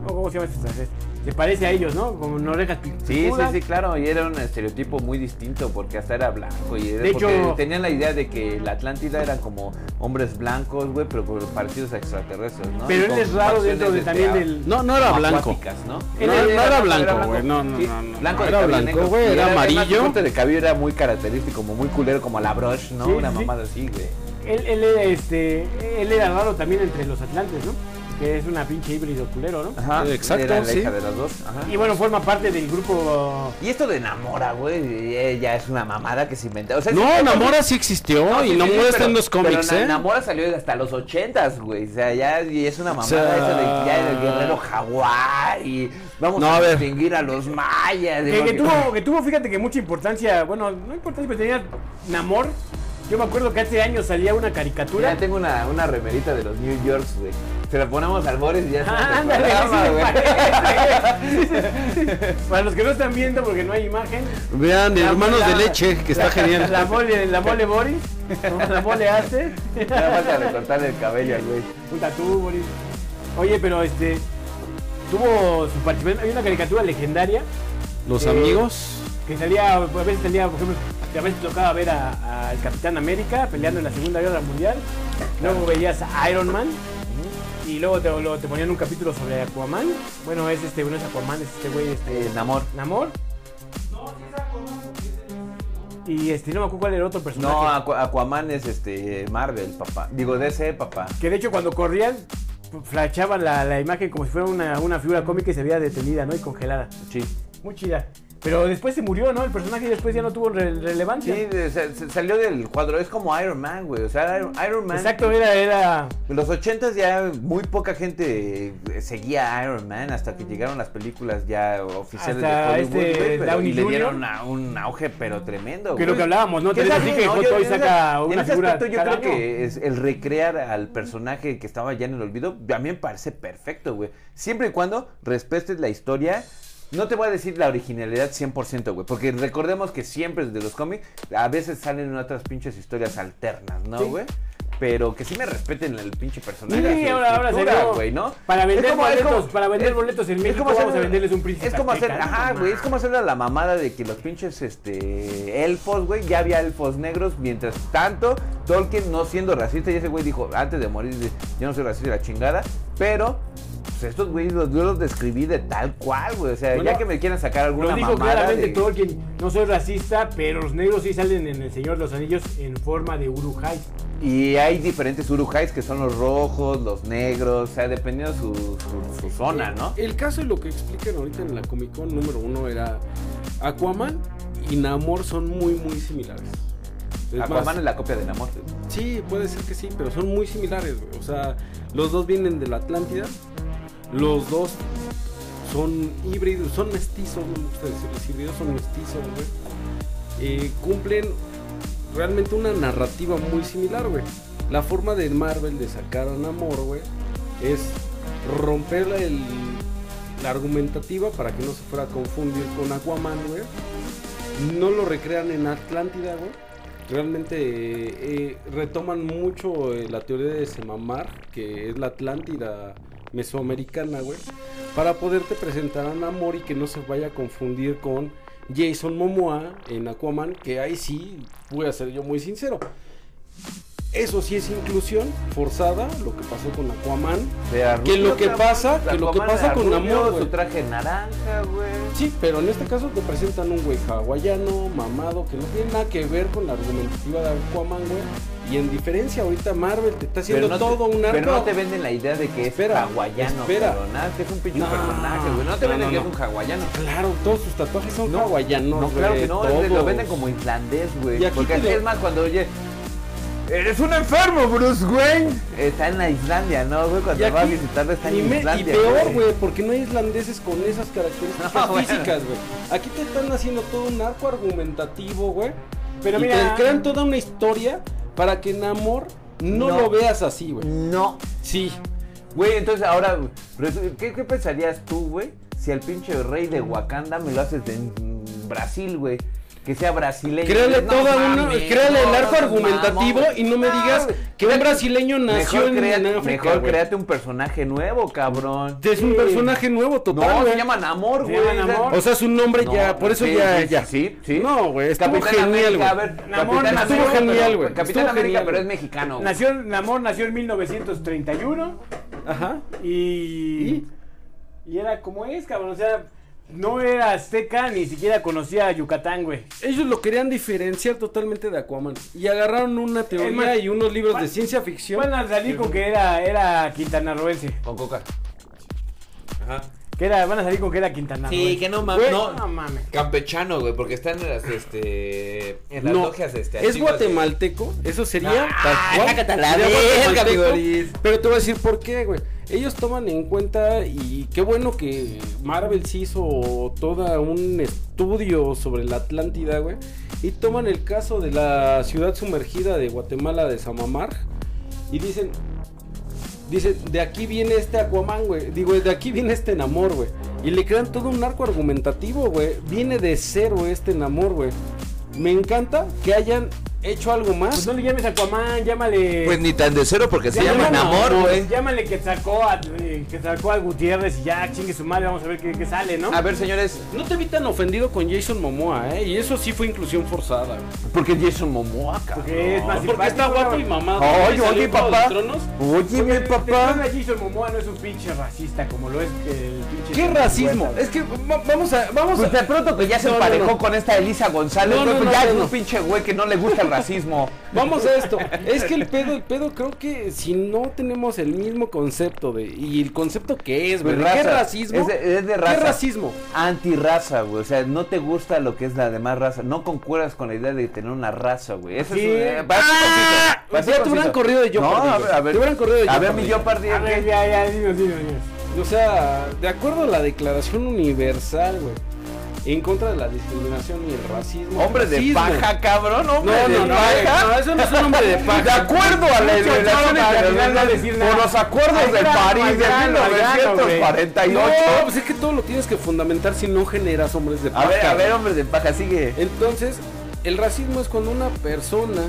[SPEAKER 3] no, ¿cómo se llama este francés? Se parece a ellos, ¿no? Con orejas pi-
[SPEAKER 1] Sí, sí,
[SPEAKER 3] picudas.
[SPEAKER 1] sí, claro, y era un estereotipo muy distinto porque hasta era blanco y era
[SPEAKER 3] De
[SPEAKER 1] porque
[SPEAKER 3] hecho-
[SPEAKER 1] tenían la idea de que la Atlántida eran como hombres blancos, güey, pero con parecidos a extraterrestres, ¿no?
[SPEAKER 3] Pero
[SPEAKER 1] Y
[SPEAKER 3] él
[SPEAKER 1] con
[SPEAKER 3] es raro dentro de,
[SPEAKER 1] facciones
[SPEAKER 3] también
[SPEAKER 1] desde a-
[SPEAKER 3] del...
[SPEAKER 2] No, no era
[SPEAKER 1] como
[SPEAKER 2] blanco.
[SPEAKER 1] acuáticas, ¿no?
[SPEAKER 3] Él era-
[SPEAKER 1] Él
[SPEAKER 3] no
[SPEAKER 2] era blanco,
[SPEAKER 1] blanco,
[SPEAKER 2] güey, no, no, no, no.
[SPEAKER 1] Blanco de
[SPEAKER 2] Era
[SPEAKER 1] cabello
[SPEAKER 2] blanco,
[SPEAKER 1] negro.
[SPEAKER 2] güey,
[SPEAKER 1] Y
[SPEAKER 2] era
[SPEAKER 1] además su
[SPEAKER 2] amarillo.
[SPEAKER 1] corte de cabello era muy característico, como muy culero, como la brush, ¿no?
[SPEAKER 3] Sí,
[SPEAKER 1] Una
[SPEAKER 3] sí.
[SPEAKER 1] mamada así, güey.
[SPEAKER 3] Él, él era, este, él era raro también entre los atlantes, ¿no? Que es una pinche híbrido culero, ¿no?
[SPEAKER 1] Ajá,
[SPEAKER 2] Exacto,
[SPEAKER 1] era la
[SPEAKER 2] sí.
[SPEAKER 1] hija de las dos. Ajá.
[SPEAKER 3] Y bueno, forma parte del grupo...
[SPEAKER 1] Y esto de Namora, güey, eh, ya es una mamada que se inventa. O sea, sí,
[SPEAKER 2] No,
[SPEAKER 1] sí,
[SPEAKER 2] Namora sí existió y
[SPEAKER 1] sí, sí,
[SPEAKER 2] Namora
[SPEAKER 1] sí,
[SPEAKER 2] está
[SPEAKER 1] pero-
[SPEAKER 2] en los cómics,
[SPEAKER 1] pero Na-
[SPEAKER 2] ¿eh?
[SPEAKER 1] Namora salió hasta los ochentas, güey. O sea, ya y es una mamada
[SPEAKER 2] sea-
[SPEAKER 1] eso de que ya el guerrero jaguar y vamos
[SPEAKER 2] No,
[SPEAKER 1] a,
[SPEAKER 2] a ver.
[SPEAKER 1] distinguir a los mayas.
[SPEAKER 3] Que,
[SPEAKER 1] digo,
[SPEAKER 3] que
[SPEAKER 1] que-
[SPEAKER 3] tuvo, que tuvo, fíjate que mucha importancia, bueno, no importancia, pero tenía Namor. Yo me acuerdo que hace años salía una caricatura.
[SPEAKER 1] Ya tengo una, una remerita de los New Yorks, güey. Se la ponemos al Boris y ya se
[SPEAKER 3] Ah, Ándale, sí se parece. Para los que no están viendo porque no hay imagen.
[SPEAKER 2] Vean,
[SPEAKER 3] la-
[SPEAKER 2] Hermanos de
[SPEAKER 3] la-
[SPEAKER 2] Leche, que está
[SPEAKER 3] la-
[SPEAKER 2] genial.
[SPEAKER 3] La mole, la mole Boris. La mole hace.
[SPEAKER 1] Nada más a recortar el cabello, al güey.
[SPEAKER 3] Puta tú, Boris. Oye, pero este. Tuvo su participación. Hay una caricatura legendaria
[SPEAKER 2] Los
[SPEAKER 3] Eh,
[SPEAKER 2] amigos.
[SPEAKER 3] que salía, a veces salía, por ejemplo, a veces tocaba ver a- al Capitán América peleando en la Segunda Guerra Mundial. Luego veías a Iron Man. Y luego te, lo- te ponían un capítulo sobre Aquaman. Bueno, es este, no es Aquaman, es este güey, este.
[SPEAKER 1] Eh, Namor.
[SPEAKER 3] Namor. Y este, no me acuerdo cuál era el otro personaje.
[SPEAKER 1] No, Aqu- Aquaman es este Marvel, papá. Digo, DC, papá.
[SPEAKER 3] Que de hecho cuando corrían, flashaban la, la imagen como si fuera una, una figura cómica y se veía detenida, ¿no? Y congelada.
[SPEAKER 1] Sí.
[SPEAKER 3] Muy chida. Pero después se murió, ¿no? El personaje después ya no tuvo re- relevancia.
[SPEAKER 1] Sí, de- se- se salió del cuadro. Es como Iron Man, güey. O sea, Iron, Iron Man.
[SPEAKER 3] Exacto, era, era...
[SPEAKER 1] En los 80 ya muy poca gente eh, seguía a Iron Man hasta que llegaron las películas ya oficiales
[SPEAKER 3] Hasta
[SPEAKER 1] de Hollywood.
[SPEAKER 3] este
[SPEAKER 1] güey, pero-
[SPEAKER 3] Downey
[SPEAKER 1] y le
[SPEAKER 3] Jr.
[SPEAKER 1] dieron a un auge, pero tremendo.
[SPEAKER 3] Que lo
[SPEAKER 1] güey.
[SPEAKER 3] que hablábamos, Pues ¿no?
[SPEAKER 1] Que es
[SPEAKER 3] Te
[SPEAKER 1] así,
[SPEAKER 3] dije que
[SPEAKER 1] ¿no?
[SPEAKER 3] Hot
[SPEAKER 1] Yo-
[SPEAKER 3] Toys
[SPEAKER 1] en ese-
[SPEAKER 3] saca
[SPEAKER 1] en
[SPEAKER 3] una
[SPEAKER 1] ese
[SPEAKER 3] figura
[SPEAKER 1] aspecto yo
[SPEAKER 3] cada
[SPEAKER 1] creo
[SPEAKER 3] año.
[SPEAKER 1] que es el recrear al personaje que estaba ya en el olvido, a mí me parece perfecto, güey. Siempre y cuando respetes la historia, no te voy a decir la originalidad 100%, güey, porque recordemos que siempre desde los cómics a veces salen otras pinches historias alternas, ¿no,
[SPEAKER 3] Sí.
[SPEAKER 1] güey? Pero que sí me respeten el pinche personaje.
[SPEAKER 3] Sí,
[SPEAKER 1] su
[SPEAKER 3] ahora- ahora
[SPEAKER 1] estructura,
[SPEAKER 3] se dio-
[SPEAKER 1] güey, ¿no?
[SPEAKER 3] para vender
[SPEAKER 1] es
[SPEAKER 3] boletos- para vender boletos en
[SPEAKER 1] es
[SPEAKER 3] México
[SPEAKER 1] como hacer-
[SPEAKER 3] vamos a venderles un príncipe
[SPEAKER 1] Es como hacer,
[SPEAKER 3] azteca, ¿no?
[SPEAKER 1] ajá, güey, es como hacer la mamada de que los pinches este elfos, güey, ya había elfos negros, mientras tanto Tolkien no siendo racista y ese güey dijo, antes de morir, dice, yo no soy racista y la chingada, pero pues, estos güeyes los, yo los describí de tal cual, güey, o sea,
[SPEAKER 3] Bueno,
[SPEAKER 1] ya que me quieran sacar alguna
[SPEAKER 3] Lo dijo
[SPEAKER 1] mamada
[SPEAKER 3] claramente
[SPEAKER 1] de-
[SPEAKER 3] Tolkien, no soy racista, pero los negros sí salen en El Señor de los Anillos en forma de urujai.
[SPEAKER 1] Y hay diferentes urujais que son los rojos, los negros, o sea, dependiendo su, su, su zona, ¿no?
[SPEAKER 2] El caso y lo que explican ahorita en la Comic Con número uno era Aquaman y Namor son muy muy similares. Es
[SPEAKER 1] Aquaman
[SPEAKER 2] más,
[SPEAKER 1] es la copia de Namor.
[SPEAKER 2] Sí, puede ser que sí, pero son muy similares, güey. O sea, los dos vienen de la Atlántida, los dos son híbridos, son mestizos, no me gusta decirles híbridos, son mestizos, güey. Eh, cumplen realmente una narrativa muy similar, güey. La forma de Marvel de sacar a Namor, güey, es romper el- la argumentativa para que no se fuera a confundir con Aquaman, güey. No lo recrean en Atlántida, güey. Realmente eh, eh, retoman mucho eh, la teoría de Semamar, que es la Atlántida mesoamericana, güey, para poderte presentar a Namor y que no se vaya a confundir con Jason Momoa en Aquaman, que ahí sí voy a ser yo muy sincero. Eso sí es inclusión forzada, lo que pasó con Aquaman. Que lo que pasa- que lo que pasa con Namor,
[SPEAKER 1] Su
[SPEAKER 2] güey.
[SPEAKER 1] traje naranja, güey.
[SPEAKER 2] Sí, pero en este caso te presentan un güey hawaiano, mamado, que no tiene nada que ver con la argumentativa de Aquaman, güey. Y en diferencia, ahorita Marvel te está haciendo
[SPEAKER 1] no te-
[SPEAKER 2] todo un arco.
[SPEAKER 1] Pero no te venden la idea de que
[SPEAKER 2] Espera,
[SPEAKER 1] es hawaiano,
[SPEAKER 2] espera.
[SPEAKER 1] pero nada, que es un pinche
[SPEAKER 2] No,
[SPEAKER 1] personaje, güey. No te
[SPEAKER 2] no,
[SPEAKER 1] venden
[SPEAKER 2] no,
[SPEAKER 1] que
[SPEAKER 2] no.
[SPEAKER 1] es un hawaiano.
[SPEAKER 2] Claro, todos sus tatuajes son hawaianos,
[SPEAKER 1] No, claro
[SPEAKER 2] güey,
[SPEAKER 1] que no, es de- lo
[SPEAKER 2] todos.
[SPEAKER 1] venden como islandés, güey.
[SPEAKER 2] Y aquí
[SPEAKER 1] Porque
[SPEAKER 2] te lo-
[SPEAKER 1] es más cuando oye. Eres un enfermo, Bruce Wayne. Está en la Islandia, ¿no, güey?
[SPEAKER 2] Y
[SPEAKER 1] Cuando
[SPEAKER 2] aquí-
[SPEAKER 1] vas a visitarlo está en
[SPEAKER 2] y, me- y
[SPEAKER 1] Islandia.
[SPEAKER 2] peor, güey, porque no hay islandeses con esas características
[SPEAKER 1] No, bueno.
[SPEAKER 2] físicas, güey. Aquí te están haciendo todo un arco argumentativo, güey.
[SPEAKER 3] Pero
[SPEAKER 2] y
[SPEAKER 3] mira-
[SPEAKER 2] te crean toda una historia para que en amor no,
[SPEAKER 1] No.
[SPEAKER 2] lo veas así, güey.
[SPEAKER 1] No.
[SPEAKER 2] Sí.
[SPEAKER 1] Güey, entonces ahora, resu- ¿qué, qué pensarías tú, güey? Si al pinche rey de Wakanda me lo haces de en Brasil, güey. Que sea brasileño.
[SPEAKER 2] Créale
[SPEAKER 1] Dices, "No
[SPEAKER 2] toda una,
[SPEAKER 1] mames,
[SPEAKER 2] créale el
[SPEAKER 1] no,
[SPEAKER 2] arco
[SPEAKER 1] no,
[SPEAKER 2] argumentativo
[SPEAKER 1] mamón".
[SPEAKER 2] y no me
[SPEAKER 1] No,
[SPEAKER 2] digas
[SPEAKER 1] güey.
[SPEAKER 2] que un brasileño nació
[SPEAKER 1] Mejor,
[SPEAKER 2] en,
[SPEAKER 1] crea-
[SPEAKER 2] en África.
[SPEAKER 1] mejor
[SPEAKER 2] güey.
[SPEAKER 1] créate un personaje nuevo, cabrón.
[SPEAKER 2] Es un
[SPEAKER 3] Sí.
[SPEAKER 2] personaje nuevo
[SPEAKER 1] No,
[SPEAKER 2] total, güey.
[SPEAKER 1] se llama Namor,
[SPEAKER 3] Se
[SPEAKER 1] güey.
[SPEAKER 3] llama Namor.
[SPEAKER 2] O sea, su nombre
[SPEAKER 1] No,
[SPEAKER 2] ya, por eso
[SPEAKER 1] sí,
[SPEAKER 2] ya,
[SPEAKER 1] sí,
[SPEAKER 2] ya.
[SPEAKER 1] sí, sí.
[SPEAKER 2] No, güey, estuvo
[SPEAKER 1] Capitán
[SPEAKER 2] genial,
[SPEAKER 1] América,
[SPEAKER 2] güey.
[SPEAKER 1] a ver,
[SPEAKER 3] Namor
[SPEAKER 1] Capitán
[SPEAKER 3] nació
[SPEAKER 1] América,
[SPEAKER 2] genial,
[SPEAKER 1] pero-
[SPEAKER 2] güey.
[SPEAKER 1] Capitán
[SPEAKER 2] Estuvo
[SPEAKER 1] América,
[SPEAKER 2] genial,
[SPEAKER 1] pero es
[SPEAKER 2] güey.
[SPEAKER 1] mexicano, güey.
[SPEAKER 3] Nació, Namor nació en 1931
[SPEAKER 2] Ajá.
[SPEAKER 3] y... Y era como es, cabrón, o sea, no era azteca, ni siquiera conocía a Yucatán, güey.
[SPEAKER 2] Ellos lo querían diferenciar totalmente de Aquaman. Y agarraron una teoría
[SPEAKER 3] Es más,
[SPEAKER 2] y unos libros
[SPEAKER 3] van-
[SPEAKER 2] de ciencia ficción.
[SPEAKER 3] Van a salir con que era, era quintanarroense.
[SPEAKER 1] Con coca.
[SPEAKER 3] Que era, van a salir con que era quintanarroense.
[SPEAKER 1] Sí, que no mames,
[SPEAKER 3] Güey,
[SPEAKER 1] no.
[SPEAKER 3] No mames.
[SPEAKER 1] Campechano, güey, porque están en las, este, en las
[SPEAKER 2] no,
[SPEAKER 1] logias, este,
[SPEAKER 2] es
[SPEAKER 1] antiguas de-
[SPEAKER 2] guatemalteco, eso sería
[SPEAKER 1] Ah,
[SPEAKER 2] tal cual.
[SPEAKER 1] sácate a la
[SPEAKER 2] Sería
[SPEAKER 1] verga,
[SPEAKER 2] guatemalteco,
[SPEAKER 1] mi Boris.
[SPEAKER 2] Pero te voy a decir por qué, güey. Ellos toman en cuenta y qué bueno que Marvel se hizo toda un estudio sobre la Atlántida, güey. Y toman el caso de la ciudad sumergida de Guatemala de Samamar y dicen, Dice, de aquí viene este Aquaman, güey. Digo, de aquí viene este Namor, güey. Y le crean todo un arco argumentativo, güey. Viene de cero este Namor, güey. Me encanta que hayan hecho algo
[SPEAKER 3] Pues
[SPEAKER 2] más.
[SPEAKER 3] no le llames Aquaman, llámale.
[SPEAKER 4] Pues ni tan de cero porque se
[SPEAKER 3] Ya,
[SPEAKER 4] llaman
[SPEAKER 3] llámale-
[SPEAKER 4] amor, güey.
[SPEAKER 3] Llámale que sacó a, eh, que sacó a Gutiérrez y ya, chingue su madre, vamos a ver qué, qué sale, ¿no?
[SPEAKER 1] A ver, señores,
[SPEAKER 2] No te vi tan ofendido con Jason Momoa, ¿eh? Y eso sí fue inclusión forzada, güey.
[SPEAKER 1] porque Jason Momoa, cabrón.
[SPEAKER 3] Porque es más
[SPEAKER 2] Porque está
[SPEAKER 3] simpático,
[SPEAKER 2] guapo
[SPEAKER 3] ¿no?
[SPEAKER 2] y mamado.
[SPEAKER 1] Ay,
[SPEAKER 2] ¿no? Salió
[SPEAKER 1] oye,
[SPEAKER 2] en Juego de
[SPEAKER 1] papá.
[SPEAKER 2] Tronos.
[SPEAKER 1] Oye, mi
[SPEAKER 3] Porque de
[SPEAKER 1] papá.
[SPEAKER 3] entrada Jason Momoa no es un pinche racista como lo es el pinche.
[SPEAKER 2] ¿Qué racismo? Es que va- vamos a... Vamos
[SPEAKER 1] Pues de
[SPEAKER 2] a...
[SPEAKER 1] pronto que ya se
[SPEAKER 2] No, no,
[SPEAKER 1] emparejó
[SPEAKER 2] no.
[SPEAKER 1] con esta Elisa González,
[SPEAKER 2] No,
[SPEAKER 1] güey,
[SPEAKER 2] no,
[SPEAKER 1] pues
[SPEAKER 2] no,
[SPEAKER 1] ya
[SPEAKER 2] no,
[SPEAKER 1] es
[SPEAKER 2] no.
[SPEAKER 1] un pinche güey que no le gusta el racismo.
[SPEAKER 2] Vamos a esto. Es que el pedo, el pedo, creo que si no tenemos el mismo concepto de. Y el concepto que es, güey.
[SPEAKER 1] De
[SPEAKER 2] ¿de ¿Qué
[SPEAKER 1] raza.
[SPEAKER 2] racismo?
[SPEAKER 1] Es de- es de raza.
[SPEAKER 2] ¿Qué racismo?
[SPEAKER 1] Antirraza, güey. O sea, no te gusta lo que es la demás raza. No concuerdas con la idea de tener una raza, güey. Eso
[SPEAKER 3] Sí.
[SPEAKER 1] es. eh, va así
[SPEAKER 2] ¡Ah!
[SPEAKER 1] poquito, va así
[SPEAKER 2] Ya te
[SPEAKER 1] poquito.
[SPEAKER 2] hubieran corrido de yo
[SPEAKER 1] No,
[SPEAKER 2] por
[SPEAKER 1] a
[SPEAKER 2] día,
[SPEAKER 1] ver,
[SPEAKER 2] güey.
[SPEAKER 1] a ver.
[SPEAKER 2] Te hubieran corrido de
[SPEAKER 1] A
[SPEAKER 2] yo
[SPEAKER 1] ver,
[SPEAKER 2] por
[SPEAKER 1] mi
[SPEAKER 2] día.
[SPEAKER 1] yo perdí.
[SPEAKER 3] A ver, ya, ya, dinos, dinos, dinos.
[SPEAKER 2] O sea, de acuerdo a la Declaración Universal, güey. En contra de la discriminación y el racismo.
[SPEAKER 1] Hombre de
[SPEAKER 2] racismo.
[SPEAKER 1] paja, cabrón.
[SPEAKER 2] No,
[SPEAKER 1] Hombre
[SPEAKER 2] no,
[SPEAKER 1] de
[SPEAKER 2] no, güey,
[SPEAKER 1] paja.
[SPEAKER 2] no, eso no es un hombre de paja.
[SPEAKER 1] De acuerdo a la
[SPEAKER 3] Mucho
[SPEAKER 1] Declaración
[SPEAKER 3] chavo para final no decir
[SPEAKER 1] Internacional
[SPEAKER 3] nada.
[SPEAKER 1] por los acuerdos
[SPEAKER 3] Al
[SPEAKER 1] de
[SPEAKER 3] grano,
[SPEAKER 1] París
[SPEAKER 3] al
[SPEAKER 1] de
[SPEAKER 3] grano, al grano, güey.
[SPEAKER 2] No,
[SPEAKER 1] 1948.
[SPEAKER 2] pues es que todo lo tienes que fundamentar si no generas hombres de paja.
[SPEAKER 1] A ver, a
[SPEAKER 2] güey.
[SPEAKER 1] ver, hombre de paja, sigue.
[SPEAKER 2] Entonces, el racismo es cuando una persona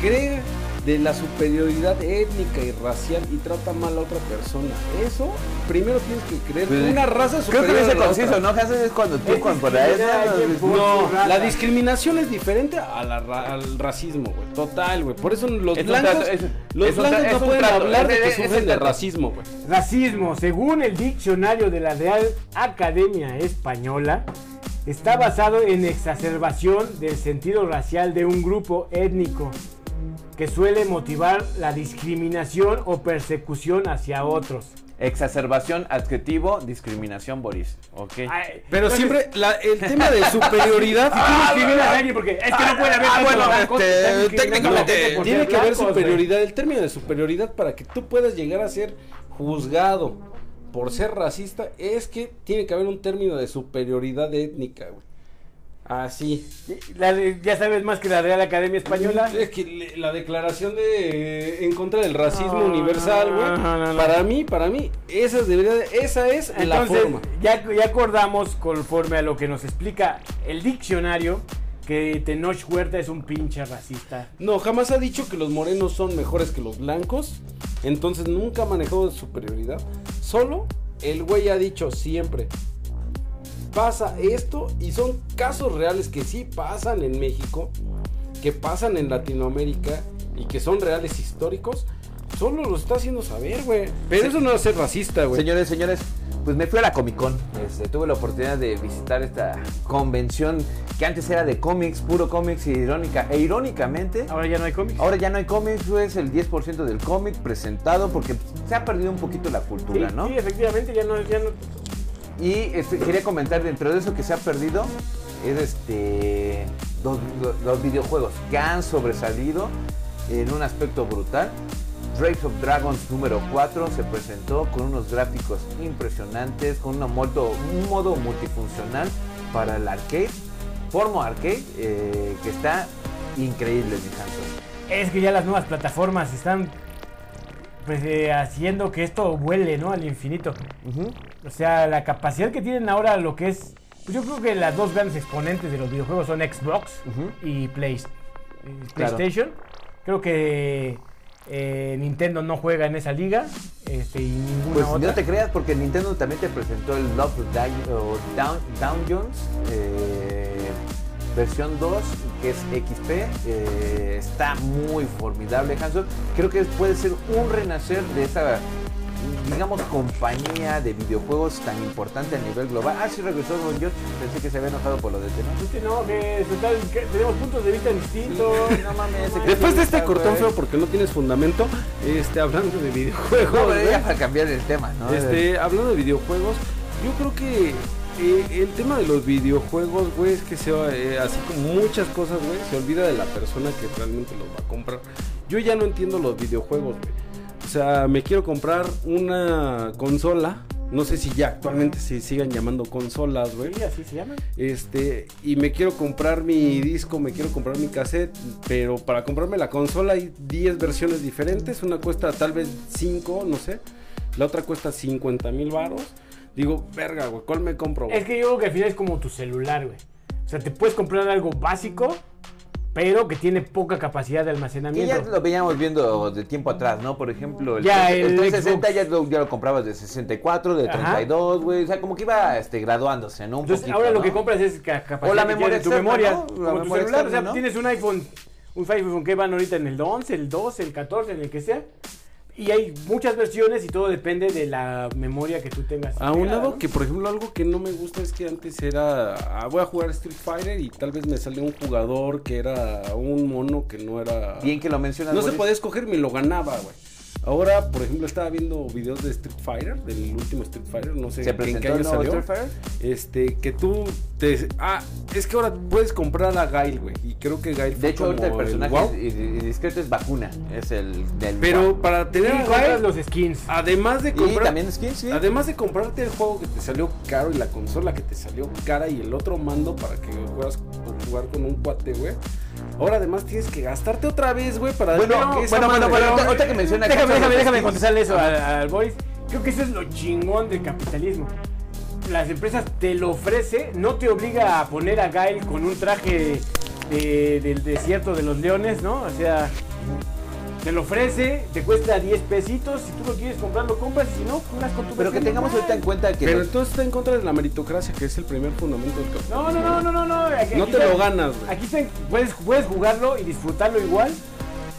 [SPEAKER 2] cree de la superioridad étnica y racial y trata mal a otra persona. Eso primero tienes que creer.
[SPEAKER 1] Pues,
[SPEAKER 2] una raza
[SPEAKER 1] Creo
[SPEAKER 2] superior.
[SPEAKER 1] que lo
[SPEAKER 2] a
[SPEAKER 1] dice
[SPEAKER 2] la
[SPEAKER 1] conciso,
[SPEAKER 2] otra. Este
[SPEAKER 1] ¿no? Haces es cuando tú
[SPEAKER 3] Es
[SPEAKER 1] con por
[SPEAKER 3] discriminar a alguien por
[SPEAKER 2] No,
[SPEAKER 3] su raza.
[SPEAKER 2] la discriminación es diferente a la ra- al racismo, güey. Total, güey. Por eso los
[SPEAKER 1] Es un
[SPEAKER 2] blancos,
[SPEAKER 1] trato, es-
[SPEAKER 2] los
[SPEAKER 1] es un
[SPEAKER 2] blancos
[SPEAKER 1] tra- es
[SPEAKER 2] no
[SPEAKER 1] un
[SPEAKER 2] pueden
[SPEAKER 1] trato,
[SPEAKER 2] hablar de
[SPEAKER 1] es-
[SPEAKER 2] que
[SPEAKER 1] es- es
[SPEAKER 2] sufren
[SPEAKER 1] un
[SPEAKER 2] de
[SPEAKER 1] trato.
[SPEAKER 2] racismo, güey.
[SPEAKER 3] Racismo, según el diccionario de la Real Academia Española, está basado en exacerbación del sentido racial de un grupo étnico que suele motivar la discriminación o persecución hacia otros.
[SPEAKER 1] Exacerbación, adjetivo, discriminación, Boris. Ok.
[SPEAKER 3] Ay,
[SPEAKER 2] Pero
[SPEAKER 3] entonces,
[SPEAKER 2] siempre la- el tema de superioridad
[SPEAKER 3] Si tú discriminas a alguien porque es que no puede haber
[SPEAKER 4] Ah,
[SPEAKER 3] tantos
[SPEAKER 4] bueno,
[SPEAKER 3] blancos,
[SPEAKER 4] este,
[SPEAKER 3] estás discriminando a la gente
[SPEAKER 4] técnicamente
[SPEAKER 3] por ser
[SPEAKER 2] Tiene que haber
[SPEAKER 3] blancos,
[SPEAKER 2] superioridad, el término de superioridad para que tú puedas llegar a ser juzgado por ser racista es que tiene que haber un término de superioridad étnica, güey. Así.
[SPEAKER 3] güey. La de- ya sabes más que la Real Academia Española.
[SPEAKER 2] Es que le- la declaración de eh, en contra del racismo
[SPEAKER 3] No,
[SPEAKER 2] universal, güey.
[SPEAKER 3] no, Ah, no, no, no.
[SPEAKER 2] Para mí, para mí, esa debería, de- esa es la
[SPEAKER 3] Entonces,
[SPEAKER 2] forma.
[SPEAKER 3] ya, ya acordamos, conforme a lo que nos explica el diccionario, que Tenoch Huerta es un pinche racista.
[SPEAKER 2] No, jamás ha dicho que los morenos son mejores que los blancos. Entonces nunca ha manejado superioridad. Solo el güey ha dicho siempre. Pasa esto y son casos reales que sí pasan en México, que pasan en Latinoamérica y que son reales históricos. Solo lo está haciendo saber, güey. Pero eso no es ser racista, güey.
[SPEAKER 1] Señores, señores, pues me fui a la Comic Con. Este, tuve la oportunidad de visitar esta convención que antes era de cómics, puro cómics y irónica. E irónicamente,
[SPEAKER 3] Ahora ya no hay cómics.
[SPEAKER 1] ahora ya no hay cómics, es el 10% del cómic presentado porque se ha perdido un poquito la
[SPEAKER 3] sí,
[SPEAKER 1] cultura, ¿no?
[SPEAKER 3] sí, efectivamente, ya no, ya no.
[SPEAKER 1] Y este, quería comentar dentro de eso que se ha perdido es este los, los- los videojuegos que han sobresalido en un aspecto brutal. Drapes of Dragons número 4 se presentó con unos gráficos impresionantes, con una moto- un modo multifuncional para el arcade, Formo Arcade, eh, que está increíble, mi santo.
[SPEAKER 3] Es que ya las nuevas plataformas están pues, eh, haciendo que esto vuele, ¿no? Al infinito. O sea, la capacidad que tienen ahora lo que es. Pues yo creo que las dos grandes exponentes de los videojuegos son Xbox
[SPEAKER 1] Ujú.
[SPEAKER 3] y Play- eh,
[SPEAKER 1] Claro.
[SPEAKER 3] PlayStation. Creo que eh, Nintendo no juega en esa liga. Este, y ninguna
[SPEAKER 1] Pues
[SPEAKER 3] otra.
[SPEAKER 1] no te creas, porque Nintendo también te presentó el Love Di- o Down, Dungeons eh, versión 2, que es XP. eh, está muy formidable, Hanson. Creo que puede ser un renacer de esa, digamos, compañía de videojuegos tan importante a nivel global. Ah, sí, regresó Don George. Pensé que se había enojado por lo de Tenor.
[SPEAKER 3] Este no, que total, que tenemos puntos de vista distintos.
[SPEAKER 1] No mames,
[SPEAKER 2] Después de este
[SPEAKER 1] güey.
[SPEAKER 2] cortón feo porque no tienes fundamento, este, hablando de videojuegos.
[SPEAKER 1] No, pero
[SPEAKER 2] güey.
[SPEAKER 1] ya para cambiar el tema, ¿no?
[SPEAKER 2] Este, hablando de videojuegos, yo creo que eh, el tema de los videojuegos, güey, es que se va, eh, así como muchas cosas, güey, se olvida de la persona que realmente los va a comprar. Yo ya no entiendo los videojuegos, güey. O sea, me quiero comprar una consola. No sé si ya actualmente se sigan llamando consolas, güey.
[SPEAKER 3] Sí, así se llama.
[SPEAKER 2] Este, y me quiero comprar mi disco, me quiero comprar mi cassette, pero para comprarme la consola hay 10 versiones diferentes, una cuesta tal vez 5, no sé, la otra cuesta 50 mil varos. Digo, verga, güey, ¿cuál me compro? güey?"
[SPEAKER 3] Es que yo creo que al final es como tu celular, güey. O sea, te puedes comprar algo básico pero que tiene poca capacidad de
[SPEAKER 1] Que
[SPEAKER 3] almacenamiento.
[SPEAKER 1] ya lo veíamos viendo de tiempo atrás, ¿no? Por ejemplo, el,
[SPEAKER 3] Ya,
[SPEAKER 1] el
[SPEAKER 3] el
[SPEAKER 1] 360
[SPEAKER 3] Xbox.
[SPEAKER 1] ya lo, ya lo comprabas de 64, de
[SPEAKER 3] Ajá.
[SPEAKER 1] 32, güey. O sea, como que iba este, graduándose, ¿no? Un
[SPEAKER 3] Entonces,
[SPEAKER 1] poquito,
[SPEAKER 3] ahora lo
[SPEAKER 1] ¿no?
[SPEAKER 3] que compras es ca- capacidad
[SPEAKER 1] O la
[SPEAKER 3] que
[SPEAKER 1] memoria
[SPEAKER 3] tiene tu
[SPEAKER 1] externa,
[SPEAKER 3] memoria,
[SPEAKER 1] ¿no? La
[SPEAKER 3] como tu
[SPEAKER 1] memoria
[SPEAKER 3] celular, o sea,
[SPEAKER 1] externa, ¿no?
[SPEAKER 3] tienes un iPhone, un iPhone que van ahorita en el 11, el 12, el 14, en el que sea. Y hay muchas versiones y todo depende de la memoria que tú tengas.
[SPEAKER 2] A un
[SPEAKER 3] integrada,
[SPEAKER 2] lado
[SPEAKER 3] ¿no?
[SPEAKER 2] que, por ejemplo, algo que no me gusta es que antes era, ah, voy a jugar Street Fighter y tal vez me sale un jugador que era un mono que no era...
[SPEAKER 1] Bien que lo mencionas.
[SPEAKER 2] No se
[SPEAKER 1] Boris.
[SPEAKER 2] podía escoger, me lo ganaba, güey. Ahora, por ejemplo, estaba viendo videos de Street Fighter, del último Street Fighter, no sé
[SPEAKER 1] ¿Se
[SPEAKER 2] en qué
[SPEAKER 1] presentó
[SPEAKER 2] año
[SPEAKER 1] el nuevo
[SPEAKER 2] salió.
[SPEAKER 1] Street Fighter?
[SPEAKER 2] Este, que tú te... Ah, es que ahora puedes comprar a Gail, güey. Y creo que Gail
[SPEAKER 1] De hecho, ahorita el personaje
[SPEAKER 2] wow.
[SPEAKER 1] y- y discreto es Vacuna. Es el del.
[SPEAKER 2] Pero
[SPEAKER 1] Wow.
[SPEAKER 2] para
[SPEAKER 3] Y
[SPEAKER 2] tener a
[SPEAKER 3] compras
[SPEAKER 2] Gail,
[SPEAKER 3] los skins.
[SPEAKER 2] además de
[SPEAKER 1] Y
[SPEAKER 2] comprar...
[SPEAKER 1] también skins, sí.
[SPEAKER 2] Además de comprarte el juego que te salió caro y la consola que te salió cara y el otro mando para que puedas jugar con un cuate, güey. Ahora además tienes que gastarte otra vez, güey, para
[SPEAKER 1] Bueno,
[SPEAKER 2] ver que esa
[SPEAKER 1] bueno, bueno,
[SPEAKER 2] madre-
[SPEAKER 1] bueno, ahorita- ahorita que menciona pues, Castro
[SPEAKER 3] Déjame, déjame,
[SPEAKER 1] de
[SPEAKER 3] déjame
[SPEAKER 1] Skins.
[SPEAKER 3] contestarle eso al, al Boris. Creo que eso es lo chingón del capitalismo. Las empresas te lo ofrece, no te obliga a poner a Gael con un traje de- del desierto de los leones, ¿no? O sea, te lo ofrece, te cuesta 10 pesitos, si tú lo quieres comprar lo compras, y si no, compras con tu
[SPEAKER 1] Pero que
[SPEAKER 3] vecino,
[SPEAKER 1] tengamos
[SPEAKER 3] Gael.
[SPEAKER 1] ahorita en cuenta que.
[SPEAKER 2] Pero
[SPEAKER 1] los-
[SPEAKER 2] entonces está en contra de la meritocracia, que es el primer fundamento del capitalismo.
[SPEAKER 3] No, no, no, no, no, no. aquí-
[SPEAKER 2] No
[SPEAKER 3] aquí
[SPEAKER 2] te
[SPEAKER 3] está-
[SPEAKER 2] lo ganas, güey.
[SPEAKER 3] Aquí está- puedes, puedes jugarlo y disfrutarlo igual,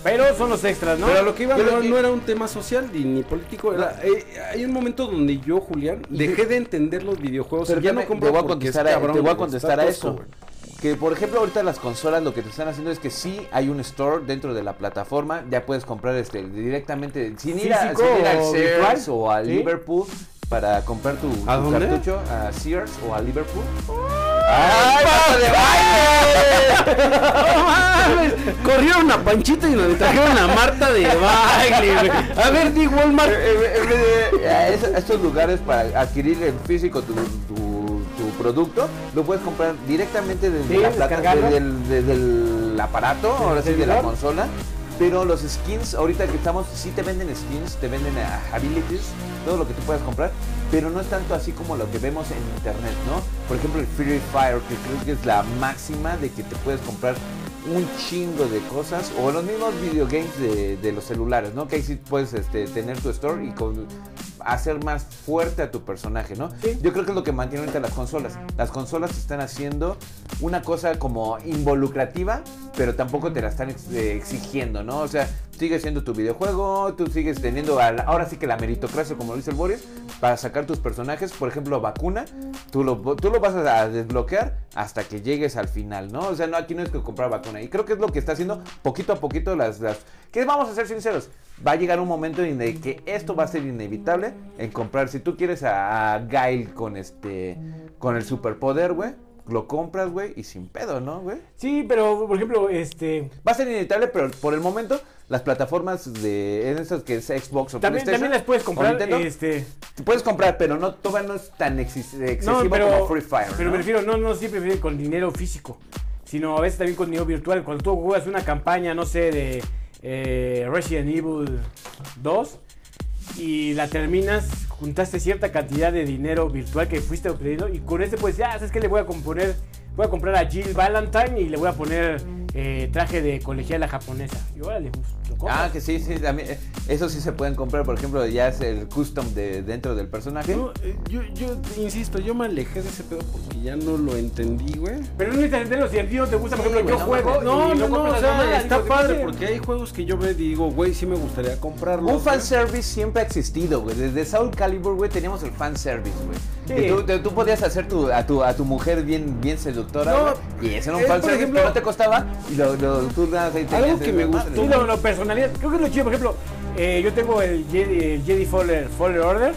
[SPEAKER 3] pero son los extras, ¿no?
[SPEAKER 2] Pero a lo que iba
[SPEAKER 1] Yo lo
[SPEAKER 2] no,
[SPEAKER 1] que-
[SPEAKER 2] no era un tema social ni, ni político. Era, eh, hay un momento donde yo, Julián, dejé de entender los videojuegos.
[SPEAKER 1] Pero
[SPEAKER 2] y ya
[SPEAKER 1] espérame,
[SPEAKER 2] no compro
[SPEAKER 1] te voy a
[SPEAKER 2] porque es
[SPEAKER 1] contestar a,
[SPEAKER 2] cabrón,
[SPEAKER 1] te voy a,
[SPEAKER 2] güey,
[SPEAKER 1] contestar
[SPEAKER 2] está
[SPEAKER 1] a
[SPEAKER 2] tosco,
[SPEAKER 1] eso.
[SPEAKER 2] güey.
[SPEAKER 1] Que por ejemplo ahorita las consolas lo que te están haciendo es que sí hay un store dentro de la plataforma, ya puedes comprar este directamente sin ir, a,
[SPEAKER 3] ¿Físico
[SPEAKER 1] sin ir al
[SPEAKER 3] o
[SPEAKER 1] Sears
[SPEAKER 3] virtual?
[SPEAKER 1] o a
[SPEAKER 3] ¿Sí?
[SPEAKER 1] Liverpool para comprar tu,
[SPEAKER 2] ¿A
[SPEAKER 1] tu
[SPEAKER 2] dónde?
[SPEAKER 1] cartucho a Sears o a Liverpool. ¡Ay, paso de baile!
[SPEAKER 2] ¡No mames! Corrieron a Panchita y nos trajeron a Marta de baile, güey. A ver, di Walmart.
[SPEAKER 1] Eh, En vez de- a es- a estos Eh, lugares para adquirir en físico tu, tu- tu producto, lo puedes comprar directamente desde
[SPEAKER 3] Sí,
[SPEAKER 1] la plata-
[SPEAKER 3] descargarlo.
[SPEAKER 1] desde el- desde el aparato, ahora sí, de la
[SPEAKER 3] celular.
[SPEAKER 1] consola. Pero los skins, ahorita que estamos, sí te venden skins, te venden ah, abilities, todo lo que tú puedas comprar, pero no es tanto así como lo que vemos en internet, ¿no? Por ejemplo, el Free Fire, que creo que es la máxima de que te puedes comprar un chingo de cosas, o los mismos videogames de, de los celulares, ¿no? Que ahí sí puedes este, tener tu store y con- hacer más fuerte a tu personaje, ¿no?
[SPEAKER 3] Sí.
[SPEAKER 1] Yo creo que es lo que mantiene ahorita las consolas. Las consolas están haciendo una cosa como involucrativa, pero tampoco te la están ex- eh, exigiendo, ¿no? O sea, sigue siendo tu videojuego, tú sigues teniendo al- ahora sí que la meritocracia, como dice el Boris, para sacar tus personajes. Por ejemplo, Vacuna, tú lo, tú lo vas a desbloquear hasta que llegues al final, ¿no? O sea, no, aquí no es que comprar Vacuna. Y creo que es lo que está haciendo poquito a poquito las... las que vamos a ser sinceros, va a llegar un momento en el que esto va a ser inevitable en comprar. Si tú quieres a, a Gail con este, con el superpoder, güey, lo compras, güey, y sin pedo, ¿no, güey?
[SPEAKER 3] Sí, pero por ejemplo, este,
[SPEAKER 1] Va a ser inevitable, pero por el momento las plataformas de en estas que es Xbox o
[SPEAKER 3] También,
[SPEAKER 1] PlayStation
[SPEAKER 3] también las puedes
[SPEAKER 1] o
[SPEAKER 3] comprar.
[SPEAKER 1] Nintendo,
[SPEAKER 3] este,
[SPEAKER 1] te puedes comprar, pero no todavía no es tan exis- excesivo
[SPEAKER 3] no, pero,
[SPEAKER 1] como Free Fire.
[SPEAKER 3] pero
[SPEAKER 1] ¿no?
[SPEAKER 3] me refiero, no, no siempre viene con dinero físico, sino a veces también con dinero virtual. Cuando tú juegas una campaña, no sé, de eh, Resident Evil 2 y la terminas, juntaste cierta cantidad de dinero virtual que fuiste obteniendo y con ese pues ya, ¿sabes qué? Le voy a componer, voy a comprar a Jill Valentine y le voy a poner eh, traje de colegiala japonesa. Y órale, pues, lo compras.
[SPEAKER 1] Ah, que sí, sí, también, eh, eso sí se pueden comprar, por ejemplo, ya es el custom de dentro del personaje.
[SPEAKER 2] No, eh, yo, yo insisto, yo me alejé de ese pedo porque ya no lo entendí, güey.
[SPEAKER 3] Pero no necesitas entenderlo, si a ti no te gusta, por
[SPEAKER 1] Sí,
[SPEAKER 3] ejemplo,
[SPEAKER 1] güey, no
[SPEAKER 3] yo juego.
[SPEAKER 1] mames.
[SPEAKER 2] No,
[SPEAKER 3] y
[SPEAKER 2] no, no,
[SPEAKER 3] compro
[SPEAKER 2] o
[SPEAKER 3] las
[SPEAKER 2] sea,
[SPEAKER 3] mamadas,
[SPEAKER 2] está
[SPEAKER 3] digo, ¿qué
[SPEAKER 2] padre
[SPEAKER 3] pasa?
[SPEAKER 2] porque hay juegos que yo veo y digo, güey, sí me gustaría comprarlo.
[SPEAKER 1] Un fanservice siempre ha existido, güey. Desde Soul Calibur, güey, teníamos el fanservice, güey.
[SPEAKER 3] Sí.
[SPEAKER 1] Que tú, te- tú podías hacer tu, a, tu, a tu mujer bien, bien seductora,
[SPEAKER 2] No,
[SPEAKER 1] güey. Y ese era un
[SPEAKER 2] es, por
[SPEAKER 1] fanservice,
[SPEAKER 2] ejemplo,
[SPEAKER 1] pero no te costaba. Y lo, lo- tú nada más ahí
[SPEAKER 2] Algo
[SPEAKER 1] tenías
[SPEAKER 2] que
[SPEAKER 1] el-
[SPEAKER 2] me
[SPEAKER 1] madre,
[SPEAKER 2] gustó.
[SPEAKER 1] güey.
[SPEAKER 3] Sí, lo, lo personalidad. Creo que es lo chido. Por ejemplo, eh, yo tengo el Jedi, el Jedi Fallen, Fallen Order.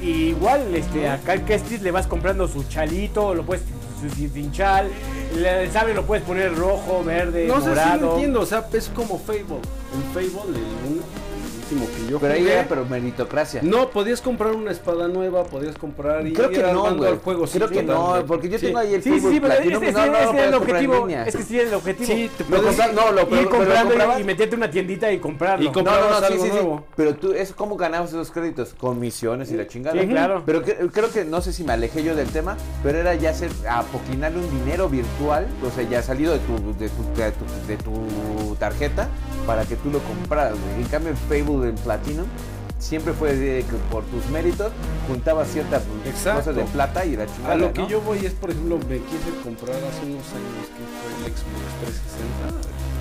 [SPEAKER 3] Y igual este, a Cal Kestis le vas comprando su chalito, lo puedes su, sin- sin chal. le- El sable lo puedes poner rojo, verde,
[SPEAKER 2] No sé si lo
[SPEAKER 3] morado.
[SPEAKER 2] entiendo, o sea, es como Fable. En Fable, el, un- último que yo
[SPEAKER 1] Pero ahí
[SPEAKER 2] jugué.
[SPEAKER 1] era pero meritocracia.
[SPEAKER 2] No, podías comprar una espada nueva, podías comprar y
[SPEAKER 1] Creo
[SPEAKER 2] ir
[SPEAKER 1] que no,
[SPEAKER 2] armando
[SPEAKER 1] güey.
[SPEAKER 2] el juego.
[SPEAKER 1] Creo
[SPEAKER 2] sí,
[SPEAKER 1] que no,
[SPEAKER 2] totalmente.
[SPEAKER 1] porque yo
[SPEAKER 2] Sí.
[SPEAKER 1] tengo ahí el
[SPEAKER 3] Sí, sí,
[SPEAKER 1] fútbol
[SPEAKER 3] sí, pero este, es,
[SPEAKER 1] Platinum,
[SPEAKER 3] es-
[SPEAKER 1] no,
[SPEAKER 3] es-
[SPEAKER 1] no
[SPEAKER 3] es
[SPEAKER 1] lo puedes comprar
[SPEAKER 3] el
[SPEAKER 1] en
[SPEAKER 3] objetivo.
[SPEAKER 1] línea.
[SPEAKER 3] Es que sí es el objetivo.
[SPEAKER 2] Sí, te
[SPEAKER 1] Lo
[SPEAKER 2] puedes-
[SPEAKER 1] compras- no, lo, pero-
[SPEAKER 3] ir
[SPEAKER 1] pero lo
[SPEAKER 3] comprando y-
[SPEAKER 1] comprabas-
[SPEAKER 3] y, meterte en una tiendita y comprarlo.
[SPEAKER 2] Y com-
[SPEAKER 1] No, no,
[SPEAKER 2] comprabas
[SPEAKER 1] no, sí,
[SPEAKER 2] algo
[SPEAKER 1] sí, sí.
[SPEAKER 2] nuevo.
[SPEAKER 1] Pero tú, es ¿cómo ganabas esos créditos? Con misiones y la chingada.
[SPEAKER 3] Sí, claro.
[SPEAKER 1] Pero que- creo que, no sé si me alejé yo del tema, pero era ya hacer, apoquinarle un dinero virtual, o sea, ya salido de tu, de tu, de tu, de tu tarjeta, para que tú lo compraras, güey. En cambio, en Facebook, en Platinum, siempre fue de que por tus méritos juntabas ciertas pues,
[SPEAKER 2] Exacto.
[SPEAKER 1] cosas de plata y la chingada,
[SPEAKER 2] A lo que
[SPEAKER 1] ¿no?
[SPEAKER 2] yo voy es, por ejemplo, me quise comprar hace unos años que fue el Xbox 360,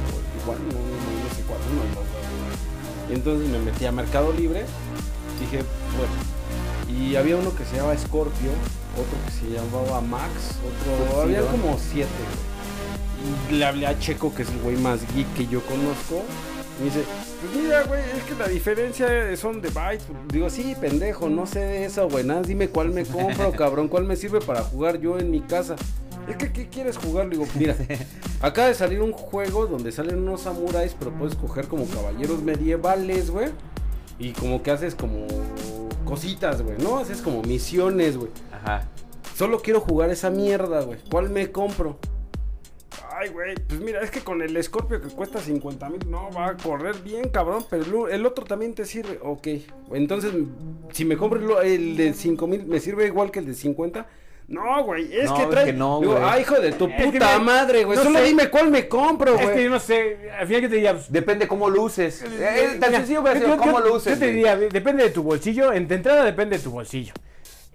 [SPEAKER 2] o igual, no, no, no, no sé cuál, no, no, no, no. Y entonces me metí a Mercado Libre, dije, bueno, y había uno que se llamaba Scorpio, otro que se llamaba Max, otro,
[SPEAKER 1] Pues sí,
[SPEAKER 2] había
[SPEAKER 1] ¿no?
[SPEAKER 2] como siete. güey. Y le hablé a Checo, que es el güey más geek que yo conozco, y me dice, pues mira, güey, es que la diferencia son de bytes. Digo, sí, pendejo, no sé de eso, güey. Nada, dime cuál me compro, cabrón, cuál me sirve para jugar yo en mi casa. Es que, ¿qué quieres jugar? Le digo, mira, acaba de salir un juego donde salen unos samuráis, pero puedes coger como caballeros medievales, güey. Y como que haces como cositas, güey, ¿no? Haces como misiones, güey.
[SPEAKER 1] Ajá.
[SPEAKER 2] Solo quiero jugar esa mierda, güey. ¿Cuál me compro? Ay, güey, pues mira, es que con el Scorpio que cuesta 50 mil, no, va a correr bien, cabrón, pero el u- el otro también te sirve. Ok, entonces, si me compro el u- el de 5 mil, ¿me sirve igual que el de 50? No, güey, es
[SPEAKER 1] No,
[SPEAKER 2] que
[SPEAKER 1] es
[SPEAKER 2] trae...
[SPEAKER 1] que no,
[SPEAKER 2] Digo,
[SPEAKER 1] güey.
[SPEAKER 2] ay, hijo de tu
[SPEAKER 3] Es que
[SPEAKER 2] puta
[SPEAKER 3] me-
[SPEAKER 2] madre, güey,
[SPEAKER 3] no
[SPEAKER 2] solo
[SPEAKER 3] sé.
[SPEAKER 2] dime cuál me compro,
[SPEAKER 3] es que
[SPEAKER 2] güey.
[SPEAKER 3] yo Este, no sé, al final que te diría. pues,
[SPEAKER 1] Depende cómo lo uses. Eh, eh, tan
[SPEAKER 3] mira,
[SPEAKER 1] sencillo, pero
[SPEAKER 3] yo- yo-
[SPEAKER 1] cómo
[SPEAKER 3] yo-
[SPEAKER 1] lo uses.
[SPEAKER 3] Yo te
[SPEAKER 1] güey.
[SPEAKER 3] diría, de- depende de tu bolsillo. En de entrada depende de tu bolsillo.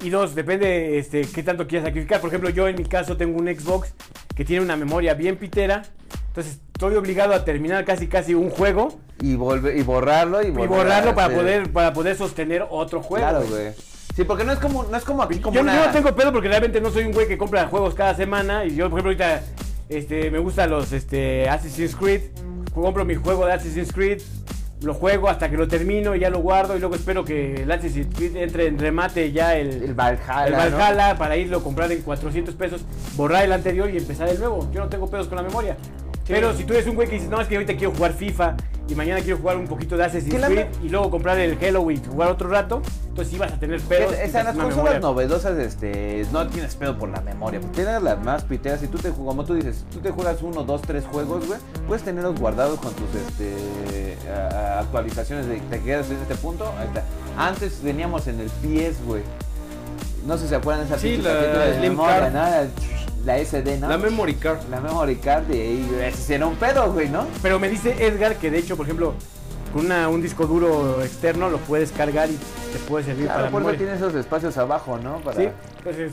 [SPEAKER 3] Y dos, depende este, qué tanto quieras sacrificar. Por ejemplo, yo en mi caso tengo un Xbox que tiene una memoria bien pitera. Entonces estoy obligado a terminar casi casi un juego
[SPEAKER 1] Y, volver, y borrarlo y,
[SPEAKER 3] y
[SPEAKER 1] volver a
[SPEAKER 3] borrarlo para
[SPEAKER 1] hacer-
[SPEAKER 3] poder, para poder sostener otro juego.
[SPEAKER 1] Claro,
[SPEAKER 3] güey.
[SPEAKER 1] güey. Sí, porque no es como, no es como aquí como
[SPEAKER 3] Yo,
[SPEAKER 1] una...
[SPEAKER 3] yo no tengo pedo porque realmente no soy un güey que compra juegos cada semana. Y yo, por ejemplo, ahorita este, me gustan los este, Assassin's Creed. Compro mi juego de Assassin's Creed. Lo juego hasta que lo termino y ya lo guardo. Y luego espero que el Assassin's Creed entre en remate ya el,
[SPEAKER 1] El Valhalla,
[SPEAKER 3] el
[SPEAKER 1] ¿no?
[SPEAKER 3] Valhalla para irlo a comprar en 400 pesos, borrar el anterior y empezar el nuevo. Yo no tengo pedos con la memoria. Pero si tú eres un güey que dices, no, es que ahorita quiero jugar FIFA y mañana quiero jugar un poquito de Assassin's
[SPEAKER 1] Que la
[SPEAKER 3] Creed
[SPEAKER 1] me-
[SPEAKER 3] y luego comprar el Halo y jugar otro rato, entonces sí vas a tener
[SPEAKER 1] Es-
[SPEAKER 3] pedos. y
[SPEAKER 1] es-
[SPEAKER 3] vas a
[SPEAKER 1] en las
[SPEAKER 3] una
[SPEAKER 1] consolas
[SPEAKER 3] memoria.
[SPEAKER 1] novedosas, este, no tienes pedo por la memoria. pues, Tienes las más piteras y tú te ju- como tú dices, tú te juegas uno, dos, tres juegos, güey, puedes tenerlos guardados con tus este, a- a- actualizaciones de te quedas en este punto. Ahí está. Antes teníamos en el PS, güey. No sé si se acuerdan de esa
[SPEAKER 2] Sí,
[SPEAKER 1] pinche
[SPEAKER 2] la
[SPEAKER 1] tarjeta de
[SPEAKER 2] Slim
[SPEAKER 1] memoria,
[SPEAKER 2] Card.
[SPEAKER 1] ¿no? La- La SD, ¿no?
[SPEAKER 2] La memory card.
[SPEAKER 1] La memory card de ese era un pedo, güey, ¿no?
[SPEAKER 3] Pero me dice Edgar que de hecho, por ejemplo, con una- un disco duro externo lo puedes cargar y te puede servir
[SPEAKER 1] Claro,
[SPEAKER 3] para
[SPEAKER 1] por eso
[SPEAKER 3] memoria.
[SPEAKER 1] tiene esos espacios abajo, ¿no? Para...
[SPEAKER 3] Sí, entonces,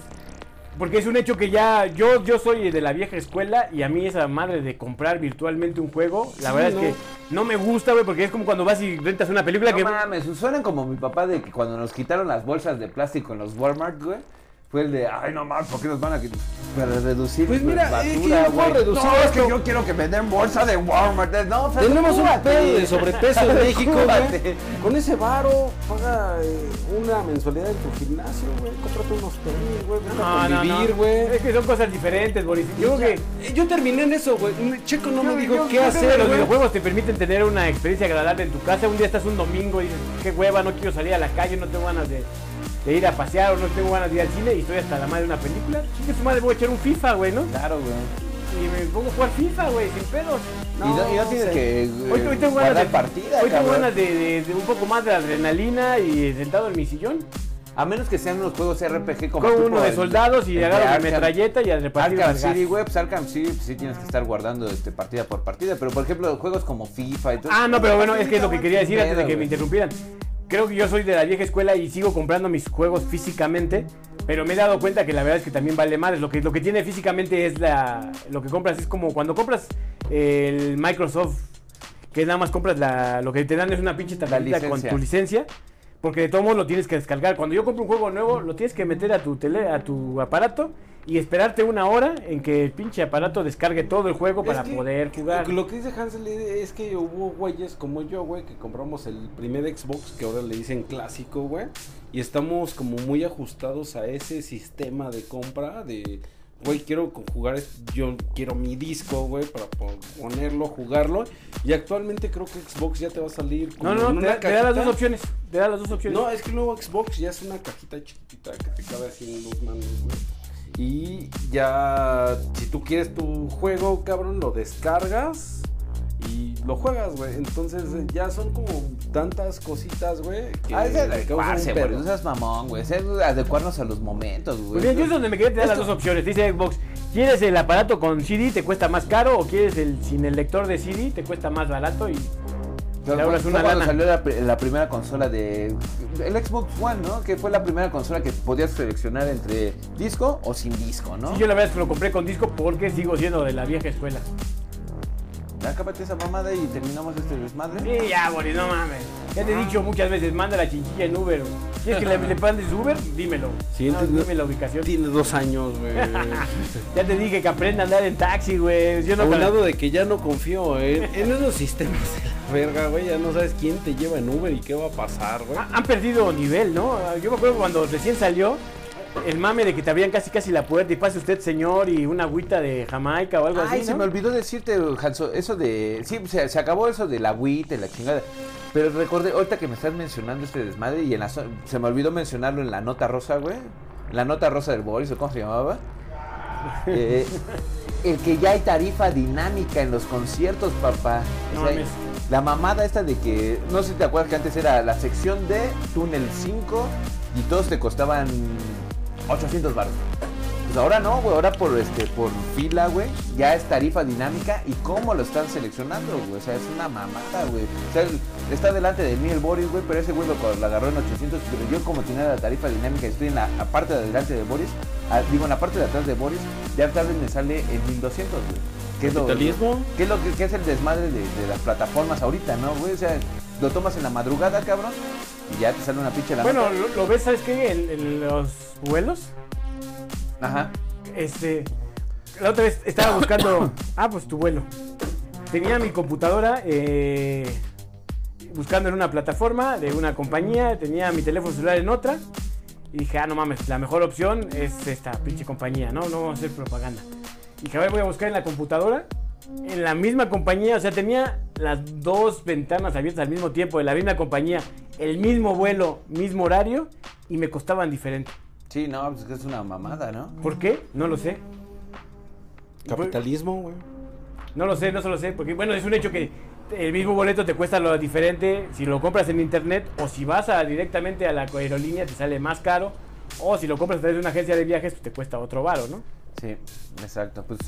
[SPEAKER 3] porque es un hecho que ya yo yo soy de la vieja escuela y a mí esa madre de comprar virtualmente un juego, la
[SPEAKER 2] Sí,
[SPEAKER 3] verdad
[SPEAKER 2] no.
[SPEAKER 3] es que no me gusta, güey, porque es como cuando vas y rentas una película
[SPEAKER 1] No
[SPEAKER 3] que
[SPEAKER 1] mames, suenan como mi papá de que cuando nos quitaron las bolsas de plástico en los Walmart, güey. Fue el de, ay, no mames, ¿por qué nos van a quitar? Para reducir
[SPEAKER 2] Pues mira,
[SPEAKER 1] basura,
[SPEAKER 2] es que yo puedo
[SPEAKER 1] güey.
[SPEAKER 2] reducir
[SPEAKER 1] No, es
[SPEAKER 2] esto.
[SPEAKER 1] que yo quiero que me den bolsa de Walmart. No, o sea,
[SPEAKER 2] Tenemos un
[SPEAKER 1] cúrate.
[SPEAKER 2] pedo de sobrepeso en México, güey.
[SPEAKER 1] Cúrate.
[SPEAKER 2] Con ese varo, paga eh, una mensualidad en tu gimnasio, güey. Cómprate unos tenis, güey. Vete a convivir, güey.
[SPEAKER 3] Es que son cosas diferentes, Boris. Yo creo que
[SPEAKER 2] Eh, Yo terminé en eso, güey. Un Checo no
[SPEAKER 3] Yo-
[SPEAKER 2] me dijo
[SPEAKER 3] yo-
[SPEAKER 2] qué
[SPEAKER 3] yo creo que
[SPEAKER 2] hacer,
[SPEAKER 3] Los
[SPEAKER 2] güey.
[SPEAKER 3] videojuegos te permiten tener una experiencia agradable en tu casa. Un día estás un domingo y dices, qué hueva, no quiero salir a la calle, no tengo ganas de, de ir a pasear o no tengo ganas de ir al cine y estoy hasta la madre de una película. Chingue su madre, voy a echar un FIFA, güey, ¿no?
[SPEAKER 1] Claro, güey.
[SPEAKER 3] Y me pongo a jugar FIFA, güey, sin pedos.
[SPEAKER 1] y, no, y no tienes
[SPEAKER 2] sé.
[SPEAKER 1] que eh,
[SPEAKER 3] Hoy, hoy tengo
[SPEAKER 1] guardar
[SPEAKER 3] ganas, de,
[SPEAKER 1] partida,
[SPEAKER 3] hoy tengo
[SPEAKER 1] cabrón.
[SPEAKER 3] ganas de, de- de un poco más de adrenalina y sentado en mi sillón.
[SPEAKER 1] A menos que sean unos juegos RPG como
[SPEAKER 3] Con
[SPEAKER 1] tipo
[SPEAKER 3] uno de
[SPEAKER 1] el-
[SPEAKER 3] soldados y
[SPEAKER 1] el de
[SPEAKER 3] agarro mi
[SPEAKER 1] Arkham-
[SPEAKER 3] metralleta y a repartir
[SPEAKER 1] Arkham
[SPEAKER 3] vergas.
[SPEAKER 1] City, güey, pues Arkham City pues, sí tienes que estar guardando este, partida por partida, pero por ejemplo juegos como FIFA y todo.
[SPEAKER 3] Ah, no, pero bueno, es que es lo que
[SPEAKER 1] Sin
[SPEAKER 3] quería decir antes de
[SPEAKER 1] pedo,
[SPEAKER 3] que me
[SPEAKER 1] güey.
[SPEAKER 3] interrumpieran. Creo que yo soy de la vieja escuela y sigo comprando mis juegos físicamente, pero me he dado cuenta que la verdad es que también vale madres. Lo que, lo que tiene físicamente es la. Lo que compras es como cuando compras el Microsoft, que nada más compras la. Lo que te dan es una pinche tarjetita con
[SPEAKER 1] licencia.
[SPEAKER 3] tu licencia. Porque de todos modos lo tienes que descargar. Cuando yo compro un juego nuevo, lo tienes que meter a tu tele, a tu aparato y esperarte una hora en que el pinche aparato descargue todo el juego para
[SPEAKER 2] Es que
[SPEAKER 3] poder jugar.
[SPEAKER 2] Lo que dice Hansel es que hubo güeyes como yo, güey, que compramos el primer Xbox, que ahora le dicen clásico, güey. Y estamos como muy ajustados a ese sistema de compra de güey, quiero co- jugar, es- yo quiero mi disco, güey, para po- ponerlo, jugarlo. Y actualmente creo que Xbox ya te va a salir como
[SPEAKER 3] No, no,
[SPEAKER 2] en
[SPEAKER 3] no,
[SPEAKER 2] una
[SPEAKER 3] te, da- te da las
[SPEAKER 2] cajita.
[SPEAKER 3] dos opciones. Te da las dos opciones.
[SPEAKER 2] No, es que el nuevo Xbox ya es una cajita chiquitita que te cabe así en dos manos, güey. Y ya, si tú quieres tu juego, cabrón, lo descargas y lo juegas, güey. Entonces eh, ya son como tantas cositas, güey. que
[SPEAKER 1] Ah, es de
[SPEAKER 2] me causan un
[SPEAKER 1] adecuarse,
[SPEAKER 2] pedo.
[SPEAKER 1] güey. No seas mamón, güey. Es de adecuarnos a los momentos, güey.
[SPEAKER 3] Pues bien, yo es donde me quedé, te da las dos opciones. Dice Xbox, ¿quieres el aparato con CD? ¿Te cuesta más caro? ¿O quieres el sin el lector de CD? ¿Te cuesta más barato? Y pues,
[SPEAKER 1] Fue-
[SPEAKER 3] Le ahorras
[SPEAKER 1] fue
[SPEAKER 3] una
[SPEAKER 1] cuando
[SPEAKER 3] lana.
[SPEAKER 1] salió la, pri- la primera consola de. El Xbox One, ¿no? Que fue la primera consola que podías seleccionar entre disco o sin disco, ¿no?
[SPEAKER 3] Sí, yo la verdad es que lo compré con disco porque sigo siendo de la vieja escuela.
[SPEAKER 1] Acábate esa mamada y terminamos este desmadre.
[SPEAKER 3] Sí, ya, Boris, no mames. Ya
[SPEAKER 2] Ah.
[SPEAKER 3] te he dicho muchas veces, manda la chinchilla en Uber. güey. ¿Quieres que le, le mandes Uber? Dímelo.
[SPEAKER 2] Siguiente,
[SPEAKER 3] No,
[SPEAKER 2] ¿no?
[SPEAKER 3] dime la ubicación.
[SPEAKER 2] Tiene dos años, güey.
[SPEAKER 3] Ya te dije que aprenda a andar en taxi, güey. Yo
[SPEAKER 2] A
[SPEAKER 3] no
[SPEAKER 2] un
[SPEAKER 3] para-
[SPEAKER 2] lado de que ya no confío en, en esos sistemas de la verga, güey. Ya no sabes quién te lleva en Uber y qué va a pasar, güey.
[SPEAKER 1] Ah,
[SPEAKER 3] Ha- Ah, Han perdido nivel, ¿no? Ah, Yo me acuerdo cuando recién salió el mame de que te abrían casi casi la puerta y pase usted, señor, y una agüita de Jamaica o algo
[SPEAKER 1] Ay,
[SPEAKER 3] así.
[SPEAKER 1] se
[SPEAKER 3] ¿no?
[SPEAKER 1] me olvidó decirte, Hanso, eso de... Sí, se, se acabó eso de la agüita y la chingada. Pero recordé, ahorita que me estás mencionando este desmadre y en la zo- se me olvidó mencionarlo en la nota rosa, güey. La nota rosa del Boris, o cómo se llamaba. Eh, el que ya hay tarifa dinámica en los conciertos, papá.
[SPEAKER 3] No mames.
[SPEAKER 1] la mamada esta de que, no sé si te acuerdas que antes era la sección de túnel 5 y todos te costaban 800 baros. Pues ahora no, güey, ahora por este por fila, güey, ya es tarifa dinámica y cómo lo están seleccionando, güey, o sea, es una mamada, güey. O sea, el- está delante de mí el Boris, güey, pero ese güey lo, co- lo agarró en 800, pero yo como tenía la tarifa dinámica, estoy en la, la parte de adelante de Boris, ah, digo, en la parte de atrás de Boris, ya tal vez me sale en 1200, güey. ¿Qué es lo,
[SPEAKER 2] ¿Capitalismo?
[SPEAKER 1] ¿Qué es lo que, qué es el desmadre de, de las plataformas ahorita, no, güey? O sea, lo tomas en la madrugada, cabrón, y ya te sale una pinche la
[SPEAKER 3] Bueno, lo, lo ves, ¿sabes qué? En, en los vuelos.
[SPEAKER 1] Ajá.
[SPEAKER 3] Este. La otra vez estaba buscando. ah, pues tu vuelo. Tenía mi computadora eh, buscando en una plataforma de una compañía. Tenía mi teléfono celular en otra. Y dije, ah, no mames, la mejor opción es esta pinche compañía, ¿no? No vamos a hacer propaganda. Y dije, a ver, voy a buscar en la computadora. En la misma compañía, o sea, tenía las dos ventanas abiertas al mismo tiempo, de la misma compañía, el mismo vuelo, mismo horario, y me costaban diferente.
[SPEAKER 1] Sí, no, pues es que es una mamada, ¿no?
[SPEAKER 3] ¿Por qué? No lo sé.
[SPEAKER 2] Capitalismo, güey.
[SPEAKER 3] No lo sé, no se lo sé, porque bueno, es un hecho que el mismo boleto te cuesta lo diferente si lo compras en internet o si vas a, directamente a la aerolínea te sale más caro o si lo compras a través de una agencia de viajes pues, te cuesta otro varo, ¿no?
[SPEAKER 1] Sí, exacto. Pues,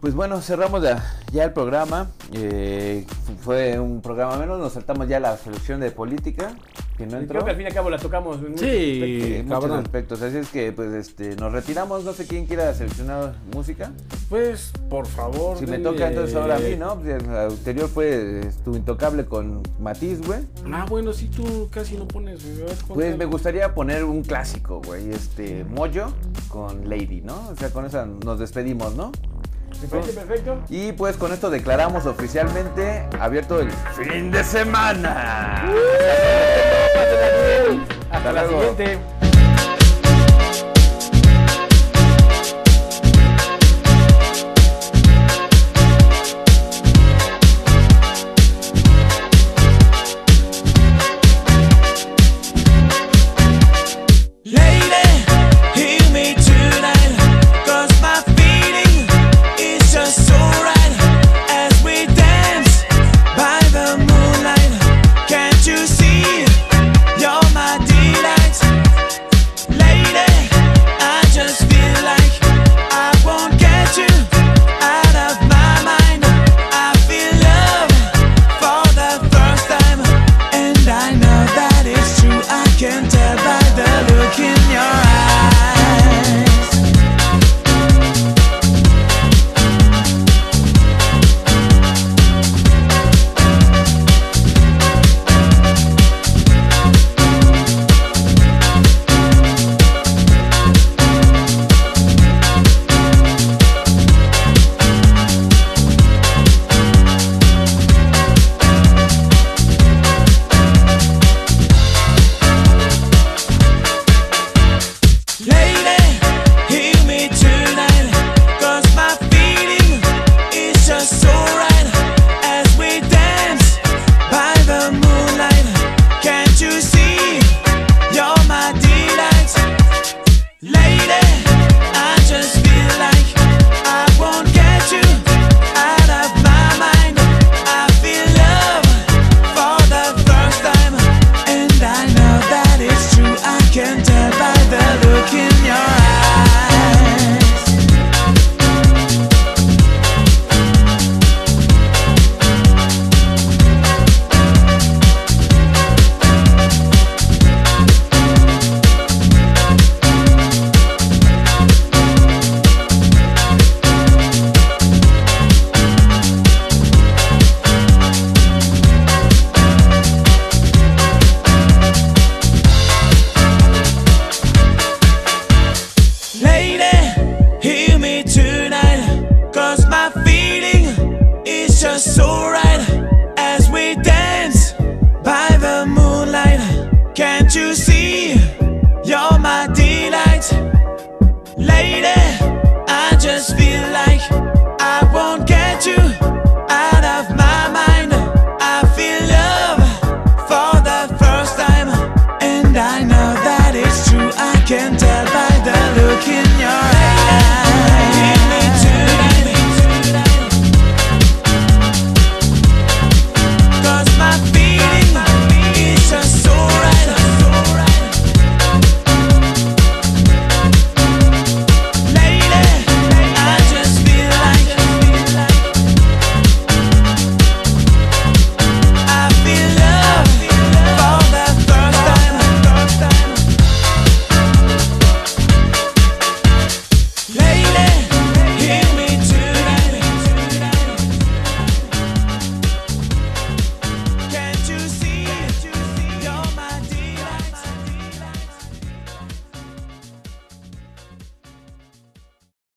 [SPEAKER 1] pues bueno, cerramos ya, ya el programa. Eh, f- fue un programa menos. Nos saltamos ya la selección de política que no
[SPEAKER 3] Y
[SPEAKER 1] entró.
[SPEAKER 3] Creo que al fin y al cabo la tocamos. en muchos aspectos.
[SPEAKER 1] Eh,
[SPEAKER 2] Sí,
[SPEAKER 1] muchos
[SPEAKER 2] cabrón.
[SPEAKER 1] aspectos. Así es que, pues, este, nos retiramos. No sé quién quiera seleccionar música.
[SPEAKER 2] Pues, por favor.
[SPEAKER 1] Si me
[SPEAKER 2] denle-
[SPEAKER 1] toca, entonces ahora a mí, ¿no? Pues, El anterior fue eh, tu intocable con Matiz, güey.
[SPEAKER 2] Ah, bueno, sí, tú casi no pones, güey. A ver,
[SPEAKER 1] Pues
[SPEAKER 2] cuéntale.
[SPEAKER 1] me gustaría poner un clásico, güey. Este, Moyo con Lady, ¿no? O sea, con esa nos despedimos, ¿no?
[SPEAKER 3] Me parece perfecto.
[SPEAKER 1] Y pues con esto declaramos oficialmente abierto el fin de semana.
[SPEAKER 3] Hasta, la
[SPEAKER 1] luego.
[SPEAKER 3] siguiente.
[SPEAKER 4] Lady, heal me tonight, 'cause my feeling is just so right as we dance by the moonlight. Can't you see? You're my delight, see. You're my delight, lady.